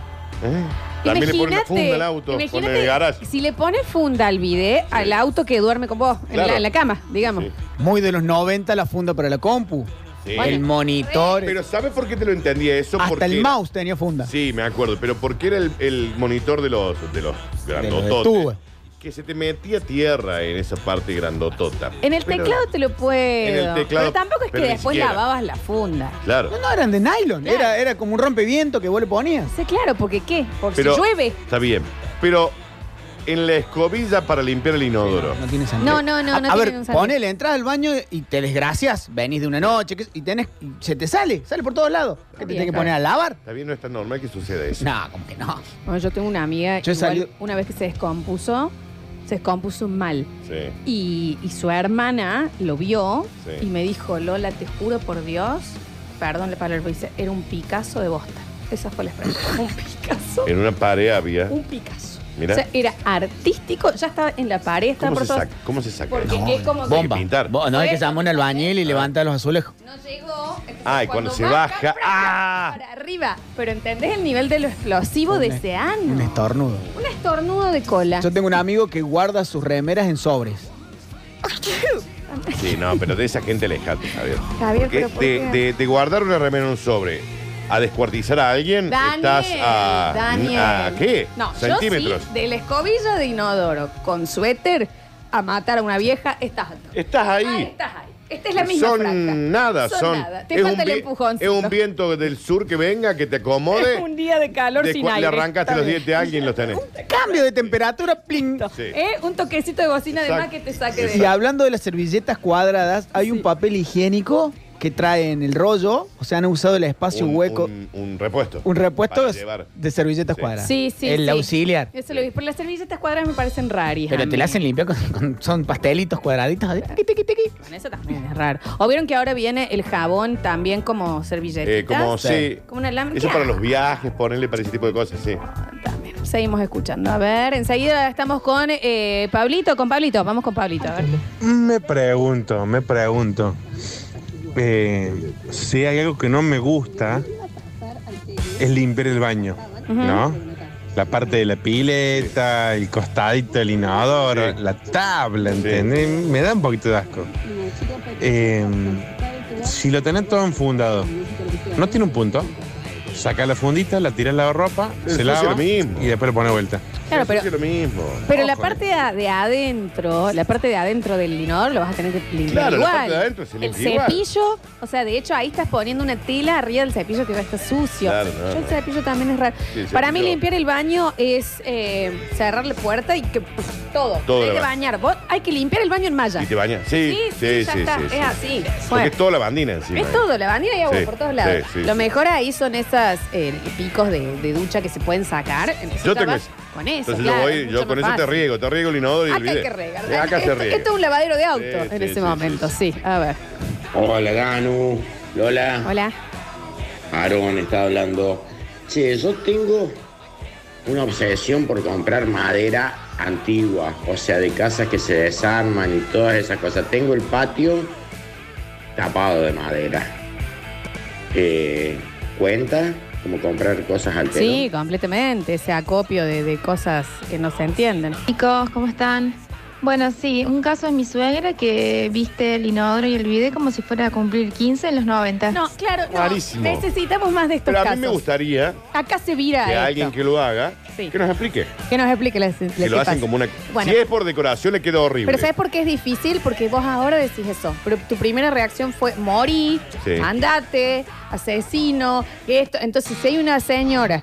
Speaker 2: ¿Eh? También le ponen una funda al auto,
Speaker 1: imagínate
Speaker 2: ponen en el garage.
Speaker 1: si le pones funda al bidet al auto que duerme con vos, en,
Speaker 11: Claro.
Speaker 1: la, en la cama, digamos.
Speaker 11: Muy de los 90 la funda para la compu.
Speaker 2: Sí.
Speaker 11: El monitor.
Speaker 2: Pero ¿sabes por qué te lo entendí eso?
Speaker 11: Hasta
Speaker 2: Porque
Speaker 11: el
Speaker 2: era-
Speaker 11: mouse tenía funda.
Speaker 2: Sí, me acuerdo, pero porque era el, el monitor de los, de los grandototes.
Speaker 11: tubo.
Speaker 2: que se te metía tierra en esa parte grandotota.
Speaker 1: En el
Speaker 2: Pero-
Speaker 1: teclado te lo puedo.
Speaker 2: En el teclado,
Speaker 1: pero tampoco es que
Speaker 2: pero ni
Speaker 1: después
Speaker 2: siquiera.
Speaker 1: lavabas la funda.
Speaker 2: Claro.
Speaker 11: No, no, eran de nylon. Era, era como un rompeviento que vos le ponías.
Speaker 1: Sí, claro, porque ¿qué? Porque
Speaker 2: Pero-
Speaker 1: si llueve.
Speaker 2: Está bien. Pero en la escobilla para limpiar el inodoro.
Speaker 11: No tiene
Speaker 1: sentido. No, no, no,
Speaker 11: a,
Speaker 1: no
Speaker 11: a
Speaker 1: tiene
Speaker 11: ver,
Speaker 1: un sentido.
Speaker 11: ponele, entras al baño y te desgracias, venís de una noche qué sé- y tenés, y se te sale, sale por todos lados. ¿Qué te tienes que poner a lavar?
Speaker 2: Está bien, no es tan normal que suceda eso.
Speaker 11: No, como que no.
Speaker 1: Bueno, yo tengo una amiga,
Speaker 11: Yo he
Speaker 1: igual,
Speaker 11: salido-
Speaker 1: una vez que se descompuso, se descompuso mal.
Speaker 2: Sí.
Speaker 1: Y, y su hermana lo vio
Speaker 2: Sí.
Speaker 1: y me dijo, Lola, te juro por Dios, perdón la palabra, pero dice, era un Picasso de Bosta. Esa fue la expresión. un Picasso.
Speaker 2: En una pared había.
Speaker 1: Un Picasso.
Speaker 2: Mira.
Speaker 1: O sea, era artístico, ya estaba en la pared, estaba
Speaker 2: ¿Cómo
Speaker 1: por
Speaker 2: se,
Speaker 1: todo.
Speaker 2: saca, ¿Cómo se saca
Speaker 1: Porque
Speaker 2: eso?
Speaker 1: es como que-
Speaker 2: Bomba. Pintar.
Speaker 11: Vos, no, hay que llamar a un albañil y levanta los azulejos.
Speaker 1: No Ah. llegó.
Speaker 2: Ay, cuando, se baja. ¡Ah!
Speaker 1: Para arriba. Pero entendés el nivel de lo explosivo de ese año.
Speaker 11: Un estornudo.
Speaker 1: Un estornudo de cola.
Speaker 11: Yo tengo un amigo que guarda sus remeras en sobres.
Speaker 2: Sí, no, pero de esa gente alejate, Javier.
Speaker 1: Javier,
Speaker 2: Porque
Speaker 1: pero ¿por
Speaker 2: de,
Speaker 1: qué?
Speaker 2: de- de guardar una remera en un sobre a descuartizar a alguien,
Speaker 1: Daniel,
Speaker 2: estás a.
Speaker 1: Daniel.
Speaker 2: ¿A qué?
Speaker 1: No,
Speaker 2: Centímetros.
Speaker 1: yo sí, de la escobilla de inodoro con suéter a matar a una vieja, estás alto.
Speaker 2: Estás ahí.
Speaker 1: Ah, estás ahí. Esta es la misma
Speaker 2: son
Speaker 1: franja.
Speaker 2: nada, son.
Speaker 1: nada. Te
Speaker 2: es
Speaker 1: falta
Speaker 2: un
Speaker 1: el
Speaker 2: vi-
Speaker 1: empujón.
Speaker 2: Es un viento del sur que venga, que te acomode.
Speaker 1: un día de calor
Speaker 2: de
Speaker 1: sin
Speaker 2: cu-
Speaker 1: aire.
Speaker 2: le arrancaste
Speaker 1: Está
Speaker 2: los
Speaker 1: bien.
Speaker 2: dientes a alguien los tenés.
Speaker 11: Cambio de temperatura, pling.
Speaker 2: Sí.
Speaker 1: ¿Eh? Un toquecito de bocina de
Speaker 11: Exacto.
Speaker 1: más que te saque de...
Speaker 11: Y hablando de las servilletas cuadradas, hay un papel higiénico que trae en el rollo, o sea, han usado el espacio
Speaker 2: Un-
Speaker 11: hueco.
Speaker 2: Un, un repuesto.
Speaker 11: Un repuesto
Speaker 2: Para
Speaker 11: es-
Speaker 2: llevar.
Speaker 11: de servilletas cuadradas.
Speaker 1: Sí, sí,
Speaker 11: El
Speaker 1: sí.
Speaker 11: auxiliar.
Speaker 1: Eso lo vi. Pero las servilletas cuadras me parecen raras.
Speaker 11: Pero te la hacen limpiar con, con- son pastelitos cuadraditos. así.
Speaker 1: Con eso también es raro. ¿O vieron que ahora viene el jabón también como servilletita?
Speaker 2: Eh, como, sí.
Speaker 1: Como un alambre.
Speaker 2: Eso
Speaker 1: ¿Qué
Speaker 2: para los viajes, ponerle para ese tipo de cosas, sí.
Speaker 1: Seguimos escuchando. A ver, enseguida estamos con eh, Pablito, con Pablito. Vamos con Pablito, a ver.
Speaker 17: Me pregunto, me pregunto. eh, si hay algo que no me gusta, es limpiar el baño, ¿no? La parte de la pileta, el costadito, el inodoro, la tabla, ¿entendés? Me da un poquito de asco. Eh, si lo tenés todo enfundado, no tiene un punto. Saca la fundita, la tiras la ropa,
Speaker 2: Eso
Speaker 17: se
Speaker 2: es
Speaker 17: lava
Speaker 2: lo mismo.
Speaker 17: y después lo pone vuelta. ¿eh?
Speaker 1: Claro, pero,
Speaker 2: Lo mismo.
Speaker 1: pero la parte de, a- de adentro, la parte de adentro del inodoro lo vas a tener que limpiar
Speaker 2: Claro, la
Speaker 1: igual.
Speaker 2: parte de adentro se
Speaker 1: el
Speaker 2: limpia igual.
Speaker 1: cepillo, o sea, de hecho ahí estás poniendo una tela arriba del cepillo que ya está sucio.
Speaker 2: Claro, no,
Speaker 1: Yo el
Speaker 2: no.
Speaker 1: cepillo también es raro.
Speaker 2: Sí, el
Speaker 1: Para mí
Speaker 2: cepillo.
Speaker 1: limpiar el baño es eh, cerrar la puerta y que puf, todo.
Speaker 2: Todo
Speaker 1: hay
Speaker 2: le
Speaker 1: que
Speaker 2: va.
Speaker 1: bañar. Vos hay que limpiar el baño en malla.
Speaker 2: Y te bañas. Sí, sí, sí, sí.
Speaker 1: ya está.
Speaker 2: sí.
Speaker 1: es así.
Speaker 2: Porque
Speaker 1: Bueno.
Speaker 2: es toda la bandina encima.
Speaker 1: Es todo, la bandera y agua
Speaker 2: Sí,
Speaker 1: por todos lados.
Speaker 2: sí, sí,
Speaker 1: lo
Speaker 2: sí.
Speaker 1: mejor ahí son esas eh, picos de, de ducha que se pueden sacar. Entonces
Speaker 2: Yo
Speaker 1: ya
Speaker 2: tengo
Speaker 1: vas
Speaker 2: eso.
Speaker 1: Con eso,
Speaker 2: Entonces
Speaker 1: claro,
Speaker 2: yo
Speaker 1: es
Speaker 2: voy,
Speaker 1: mucho
Speaker 2: yo con eso
Speaker 1: más
Speaker 2: te
Speaker 1: fácil.
Speaker 2: riego, te riego el inodoro y el
Speaker 1: Acá hay
Speaker 2: bidet.
Speaker 1: que regar.
Speaker 2: Eh, Acá se
Speaker 1: esto,
Speaker 2: riega.
Speaker 1: esto es un lavadero de auto
Speaker 2: Sí,
Speaker 1: en
Speaker 2: sí,
Speaker 1: ese
Speaker 2: sí,
Speaker 1: momento, sí. A ver.
Speaker 18: Hola, Danu. Lola.
Speaker 1: Hola.
Speaker 18: Aaron está hablando. Che, yo tengo una obsesión por comprar madera antigua, o sea, de casas que se desarman y todas esas cosas. Tengo el patio tapado de madera. Eh, ¿Cuenta como comprar cosas al pelo?
Speaker 1: Sí, completamente. Ese acopio de, de cosas que no se entienden.
Speaker 19: Chicos, ¿cómo están? Bueno, sí, un caso es mi suegra que viste el inodoro y el bidet como si fuera a cumplir 15 en los 90.
Speaker 1: No, claro, no.
Speaker 2: Rarísimo.
Speaker 1: Necesitamos más de estos
Speaker 2: Pero a mí
Speaker 1: casos.
Speaker 2: me gustaría
Speaker 1: Acá se
Speaker 2: que
Speaker 1: vira
Speaker 2: alguien
Speaker 1: esto.
Speaker 2: que lo haga,
Speaker 1: Sí.
Speaker 2: que nos explique.
Speaker 1: Que nos explique la, la
Speaker 2: Que lo hacen como una...
Speaker 1: Bueno.
Speaker 2: Si es por decoración, le queda horrible.
Speaker 1: Pero ¿sabes por qué es difícil? Porque vos ahora decís eso. Pero tu primera reacción fue morí,
Speaker 2: Sí.
Speaker 1: andate, asesino, esto. Entonces, si hay una señora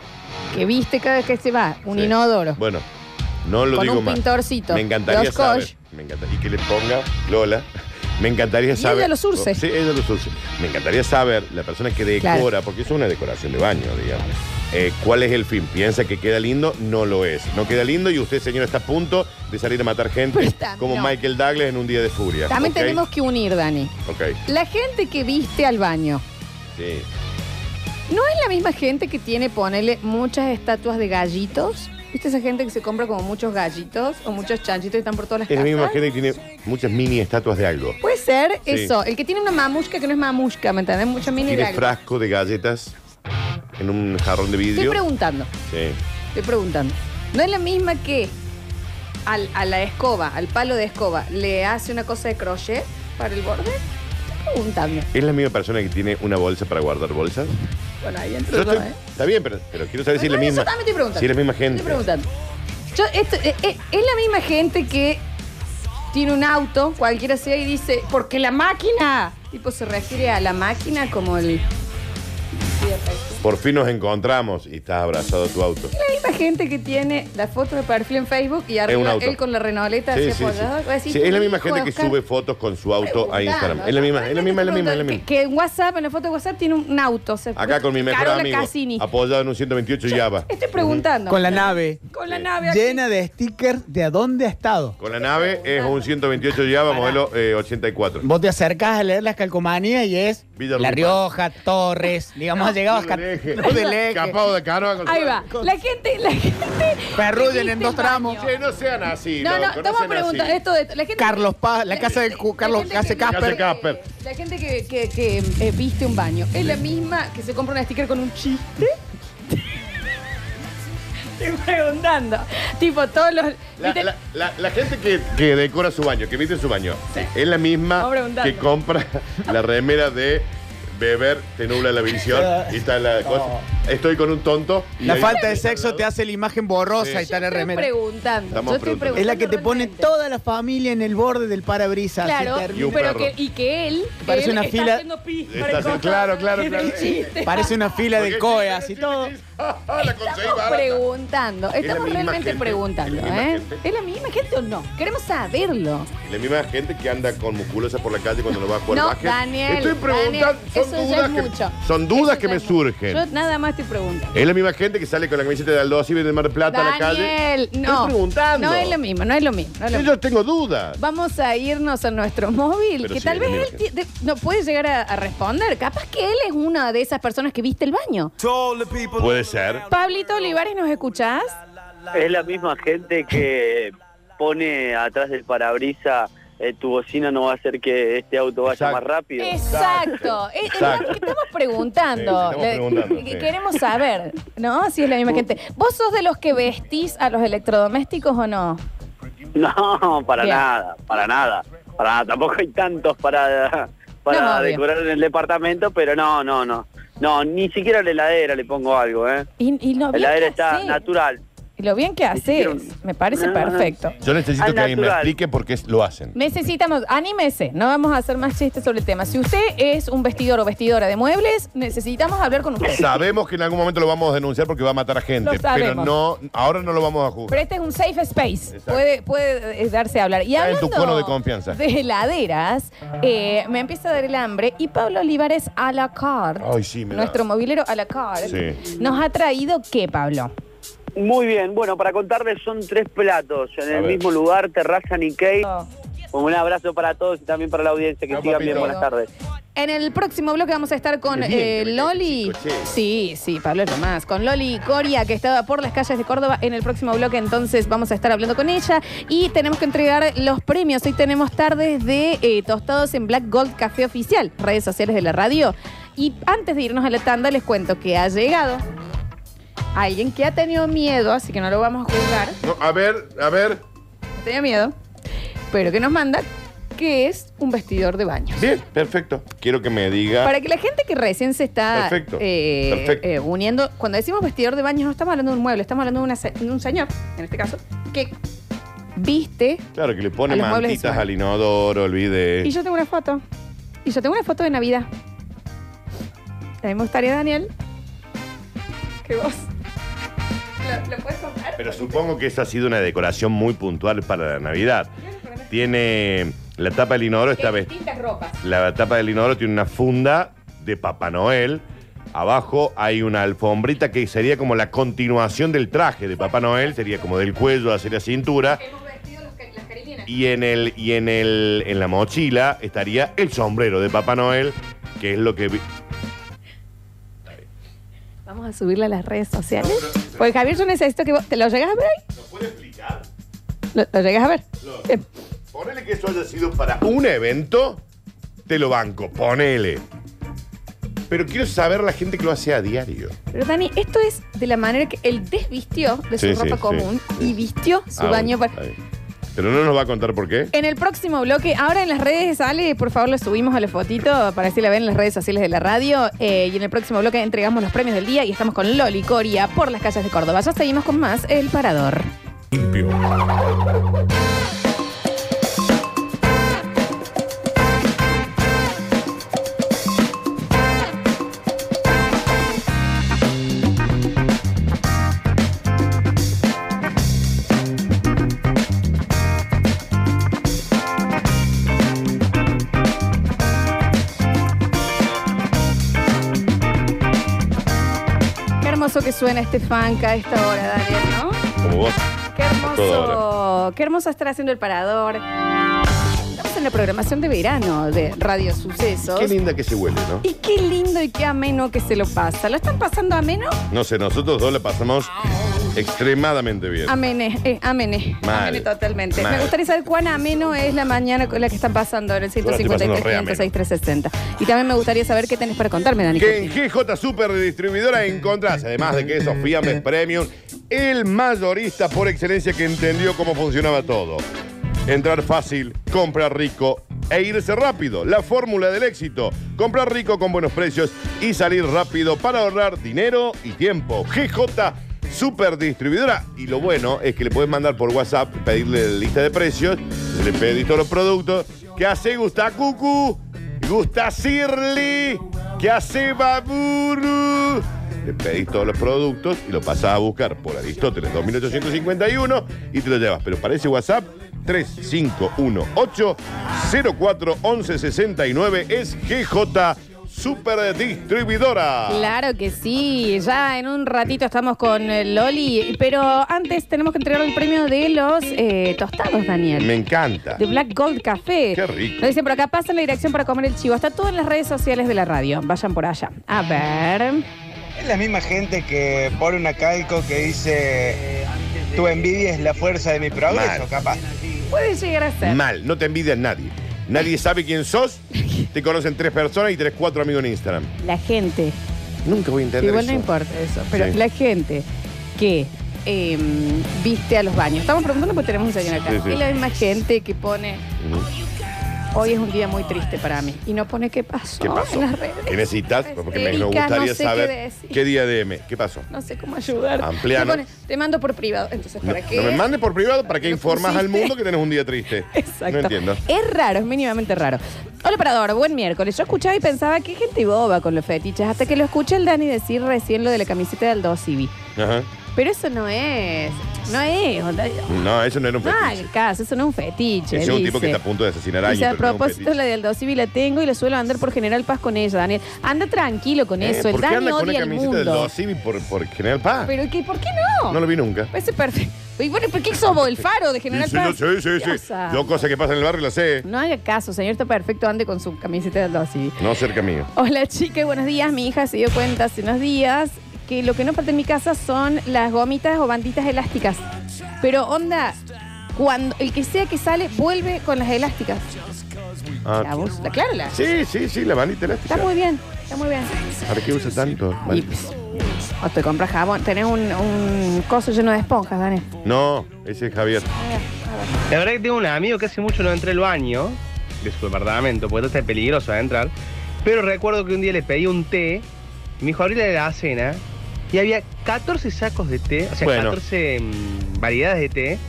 Speaker 1: que viste cada vez que se va, un
Speaker 2: Sí.
Speaker 1: inodoro.
Speaker 2: Bueno, no lo
Speaker 1: Con
Speaker 2: digo
Speaker 1: un
Speaker 2: más.
Speaker 1: pintorcito.
Speaker 2: Me encantaría
Speaker 1: Los
Speaker 2: saber.
Speaker 1: Koch.
Speaker 2: Me encantaría. Y que le ponga Lola. Me encantaría
Speaker 1: ella
Speaker 2: saber.
Speaker 1: lo surce.
Speaker 2: Sí, ella lo surce. Me encantaría saber la persona que decora,
Speaker 1: Claro.
Speaker 2: porque eso es una decoración de baño, digamos. Eh, ¿Cuál es el fin? ¿Piensa que queda lindo? No lo es. No queda lindo y usted, señora, está a punto de salir a matar gente como
Speaker 1: Pues no.
Speaker 2: Michael Douglas en un día de furia.
Speaker 1: También
Speaker 2: ¿ok?
Speaker 1: tenemos que unir, Dani.
Speaker 2: Ok.
Speaker 1: La gente que viste al baño,
Speaker 2: Sí.
Speaker 1: ¿no es la misma gente que tiene, ponele, muchas estatuas de gallitos? ¿Viste esa gente que se compra como muchos gallitos o muchos chanchitos que están por todas las
Speaker 2: Es la
Speaker 1: casas?
Speaker 2: misma gente que tiene muchas mini estatuas de algo.
Speaker 1: Puede ser
Speaker 2: Sí.
Speaker 1: eso. El que tiene una mamushka que no es mamushka, ¿me entendés? Mucha mini
Speaker 2: Tiene
Speaker 1: gallo.
Speaker 2: frasco de galletas en un jarrón de
Speaker 1: Estoy
Speaker 2: vidrio.
Speaker 1: preguntando.
Speaker 2: Sí.
Speaker 1: Estoy preguntando. ¿No es la misma que al- a la escoba, al palo de escoba, le hace una cosa de crochet para el borde? Estoy preguntando.
Speaker 2: ¿Es la misma persona que tiene una bolsa para guardar bolsas?
Speaker 1: Bueno, ahí
Speaker 2: Yo
Speaker 1: entro yo,
Speaker 2: estoy-
Speaker 1: ¿eh?
Speaker 2: Está bien, pero, pero quiero saber si es la
Speaker 1: Bueno,
Speaker 2: misma.
Speaker 1: Yo también estoy preguntando.
Speaker 2: Si es la misma gente.
Speaker 1: Estoy preguntando. Yo, esto, eh, eh, es la misma gente que tiene un auto, cualquiera sea, y dice, porque la máquina. Tipo, se refiere a la máquina como el.
Speaker 2: Por fin nos encontramos y estás abrazado a tu auto.
Speaker 1: Es la misma gente que tiene la foto de perfil en Facebook y
Speaker 2: un
Speaker 1: arriba
Speaker 2: auto.
Speaker 1: él con la renoleta
Speaker 2: Sí,
Speaker 1: así
Speaker 2: sí,
Speaker 1: apoyado. Voy a
Speaker 2: sí.
Speaker 1: decir,
Speaker 2: Sí, es la misma
Speaker 1: Pues hijo de
Speaker 2: gente que
Speaker 1: Oscar.
Speaker 2: sube fotos con su auto a Instagram. Es la misma, es la misma, es la misma, es la misma.
Speaker 1: Que en WhatsApp, en la foto de WhatsApp, tiene un auto. se-
Speaker 2: Acá con mi mejor
Speaker 1: Carola
Speaker 2: amigo.
Speaker 1: Cassini.
Speaker 2: Apoyado en un 128 Java.
Speaker 1: Estoy preguntando.
Speaker 11: Con la nave.
Speaker 1: Con la nave. aquí.
Speaker 11: Llena de stickers de a dónde ha estado.
Speaker 2: Con la nave es un 128 Java modelo eh, 84.
Speaker 11: Vos te acercás a leer las calcomanías y es
Speaker 2: Villa
Speaker 11: La
Speaker 2: Rumipal.
Speaker 11: Rioja, Torres, digamos, ha llegado hasta Club del Eje.
Speaker 2: Capado de Canoa con
Speaker 1: Ahí va. La gente, la gente.
Speaker 11: Ferrugem
Speaker 1: que
Speaker 11: en
Speaker 1: viste
Speaker 11: dos
Speaker 1: el
Speaker 11: tramos.
Speaker 1: baño.
Speaker 2: No sean así.
Speaker 1: No, no,
Speaker 2: loco,
Speaker 1: estamos
Speaker 2: sean así.
Speaker 1: preguntando esto de la gente.
Speaker 11: Carlos Paz, la casa de Cu- Carlos
Speaker 1: gente
Speaker 11: Case
Speaker 1: que-
Speaker 11: Casper.
Speaker 2: Case Casper.
Speaker 1: La gente que, que- que, eh, viste un baño. Es la misma que se compra una sticker con un chiste. Estoy preguntando. Tipo, todos los.
Speaker 2: La,
Speaker 1: ¿viste?
Speaker 2: la- la- la gente que, que decora su baño, que viste su baño, es la misma
Speaker 1: Vamos preguntando.
Speaker 2: que compra la remera de beber te nubla la visión y está la cosa. Estoy con un tonto. y
Speaker 11: La
Speaker 2: ahí-
Speaker 11: falta de sexo te hace la imagen borrosa
Speaker 2: Sí.
Speaker 11: y está
Speaker 2: Yo
Speaker 11: la
Speaker 2: estoy
Speaker 11: remera.
Speaker 1: preguntando.
Speaker 2: Estamos Yo estoy preguntando.
Speaker 11: Es la que te pone toda la familia en el borde del parabrisas.
Speaker 1: Claro,
Speaker 11: Se termina.
Speaker 1: y, pero que, y que él. que
Speaker 11: Parece
Speaker 1: él
Speaker 11: una
Speaker 1: está
Speaker 11: fila-
Speaker 1: haciendo pis para
Speaker 11: Está haciendo-
Speaker 1: encontrar-
Speaker 11: claro, claro,
Speaker 1: Qué
Speaker 11: claro.
Speaker 1: chiste.
Speaker 11: Parece una fila de coeas y todo.
Speaker 2: la conseguí
Speaker 1: Estamos
Speaker 2: barata.
Speaker 1: preguntando,
Speaker 2: Es la
Speaker 1: estamos
Speaker 2: misma
Speaker 1: realmente
Speaker 2: gente,
Speaker 1: preguntando,
Speaker 2: es la misma
Speaker 1: ¿eh? ¿Es la misma gente o no? Queremos saberlo.
Speaker 2: La misma gente que anda con musculosa por la calle cuando lo va a jugar
Speaker 1: No,
Speaker 2: básquet.
Speaker 1: Daniel.
Speaker 2: Estoy preguntando.
Speaker 1: Daniel,
Speaker 2: son
Speaker 1: eso ya
Speaker 2: dudas
Speaker 1: es
Speaker 2: que,
Speaker 1: mucho.
Speaker 2: Son dudas que me surgen.
Speaker 1: Yo nada más te pregunto.
Speaker 2: Es la misma gente que sale con la camiseta de Aldo y viene de Mar del Plata a la calle.
Speaker 1: Daniel, no.
Speaker 2: Estoy preguntando.
Speaker 1: No es lo mismo, no es lo mismo. no es lo
Speaker 2: Yo
Speaker 1: mismo.
Speaker 2: ya tengo dudas.
Speaker 1: Vamos a irnos a nuestro móvil,
Speaker 2: Pero
Speaker 1: que
Speaker 2: sí,
Speaker 1: tal
Speaker 2: es la
Speaker 1: vez él
Speaker 2: misma
Speaker 1: ti- de- no puede llegar a, a responder. Capaz que él es una de esas personas que viste el baño.
Speaker 2: Puede ser.
Speaker 1: Pablito Olivares, ¿nos escuchás?
Speaker 16: Es la misma gente que pone atrás del parabrisa eh, tu bocina no va a hacer que este auto vaya más rápido.
Speaker 1: Exacto. Eh, eh,
Speaker 16: Exacto.
Speaker 1: ¿Qué estamos preguntando?
Speaker 16: Sí, sí, estamos
Speaker 1: Le-
Speaker 16: preguntando,
Speaker 1: que-
Speaker 16: sí.
Speaker 1: Queremos saber, ¿no? Si es la misma gente. ¿Vos sos de los que vestís a los electrodomésticos o no?
Speaker 16: No, para
Speaker 1: Bien.
Speaker 16: nada, para nada, para nada. Tampoco hay tantos
Speaker 1: No,
Speaker 16: para, para
Speaker 1: obvio.
Speaker 16: decorar en el departamento, pero no, no, no. No, ni siquiera a la heladera le pongo algo, ¿eh?
Speaker 1: Y, y lo
Speaker 16: La
Speaker 1: bien
Speaker 16: heladera
Speaker 1: que
Speaker 16: está
Speaker 1: hacés.
Speaker 16: natural.
Speaker 1: Y lo bien que haces. Me parece perfecto.
Speaker 2: Yo necesito
Speaker 1: Al
Speaker 2: que alguien me
Speaker 1: natural.
Speaker 2: explique por qué lo hacen.
Speaker 1: Necesitamos, anímese, no vamos a hacer más chistes sobre el tema. Si usted es un vestidor o vestidora de muebles, necesitamos hablar con usted.
Speaker 2: Sabemos que en algún momento lo vamos a denunciar porque va a matar a
Speaker 1: Lo
Speaker 2: gente, pero
Speaker 1: sabemos.
Speaker 2: no, ahora no lo vamos a juzgar.
Speaker 1: Pero este es un safe space. Puede, puede eh, darse a hablar. Y
Speaker 2: Está en
Speaker 1: hablando
Speaker 2: tu cono de confianza.
Speaker 1: de heladeras, eh, me empieza a dar el hambre y Pablo Olivares a la carte,
Speaker 2: Ay, sí, me da.
Speaker 1: nuestro movilero a la carte,
Speaker 16: Sí.
Speaker 1: nos ha traído qué, Pablo?
Speaker 16: Muy bien, bueno, para contarles son tres platos en
Speaker 1: A
Speaker 16: el
Speaker 1: ver.
Speaker 16: mismo lugar, Terraza Nikkei. Un abrazo para todos y también para la audiencia. Que sigan bien,
Speaker 1: papito.
Speaker 16: buenas tardes.
Speaker 1: En el próximo bloque vamos a estar con
Speaker 16: Qué bien
Speaker 1: eh,
Speaker 16: que me
Speaker 1: Loli.
Speaker 16: chico, che.
Speaker 1: Sí, sí, Pablo es lo más. Con Loli Coria, que estaba por las calles de Córdoba. En el próximo bloque, entonces, vamos a estar hablando con ella. Y tenemos que entregar los premios. Hoy tenemos tardes de eh, tostados en Black Gold Café Oficial, redes sociales de la radio. Y antes de irnos a la tanda, les cuento que ha llegado alguien que ha tenido miedo, así que no lo vamos a juzgar.
Speaker 2: No, a ver, a ver.
Speaker 1: Tenía miedo, pero que nos manda que es un vestidor de baño.
Speaker 2: Bien, perfecto. Quiero que me diga.
Speaker 1: Para que la gente que recién se está
Speaker 2: Perfecto,
Speaker 1: eh,
Speaker 2: perfecto.
Speaker 1: eh, uniendo, cuando decimos vestidor de baño no estamos hablando de un mueble, estamos hablando de, una se- de un señor, en este caso, que viste.
Speaker 2: Claro, que le pone
Speaker 1: A los muebles de su
Speaker 2: mantitas
Speaker 1: baño.
Speaker 2: al inodoro, olvide.
Speaker 1: Y yo tengo una foto. Y yo tengo una foto de Navidad. A mí me gustaría, Daniel, que vos... ¿Lo, lo puedes comprar?
Speaker 2: Pero supongo que esa ha sido una decoración muy puntual para la Navidad. Tiene la tapa del inodoro, esta vez.
Speaker 1: Distintas ropas.
Speaker 2: La tapa del inodoro tiene una funda de Papá Noel. Abajo hay una alfombrita que sería como la continuación del traje de Papá Noel, sería como del cuello hacia la cintura. Y en el y en el en la mochila estaría el sombrero de Papá Noel, que es lo que vi-
Speaker 1: Vamos a subirla a las redes sociales. Porque Javier, yo necesito que vos... ¿Te lo llegas a ver ahí? ¿Lo, lo llegas a ver? Eh,
Speaker 2: Ponele que eso haya sido para un evento, te lo banco, ponele. Pero quiero saber la gente que lo hace a diario.
Speaker 1: Pero Dani, esto es de la manera que él desvistió de su
Speaker 2: Sí, sí,
Speaker 1: ropa
Speaker 2: sí,
Speaker 1: común y vistió su
Speaker 2: Ah, bueno,
Speaker 1: baño para...
Speaker 2: está bien. Pero no nos va a contar por qué.
Speaker 1: En el próximo bloque, ahora en las redes sale, por favor, lo subimos a la fotito para que la ven en las redes sociales de la radio. Eh, y en el próximo bloque entregamos los premios del día y estamos con Loli Coria por las calles de Córdoba. Ya seguimos con más El Parador.
Speaker 2: Limpio.
Speaker 1: Qué hermoso que suena este funk a esta hora, Daniel, ¿no?
Speaker 2: Como vos.
Speaker 1: Qué
Speaker 2: Toda
Speaker 1: hermoso, qué hermoso estar haciendo El Parador. Estamos en la programación de verano de Radio Sucesos.
Speaker 2: Qué linda que se huele, ¿no?
Speaker 1: Y qué lindo y qué ameno que se lo pasa. ¿Lo están pasando ameno?
Speaker 2: No sé, nosotros dos la pasamos extremadamente bien.
Speaker 1: Amene, eh, amene.
Speaker 2: Mal.
Speaker 1: Amene totalmente.
Speaker 2: Mal.
Speaker 1: Me gustaría saber cuán ameno es la mañana con la que están pasando en
Speaker 2: la
Speaker 1: el
Speaker 2: estoy pasando
Speaker 1: 153
Speaker 2: re ameno.
Speaker 1: 506 360. Y también me gustaría saber qué tenés para contarme, Dani.
Speaker 2: Que en GJ Super Distribuidora encontrás, además de que esos fiambres premium, el mayorista por excelencia que entendió cómo funcionaba todo. Entrar fácil, comprar rico, e irse rápido. La fórmula del éxito. Comprar rico con buenos precios y salir rápido para ahorrar dinero y tiempo. GJ Super Distribuidora. Y lo bueno es que le puedes mandar por WhatsApp, pedirle la lista de precios, le pedís todos los productos. ¿Qué hace Gusta Cucu? ¿Gusta Sirli? ¿Qué hace Baburu? Le pedís todos los productos y lo pasás a buscar por Aristóteles 2851 y te lo llevas. Pero para ese WhatsApp, 3518-041169 es GJ Super Distribuidora.
Speaker 1: Claro que sí, ya en un ratito estamos con eh, Loli, pero antes tenemos que entregar el premio de los eh, tostados, Daniel.
Speaker 2: Me encanta.
Speaker 1: De Black Gold Café.
Speaker 2: Qué rico.
Speaker 1: Nos dicen por acá, pasen la dirección para comer el chivo. Está todo en las redes sociales de la radio. Vayan por allá. A ver.
Speaker 20: Es la misma gente que pone una calco que dice tu envidia es la fuerza de mi progreso,
Speaker 2: Mal.
Speaker 20: capaz.
Speaker 1: Puede llegar a ser.
Speaker 2: Mal, no te envidias nadie. Nadie sabe quién sos. Te conocen tres personas y tres, cuatro amigos en Instagram.
Speaker 1: La gente.
Speaker 2: Nunca voy a entender
Speaker 1: Igual
Speaker 2: eso.
Speaker 1: no importa eso, pero
Speaker 2: Sí.
Speaker 1: la gente que eh, viste a los baños. Estamos preguntando porque tenemos un señor acá.
Speaker 2: Sí, sí.
Speaker 1: Es la misma gente que pone hoy es un día muy triste para mí y no pone qué pasó,
Speaker 2: ¿Qué pasó?
Speaker 1: en las redes.
Speaker 2: ¿Qué necesitas? Pues Porque me, me
Speaker 1: Erika,
Speaker 2: gustaría
Speaker 1: no sé
Speaker 2: saber
Speaker 1: qué
Speaker 2: qué,
Speaker 1: decir.
Speaker 2: día DM. ¿Qué pasó?
Speaker 1: No sé cómo ayudar.
Speaker 2: Amplianos.
Speaker 1: Te, te mando por privado. Entonces,
Speaker 2: No,
Speaker 1: ¿para qué?
Speaker 2: no me mandes por privado para que informas al
Speaker 1: pusiste.
Speaker 2: mundo que tenés un día triste.
Speaker 1: Exacto.
Speaker 2: No entiendo.
Speaker 1: Es raro, es mínimamente raro. Hola, Parador, buen miércoles. Yo escuchaba y pensaba, qué gente boba con los fetiches, hasta que lo escuché el Dani decir recién lo de la camiseta del 2 Civi.
Speaker 2: Ajá.
Speaker 1: Pero eso no es, no es, onda,
Speaker 2: No, eso no era un fetiche.
Speaker 1: mal caso, eso no es un fetiche.
Speaker 2: Ese es un
Speaker 1: dice.
Speaker 2: tipo que está a punto de asesinar a
Speaker 1: Dice,
Speaker 2: alguien.
Speaker 1: a
Speaker 2: pero no es un
Speaker 1: propósito, la del 2 Civi la tengo y la suelo andar por General Paz con ella, Daniel. Anda tranquilo con
Speaker 2: fetiche. Eh,
Speaker 1: eso, el
Speaker 2: ¿Por qué
Speaker 1: Dani
Speaker 2: anda con una
Speaker 1: odia al
Speaker 2: camiseta del
Speaker 1: mundo.
Speaker 2: 2 Civi por, por General Paz?
Speaker 1: Pero ¿qué? ¿por qué no?
Speaker 2: No lo vi nunca.
Speaker 1: Parece perfecto. Y bueno, ¿por qué somos el faro de General
Speaker 2: Sí,
Speaker 1: Paz?
Speaker 2: sí, sí, sí, sí.
Speaker 1: Dios santo.
Speaker 2: Yo cosas que pasan en el barrio las sé.
Speaker 1: No haga caso, señor, está perfecto, ande con su camiseta del 2 Civi.
Speaker 2: No cerca mío.
Speaker 1: Hola chica, buenos días. Mi hija se dio cuenta hace unos días que lo que no falta en mi casa son las gomitas o banditas elásticas. Pero onda, cuando el que sea que sale vuelve con las elásticas.
Speaker 2: Ah,
Speaker 1: La voz, la- claro, la-
Speaker 2: Sí, sí, sí, la bandita elástica.
Speaker 1: Está muy bien, está muy bien. pues.
Speaker 2: ¿Para qué usa tanto? Vale.
Speaker 1: O te compras jabón, tenés un, un coso lleno de esponjas, Dani.
Speaker 2: No, ese es Javier.
Speaker 1: Ah.
Speaker 21: La verdad que tengo un amigo que hace mucho no entra al baño de su departamento, porque está peligroso de entrar. Pero recuerdo que un día le pedí un té, y me dijo ahorita de la cena, y había 14 sacos de té, o sea,
Speaker 2: Bueno.
Speaker 21: 14 mm, variedades de té,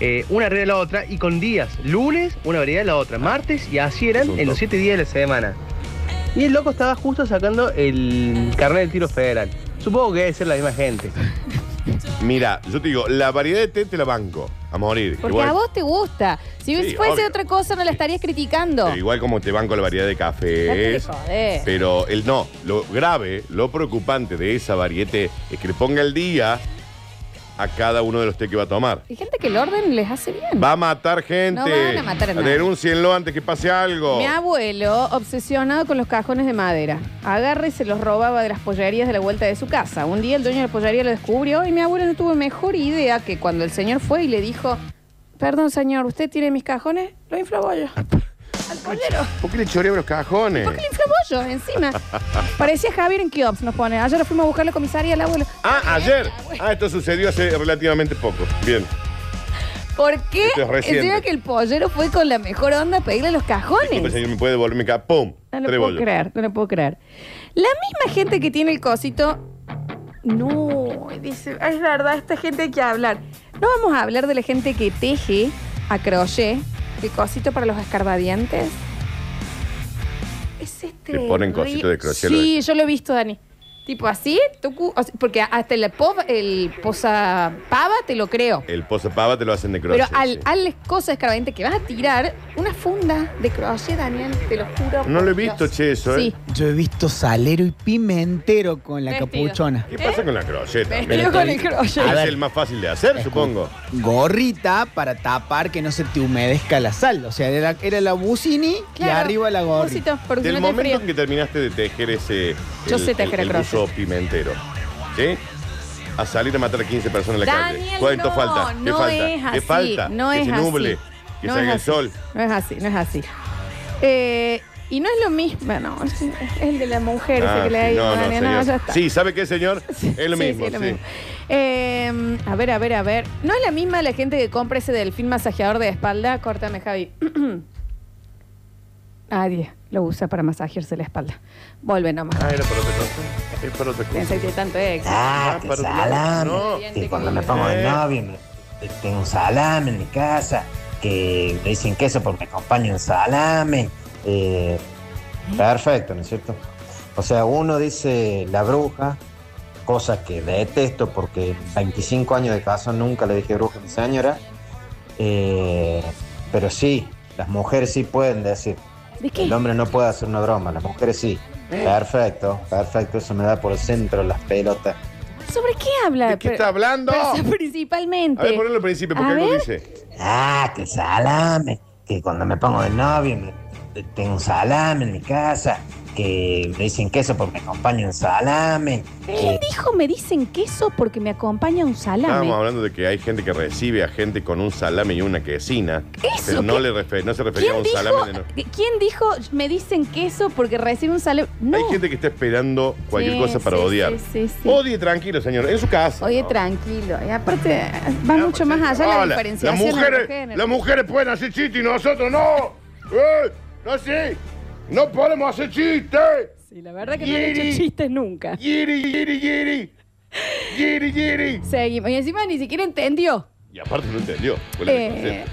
Speaker 21: eh, una arriba de la otra, y con días. Lunes, una variedad de la otra. Martes, y así eran en los 7 días de la semana. Y el loco estaba justo sacando el carnet del tiro federal. Supongo que debe ser la misma gente.
Speaker 2: Mira, yo te digo, la variedad de té te la banco a morir.
Speaker 1: Porque
Speaker 2: igual,
Speaker 1: a vos te gusta. Si
Speaker 2: Sí,
Speaker 1: fuese
Speaker 2: obvio.
Speaker 1: otra cosa, no la estarías criticando.
Speaker 2: igual como te banco la variedad de
Speaker 1: Date de
Speaker 2: cafés.
Speaker 1: joder.
Speaker 2: Pero el no, lo grave, lo preocupante de esa variedad es que le ponga el día a cada uno de los té que va a tomar.
Speaker 1: Hay gente que el orden les hace bien.
Speaker 2: Va a matar gente.
Speaker 1: No van a matar a nadie.
Speaker 2: Denúncienlo antes que pase algo.
Speaker 1: Mi abuelo, obsesionado con los cajones de madera, agarra y se los robaba de las pollerías de la vuelta de su casa. Un día el dueño de la pollería lo descubrió y mi abuelo no tuvo mejor idea que cuando el señor fue y le dijo, perdón señor, ¿usted tiene mis cajones? Lo infló bollo. Al pollero.
Speaker 2: ¿Por qué le choreo los cajones?
Speaker 1: ¿Por qué le infló bollo encima? Parecía Javier en Kiops, nos pone. Ayer lo fuimos a buscar a la comisaría al abuelo.
Speaker 2: Ah, ayer. Ah, esto sucedió hace relativamente poco. Bien.
Speaker 1: ¿Por qué
Speaker 2: Esto es reciente.
Speaker 1: encima que el pollero fue con la mejor onda a pedirle los cajones?
Speaker 2: El Este señor me puede devolver mi ca- ¡Pum!
Speaker 1: No
Speaker 2: Tres
Speaker 1: lo puedo
Speaker 2: bollos.
Speaker 1: creer, no lo puedo creer. La misma gente que tiene el cosito. No, y dice, "Ay, es verdad, esta gente hay que hablar. No vamos a hablar de la gente que teje a crochet el cosito para los escarbadientes. Es este.
Speaker 2: Le ponen cosito de crochet, lo
Speaker 1: Sí, yo lo he visto, Dani. Tipo así, tucu, o sea, porque hasta el, pov- el posapava te lo creo.
Speaker 2: El posapava te lo hacen de
Speaker 1: Pero
Speaker 2: crochet.
Speaker 1: al, al cosa escarbadiente que vas a tirar, una funda de crochet, Daniel, te lo juro.
Speaker 2: No
Speaker 1: por
Speaker 2: lo he
Speaker 1: Dios.
Speaker 2: visto, che, eso, ¿eh?
Speaker 1: Sí.
Speaker 11: Yo he visto salero y pimentero con la
Speaker 1: Vestido.
Speaker 11: capuchona.
Speaker 2: ¿Qué pasa con la crochet?
Speaker 11: ¿Eh? Vestido
Speaker 2: también?
Speaker 11: con el crochet.
Speaker 2: Es
Speaker 11: A ver.
Speaker 2: el más fácil de hacer, supongo.
Speaker 11: Gorrita para tapar que no se te humedezca la sal. O sea, era, era la bucini y arriba la gorrita.
Speaker 2: Del momento en que terminaste de tejer ese.
Speaker 11: Yo sé tejer
Speaker 2: el, el
Speaker 11: crochet.
Speaker 2: buzo pimentero. ¿Sí? A salir a matar a 15 personas en la
Speaker 1: Daniel,
Speaker 2: calle. ¿Cuánto
Speaker 1: no,
Speaker 2: falta? ¿Qué
Speaker 1: no
Speaker 2: falta? ¿Qué
Speaker 1: es así,
Speaker 2: falta?
Speaker 1: no
Speaker 2: que
Speaker 1: es
Speaker 2: se
Speaker 1: así.
Speaker 2: nuble, que
Speaker 1: No
Speaker 2: salga
Speaker 1: es
Speaker 2: el
Speaker 1: así.
Speaker 2: sol.
Speaker 1: No es así, no es así. Eh, y no es lo mismo. Bueno, es es el de la mujer, ese
Speaker 2: Ah,
Speaker 1: que le
Speaker 2: sí,
Speaker 1: ha ido
Speaker 2: no, no,
Speaker 1: Daniel,
Speaker 2: señor.
Speaker 1: ya está.
Speaker 2: Sí, ¿sabe qué, señor? es lo
Speaker 1: Sí,
Speaker 2: mismo.
Speaker 1: sí, es lo
Speaker 2: sí.
Speaker 1: mismo. Eh, a ver, a ver, a ver. ¿No es la misma la gente que compra ese delfín masajeador de espalda? Córtame, Javi. Nadie lo usa para masajearse la espalda. Vuelve nomás.
Speaker 2: Ah, era para otra cosa. Es para otra cosa.
Speaker 1: Pensé que tanto ex.
Speaker 3: Ah,
Speaker 1: que
Speaker 3: que salame. que cuando me pongo de novio, me- eh, tengo un salame en mi casa, que me dicen queso porque me acompaña un salame. Eh, perfecto, ¿no es cierto? O sea, uno dice la bruja, cosa que detesto porque en 25 años de caso nunca le dije bruja a mi señora. Eh, pero sí, las mujeres sí pueden decir.
Speaker 1: ¿De qué?
Speaker 3: El hombre no puede hacer una broma, las mujeres sí. Perfecto, perfecto, eso me da por el centro las pelotas.
Speaker 1: ¿Sobre qué habla?
Speaker 2: ¿De qué está hablando?
Speaker 1: Pero- principalmente.
Speaker 2: A ver, ponelo al principio, porque
Speaker 1: A
Speaker 2: algo
Speaker 1: ver.
Speaker 2: dice.
Speaker 3: Ah, que salame, que cuando me pongo de novio me- eh, tengo un salame en mi casa, que me dicen queso porque me acompaña un salame.
Speaker 1: ¿Quién dijo me dicen queso porque me acompaña un salame?
Speaker 2: Estábamos hablando de que hay gente que recibe a gente con un salame y una quesina.
Speaker 1: Eso,
Speaker 2: Pero no,
Speaker 1: ¿qué?
Speaker 2: le refe- no se refería a
Speaker 1: ¿Quién
Speaker 2: un salame
Speaker 1: dijo,
Speaker 2: de no-
Speaker 1: ¿Quién dijo me dicen queso porque recibe un salame? No.
Speaker 2: Hay gente que está esperando cualquier
Speaker 1: Sí,
Speaker 2: cosa para
Speaker 1: sí,
Speaker 2: odiar.
Speaker 1: sí, sí, sí.
Speaker 2: Odie tranquilo, señor, en su casa.
Speaker 1: Oye, tranquilo. Y aparte, va mucho más allá la
Speaker 2: pues, Hola,
Speaker 1: diferenciación.
Speaker 2: las mujeres,
Speaker 1: entre géneros.
Speaker 2: las mujeres pueden hacer chistes y nosotros no. ¡Eh! No sí. No podemos hacer chistes.
Speaker 1: Sí, la verdad que no he hecho chistes nunca.
Speaker 2: Yiri, yiri, yiri. Yiri, yiri.
Speaker 1: Seguimos. Y encima ni siquiera entendió.
Speaker 2: Y aparte no entendió. Fue la
Speaker 1: Eh,
Speaker 2: diferencia.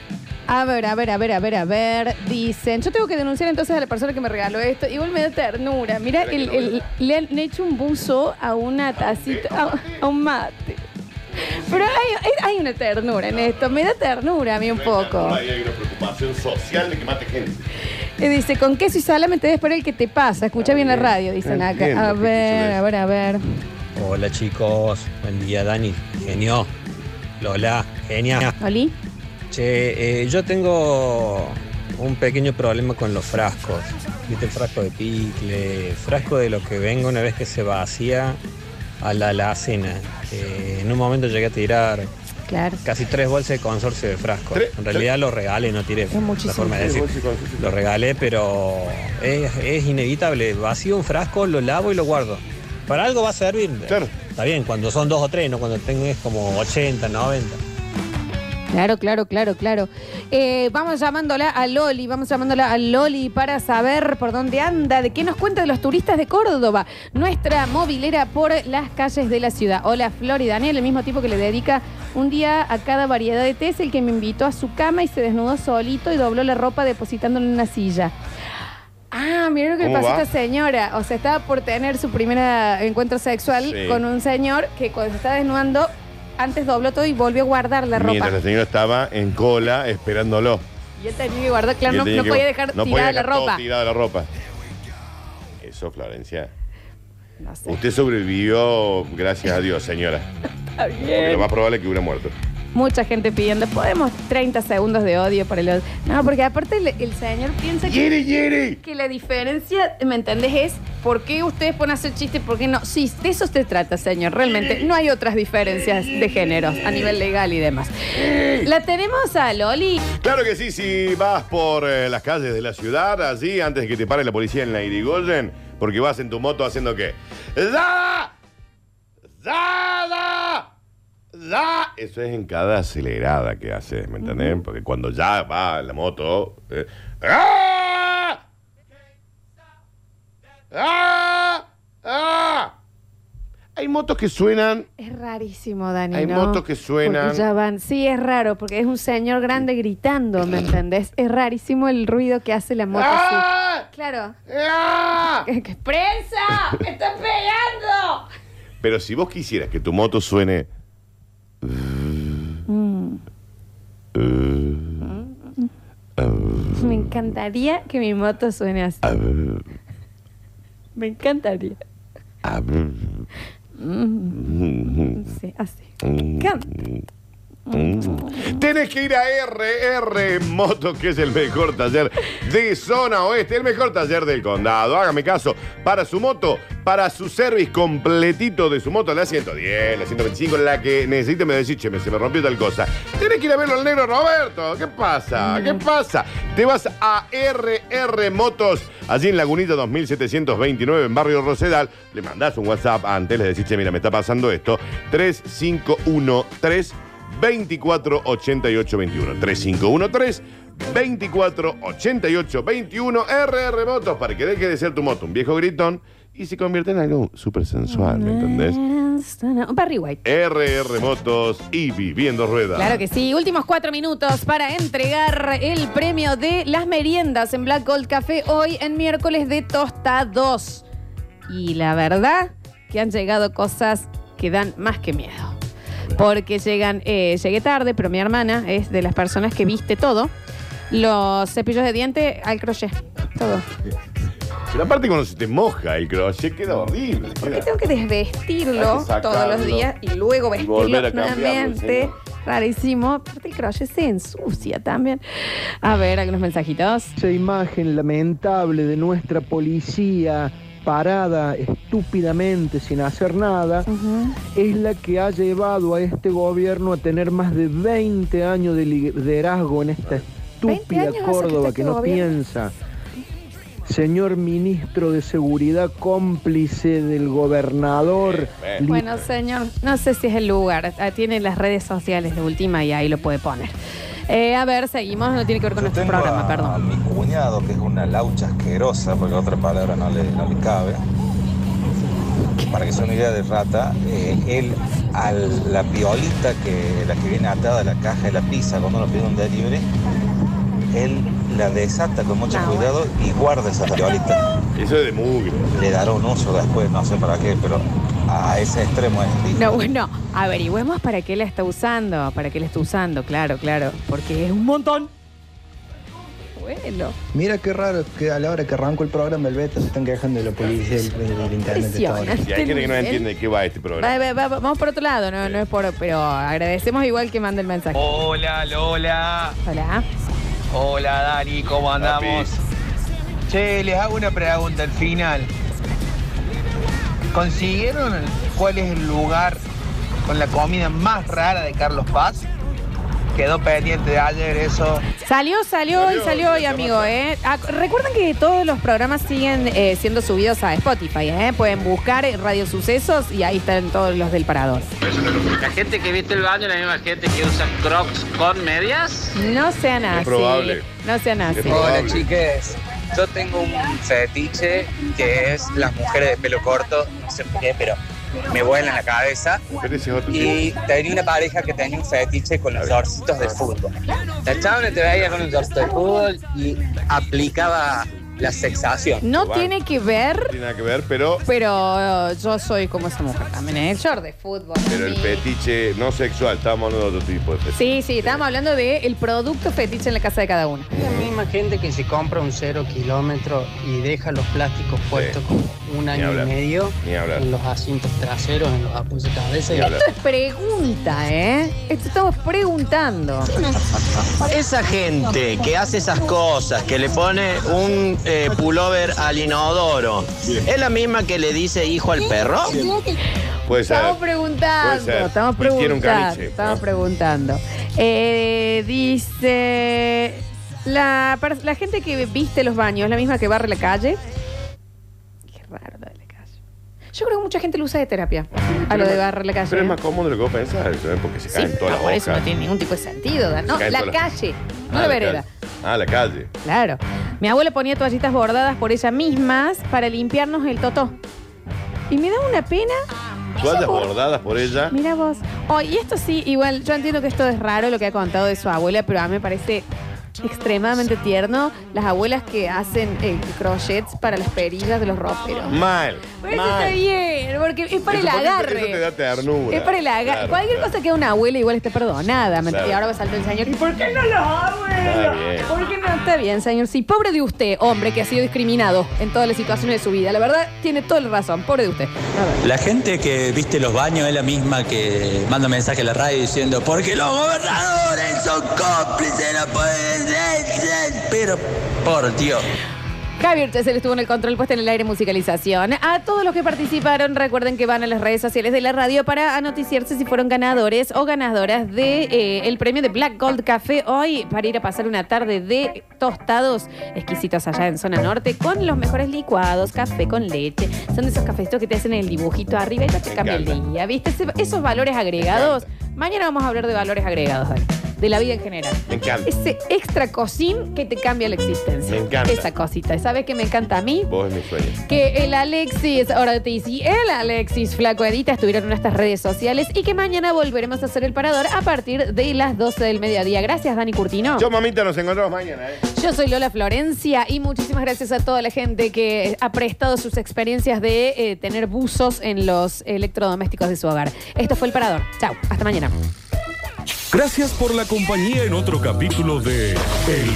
Speaker 1: A ver, a ver, a ver, a ver, a ver. Dicen, yo tengo que denunciar entonces a la persona que me regaló esto. Igual me da ternura. Mira,
Speaker 2: Espera que
Speaker 1: el-
Speaker 2: no
Speaker 1: el- le han hecho un buzo a una tacita, a, a un mate. Pero hay, hay una ternura en esto. Me da ternura a mí un poco.
Speaker 2: Ahí Hay una preocupación social de que mate gente.
Speaker 1: Y dice, con queso y salame te des por el que te pasa. Escucha bien la radio, dicen
Speaker 5: Entiendo
Speaker 1: acá. A
Speaker 5: que
Speaker 1: ver, a ver, a ver.
Speaker 5: Hola chicos, buen día Dani, genio. Lola, genia.
Speaker 1: ¿Oli?
Speaker 5: Che, eh, yo tengo un pequeño problema con los frascos. Viste, frasco de picle, frasco de lo que venga una vez que se vacía a la alacena. Eh, en un momento llegué a tirar
Speaker 1: Claro.
Speaker 5: casi tres bolsas de consorcio de frascos.
Speaker 2: Tres-
Speaker 5: En realidad lo regalé, no tiré.
Speaker 1: muchísimo.
Speaker 5: La forma de
Speaker 2: Tres
Speaker 5: decir.
Speaker 2: bolsas de consorcio.
Speaker 5: Lo regalé, pero es, es inevitable. Vacío un frasco, lo lavo y lo guardo. Para algo va a servir. Está bien, cuando son dos o tres, no cuando tengas como 80, 90.
Speaker 1: Claro, claro, claro, claro. Eh, vamos llamándola a Loli, vamos llamándola a Loli para saber por dónde anda, de qué nos cuenta de los turistas de Córdoba, nuestra movilera por las calles de la ciudad. Hola, Flor y Daniel, el mismo tipo que le dedica un día a cada variedad de té, es el que me invitó a su cama y se desnudó solito y dobló la ropa depositándola en una silla. Ah, mira lo que le
Speaker 2: ¿Cómo
Speaker 1: pasó a
Speaker 2: va?
Speaker 1: esta señora. O sea, estaba por tener su primer eh, encuentro sexual
Speaker 2: Sí.
Speaker 1: con un señor que cuando se estaba desnudando, antes dobló todo y volvió a guardar la ropa.
Speaker 2: Mientras la señora estaba en cola esperándolo.
Speaker 1: Y este él tenía que guardar, claro,
Speaker 2: Y él
Speaker 1: no,
Speaker 2: tenía
Speaker 1: no
Speaker 2: que-
Speaker 1: podía dejar
Speaker 2: no podía
Speaker 1: tirada
Speaker 2: dejar
Speaker 1: la
Speaker 2: todo
Speaker 1: ropa.
Speaker 2: tirado la ropa. Eso, Florencia.
Speaker 1: No sé.
Speaker 2: Usted sobrevivió, gracias a Dios, señora.
Speaker 1: Está bien.
Speaker 2: Porque lo más probable es que hubiera muerto.
Speaker 1: Mucha gente pidiendo, podemos 30 segundos de odio para el otro. No, porque aparte el, el señor piensa que,
Speaker 2: Yere, yere.
Speaker 1: que la diferencia, ¿me entendés? Es por qué ustedes pueden hacer chistes, por qué no. Sí, de eso se trata, señor. Realmente no hay otras diferencias de género a nivel legal y demás. La tenemos a Loli.
Speaker 2: Claro que sí, si vas por eh, las calles de la ciudad, allí, antes de que te pare la policía en la Irigoyen, porque vas en tu moto haciendo qué. ¡Dada! ¡Dada! ¡Da! Eso es en cada acelerada que haces, ¿me entendés? Porque cuando ya va la moto. eh, ¡Ah! ¡Ah! ¡Ah! Hay motos que suenan.
Speaker 1: Es rarísimo, Dani.
Speaker 2: Hay
Speaker 1: ¿no?
Speaker 2: motos que suenan.
Speaker 1: Porque ya van. Sí, es raro, porque es un señor grande gritando, ¿me entendés? Es rarísimo el ruido que hace la moto. así. Claro.
Speaker 2: ¡Ah!
Speaker 1: Que- que- ¡Prensa! ¡Me están pegando!
Speaker 2: Pero si vos quisieras que tu moto suene.
Speaker 1: Me encantaría que mi moto suene así. Me encantaría.
Speaker 2: ah,
Speaker 1: Mm,
Speaker 2: mm,
Speaker 1: Sí, Eh, así.
Speaker 2: Tienes que ir a RR Moto, que es el mejor taller de zona oeste, el mejor taller del condado. Hágame caso, para su moto, para su service completito de su moto, la 110, la 125, la que necesite, me decís, che, me- se me rompió tal cosa. Tienes que ir a verlo al negro Roberto. ¿Qué pasa? ¿Qué pasa? Te vas a RR Motos, allí en Lagunita 2729, en Barrio Rosedal. Le mandás un WhatsApp antes, le decís, che, mira, me está pasando esto. 3513. 248821 3513 24 88 21 RR Motos para que deje de ser tu moto un viejo gritón y se convierte en algo súper sensual, ¿me entendés?
Speaker 1: Un Barry White.
Speaker 2: RR Motos y Viviendo Ruedas.
Speaker 1: Claro que sí. Últimos cuatro minutos para entregar el premio de las meriendas en Black Gold Café hoy en miércoles de Tosta 2. Y la verdad que han llegado cosas que dan más que miedo. Porque llegan, eh, llegué tarde, pero mi hermana es de las personas que viste todo. Los cepillos de diente al crochet. Todo.
Speaker 2: Pero aparte cuando se te moja el crochet queda horrible.
Speaker 1: Porque
Speaker 2: queda-
Speaker 1: tengo que
Speaker 2: Hay
Speaker 1: desvestirlo
Speaker 2: que sacarlo.
Speaker 1: todos los días y luego
Speaker 2: Y volver
Speaker 1: vestirlo
Speaker 2: a cambiarlo,
Speaker 1: nuevamente.
Speaker 2: sí.
Speaker 1: Rarísimo. Aparte el crochet se ensucia también. A ver, algunos mensajitos.
Speaker 22: Esa imagen lamentable de nuestra policía parada estúpidamente sin hacer nada es la que ha llevado a este gobierno a tener más de 20 años de liderazgo en esta estúpida
Speaker 1: años hace que está
Speaker 22: Córdoba
Speaker 1: este
Speaker 22: que no
Speaker 1: gobierno.
Speaker 22: piensa. Señor ministro de Seguridad cómplice del gobernador. li-
Speaker 1: Bueno, señor, no sé si es el lugar. Ah, Tiene las redes sociales de última y ahí lo puede poner. Eh, a ver, seguimos. No tiene que ver con nuestro programa, perdón.
Speaker 10: A mi cuñado, que es una laucha asquerosa, porque otra palabra no le, no le cabe. Para que sea una idea de rata, eh, él a la piolita que la que viene atada a la caja de la pizza cuando uno pide un delivery, él la desata con mucho
Speaker 1: Ah,
Speaker 10: cuidado y guarda esa piolita.
Speaker 2: Eso es de mugre.
Speaker 10: Le dará un uso después, no sé para qué, pero a ese extremo es. el hijo.
Speaker 1: No, bueno, averigüemos para qué la está usando, para qué la está usando, claro, claro, porque es un montón. Bueno,
Speaker 23: Mira qué raro que a la hora que arrancó el programa el beta se están quejando de la policía del, del internet. de todo.
Speaker 1: Impresionante. ¿eh?
Speaker 2: Y hay gente que no entiende de qué va este
Speaker 1: Va,
Speaker 2: programa.
Speaker 1: va, va, vamos por otro lado, no, no es por, pero agradecemos igual que manda el mensaje.
Speaker 11: Oh. Hola, Lola.
Speaker 1: Hola.
Speaker 11: Hola, Dani, ¿cómo andamos? Che, les hago una pregunta al final. ¿Consiguieron cuál es el lugar con la comida más rara de Carlos Paz? Quedó pendiente de ayer eso.
Speaker 1: Salió, salió, y salió hoy, amigo, ¿eh? Ah, recuerden que todos los programas siguen eh, siendo subidos a Spotify, ¿eh? Pueden buscar eh, Radio Sucesos y ahí están todos los del parador.
Speaker 24: La gente que viste el baño es la misma gente que usa crocs con medias.
Speaker 1: No sean así.
Speaker 24: probable.
Speaker 1: No sean así.
Speaker 11: Hola, chiques. Yo tengo un fetiche que es las mujeres de pelo corto, no sé por qué, pero me vuelan la cabeza. Y tenía una pareja que tenía un fetiche con los shortcitos de fútbol. La chavana te veía con un shortcito de fútbol y aplicaba la sexación.
Speaker 1: No tiene que ver,
Speaker 2: tiene nada que ver, pero,
Speaker 1: pero eh, yo soy como esa mujer también, ¿eh? Short de fútbol.
Speaker 2: pero el fetiche no sexual, estábamos hablando de otro tipo de fetiche.
Speaker 1: Sí, sí, estábamos hablando del el producto fetiche en la casa de cada uno.
Speaker 25: La misma gente que se compra un cero kilómetro y deja los plásticos puestos como un año y
Speaker 2: hablar.
Speaker 25: medio
Speaker 2: Ni hablar.
Speaker 25: en los asientos traseros, en los apoyos de cabeza. y-
Speaker 1: Esto es pregunta, ¿eh? Esto estamos preguntando.
Speaker 26: Esa gente que hace esas cosas, que le pone un eh, pullover al inodoro, ¿es la misma que le dice hijo al perro?
Speaker 2: Puede
Speaker 1: Estamos preguntando,
Speaker 26: Puede ser.
Speaker 1: estamos
Speaker 26: Hicieron un
Speaker 1: preguntando,
Speaker 26: caliche,
Speaker 1: estamos preguntando. Eh, dice, la, per- la gente que viste los baños, ¿la misma que barre la calle? Qué raro lo de la calle. Yo creo que mucha gente lo usa de terapia, a lo de barrer la calle.
Speaker 2: Pero es más cómodo de lo que vos pensás, ¿sabes? porque se
Speaker 1: ¿eh? Sí,
Speaker 2: caen todas
Speaker 1: no,
Speaker 2: las
Speaker 1: por eso
Speaker 2: hojas.
Speaker 1: no tiene ningún tipo de sentido. Dan. No,
Speaker 2: Se caen
Speaker 1: la
Speaker 2: todas las-
Speaker 1: calle, no
Speaker 2: Ah,
Speaker 1: la vereda.
Speaker 2: calle. Ah, la calle.
Speaker 1: Claro. Mi abuela ponía toallitas bordadas por ella mismas para limpiarnos el totó. Y me da una pena.
Speaker 2: Ah. Toallas bordadas por ella.
Speaker 1: Mira vos. Oh, y esto sí, igual, yo entiendo que esto es raro lo que ha contado de su abuela, pero a mí me parece extremadamente tierno las abuelas que hacen eh, crochets para las perillas de los roperos.
Speaker 2: Mal.
Speaker 1: Pero eso está bien, porque es para el
Speaker 2: Eso- porque
Speaker 1: agarre.
Speaker 2: Eso te da ternura.
Speaker 1: Es para el agarre.
Speaker 2: Claro,
Speaker 1: Cualquier
Speaker 2: claro.
Speaker 1: cosa que haga una abuela igual está perdonada.
Speaker 2: Claro.
Speaker 1: ¿me entiendes? Y ahora va a saltar el señor. ¿Y por qué no los
Speaker 2: Está
Speaker 1: abuelos?
Speaker 2: bien.
Speaker 1: ¿Por qué no está bien, señor? Sí, pobre de usted, hombre, que ha sido discriminado en todas las situaciones de su vida. La verdad, tiene toda la razón. Pobre de usted. A ver.
Speaker 8: La gente que viste los baños es la misma que manda mensaje a la radio diciendo porque los gobernadores son cómplices, no pueden ser, pero por Dios.
Speaker 1: Javier Chesel estuvo en el control puesto en el aire musicalización. A todos los que participaron, recuerden que van a las redes sociales de la radio para anoticiarse si fueron ganadores o ganadoras de eh, el premio de Black Gold Café hoy para ir a pasar una tarde de tostados exquisitos allá en zona norte con los mejores licuados, café con leche. Son de esos cafecitos que te hacen el dibujito arriba y ya te
Speaker 2: Me
Speaker 1: cambia el
Speaker 2: encanta.
Speaker 1: día, ¿viste? Ese- Esos valores agregados. Mañana vamos a hablar de valores agregados. Dani. de la vida en general.
Speaker 2: Me encanta.
Speaker 1: Ese extra cosín que te cambia la existencia.
Speaker 2: Me encanta.
Speaker 1: Esa cosita. ¿Sabes qué me encanta a mí?
Speaker 2: Vos es mi sueño.
Speaker 1: Que el Alexis Ortiz y el Alexis Flaco Edita estuvieron en nuestras redes sociales y que mañana volveremos a hacer el parador a partir de las 12 del mediodía. Gracias, Dani Curtino.
Speaker 2: Yo, mamita, nos encontramos mañana, ¿eh?
Speaker 1: Yo soy Lola Florencia y muchísimas gracias a toda la gente que ha prestado sus experiencias de eh, tener buzos en los electrodomésticos de su hogar. Esto fue El Parador. Chao, hasta mañana.
Speaker 4: Gracias por la compañía en otro capítulo de El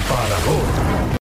Speaker 4: Parador.